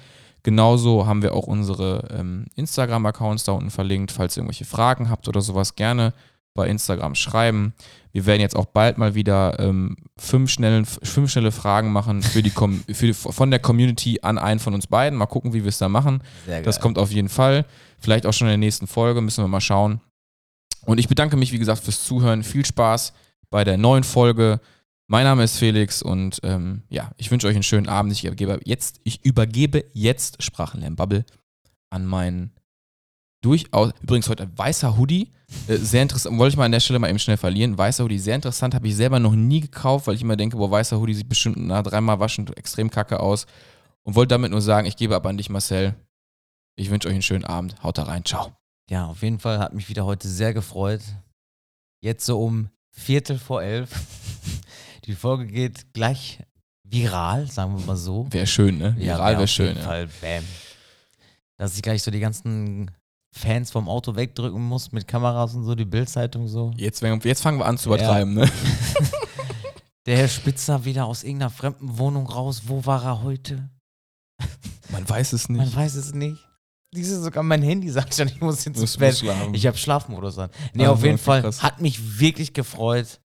A: Genauso haben wir auch unsere ähm, Instagram-Accounts da unten verlinkt, falls ihr irgendwelche Fragen habt oder sowas, gerne bei Instagram schreiben. Wir werden jetzt auch bald mal wieder ähm, fünf, schnellen, fünf schnelle Fragen machen für die Com für, die- von der Community an einen von uns beiden. Mal gucken, wie wir es da machen.
B: Sehr
A: Das kommt auf jeden Fall. Vielleicht auch schon in der nächsten Folge, müssen wir mal schauen. Und ich bedanke mich, wie gesagt, fürs Zuhören. Viel Spaß bei der neuen Folge. Mein Name ist Felix und ähm, ja, ich wünsche euch einen schönen Abend. Ich übergebe jetzt, ich übergebe jetzt Sprachenlernbubble an meinen durchaus, übrigens heute ein weißer Hoodie, äh, sehr interessant, wollte ich mal an der Stelle mal eben schnell verlieren. Weißer Hoodie, sehr interessant, habe ich selber noch nie gekauft, weil ich immer denke, boah, weißer Hoodie sieht bestimmt nach dreimal waschen extrem kacke aus. Und wollte damit nur sagen, ich gebe ab an dich, Marcel. Ich wünsche euch einen schönen Abend. Haut da rein. Ciao.
B: Ja, auf jeden Fall hat mich wieder heute sehr gefreut. Jetzt so um Viertel vor elf. Die Folge geht gleich viral, sagen wir mal so.
A: Wäre schön, ne?
B: Ja,
A: Viral
B: wär
A: wäre
B: auf
A: schön.
B: jeden
A: Ja.
B: Fall, bam. Dass ich gleich so die ganzen Fans vom Auto wegdrücken muss mit Kameras und so, die Bildzeitung so.
A: Jetzt, wenn- jetzt fangen wir an zu
B: Ja.
A: übertreiben, ne?
B: Der Herr Spitzer wieder aus irgendeiner fremden Wohnung raus. Wo war er heute?
A: Man weiß es
B: Man
A: nicht.
B: weiß es nicht. Dieses sogar mein Handy sagt schon, ich muss jetzt
A: Muss-
B: ins Bett.
A: muss schlafen.
B: Ich habe Schlafmodus an. Nee,
A: Ah,
B: auf jeden
A: okay,
B: Fall
A: krass.
B: hat mich wirklich gefreut.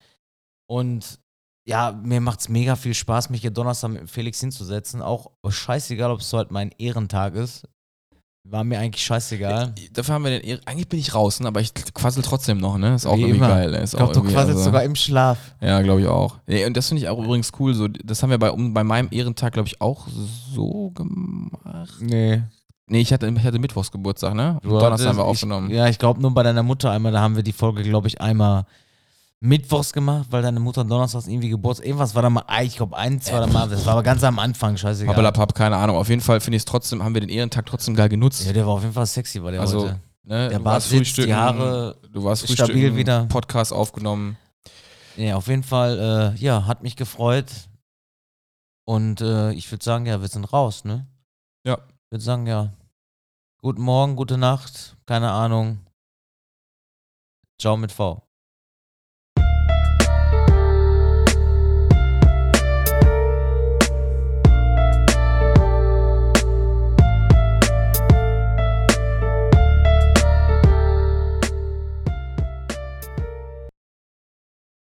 B: Und ja, mir macht es mega viel Spaß, mich hier Donnerstag mit Felix hinzusetzen. Auch scheißegal, ob es heute mein Ehrentag ist. War mir eigentlich scheißegal.
A: Äh, Dafür haben wir den. Eigentlich bin ich raus, ne? aber ich quassel trotzdem noch, ne? Ist auch
B: Wie
A: irgendwie
B: immer.
A: geil. Ne? Ist
B: Ich glaube,
A: auch
B: du
A: irgendwie-
B: quasselst
A: also-
B: sogar im Schlaf.
A: Ja, glaube ich auch. Nee, und das finde ich auch übrigens cool. So, das haben wir bei, um, bei meinem Ehrentag, glaube ich, auch so gemacht.
B: Nee.
A: Nee, ich hatte, ich hatte Mittwochs Geburtstag, ne? Und
B: Du
A: Donnerstag haben
B: hattest-
A: wir aufgenommen.
B: Ich, ja, ich glaube nur bei deiner Mutter einmal, da haben wir die Folge, glaube ich, einmal mittwochs gemacht, weil deine Mutter donnerstags irgendwie Geburtstag, irgendwas war da mal, ah, ich glaube eins war da mal, das war aber ganz am Anfang, scheißegal.
A: Pappelapapp, keine Ahnung. Auf jeden Fall finde ich es trotzdem, haben wir den Ehrentag trotzdem geil genutzt.
B: Ja, der war auf jeden Fall sexy, war der
A: Also,
B: heute.
A: ne?
B: Der
A: Du
B: Bart
A: warst
B: sitzt, die
A: frühstücken,
B: Haare
A: Du warst
B: stabil
A: frühstücken,
B: wieder.
A: Podcast aufgenommen.
B: Ja, auf jeden Fall, äh, ja, hat mich gefreut. Und äh, ich würde sagen, ja, wir sind raus, ne?
A: Ja.
B: Ich würde sagen, ja. Guten Morgen, gute Nacht, keine Ahnung. Ciao mit V.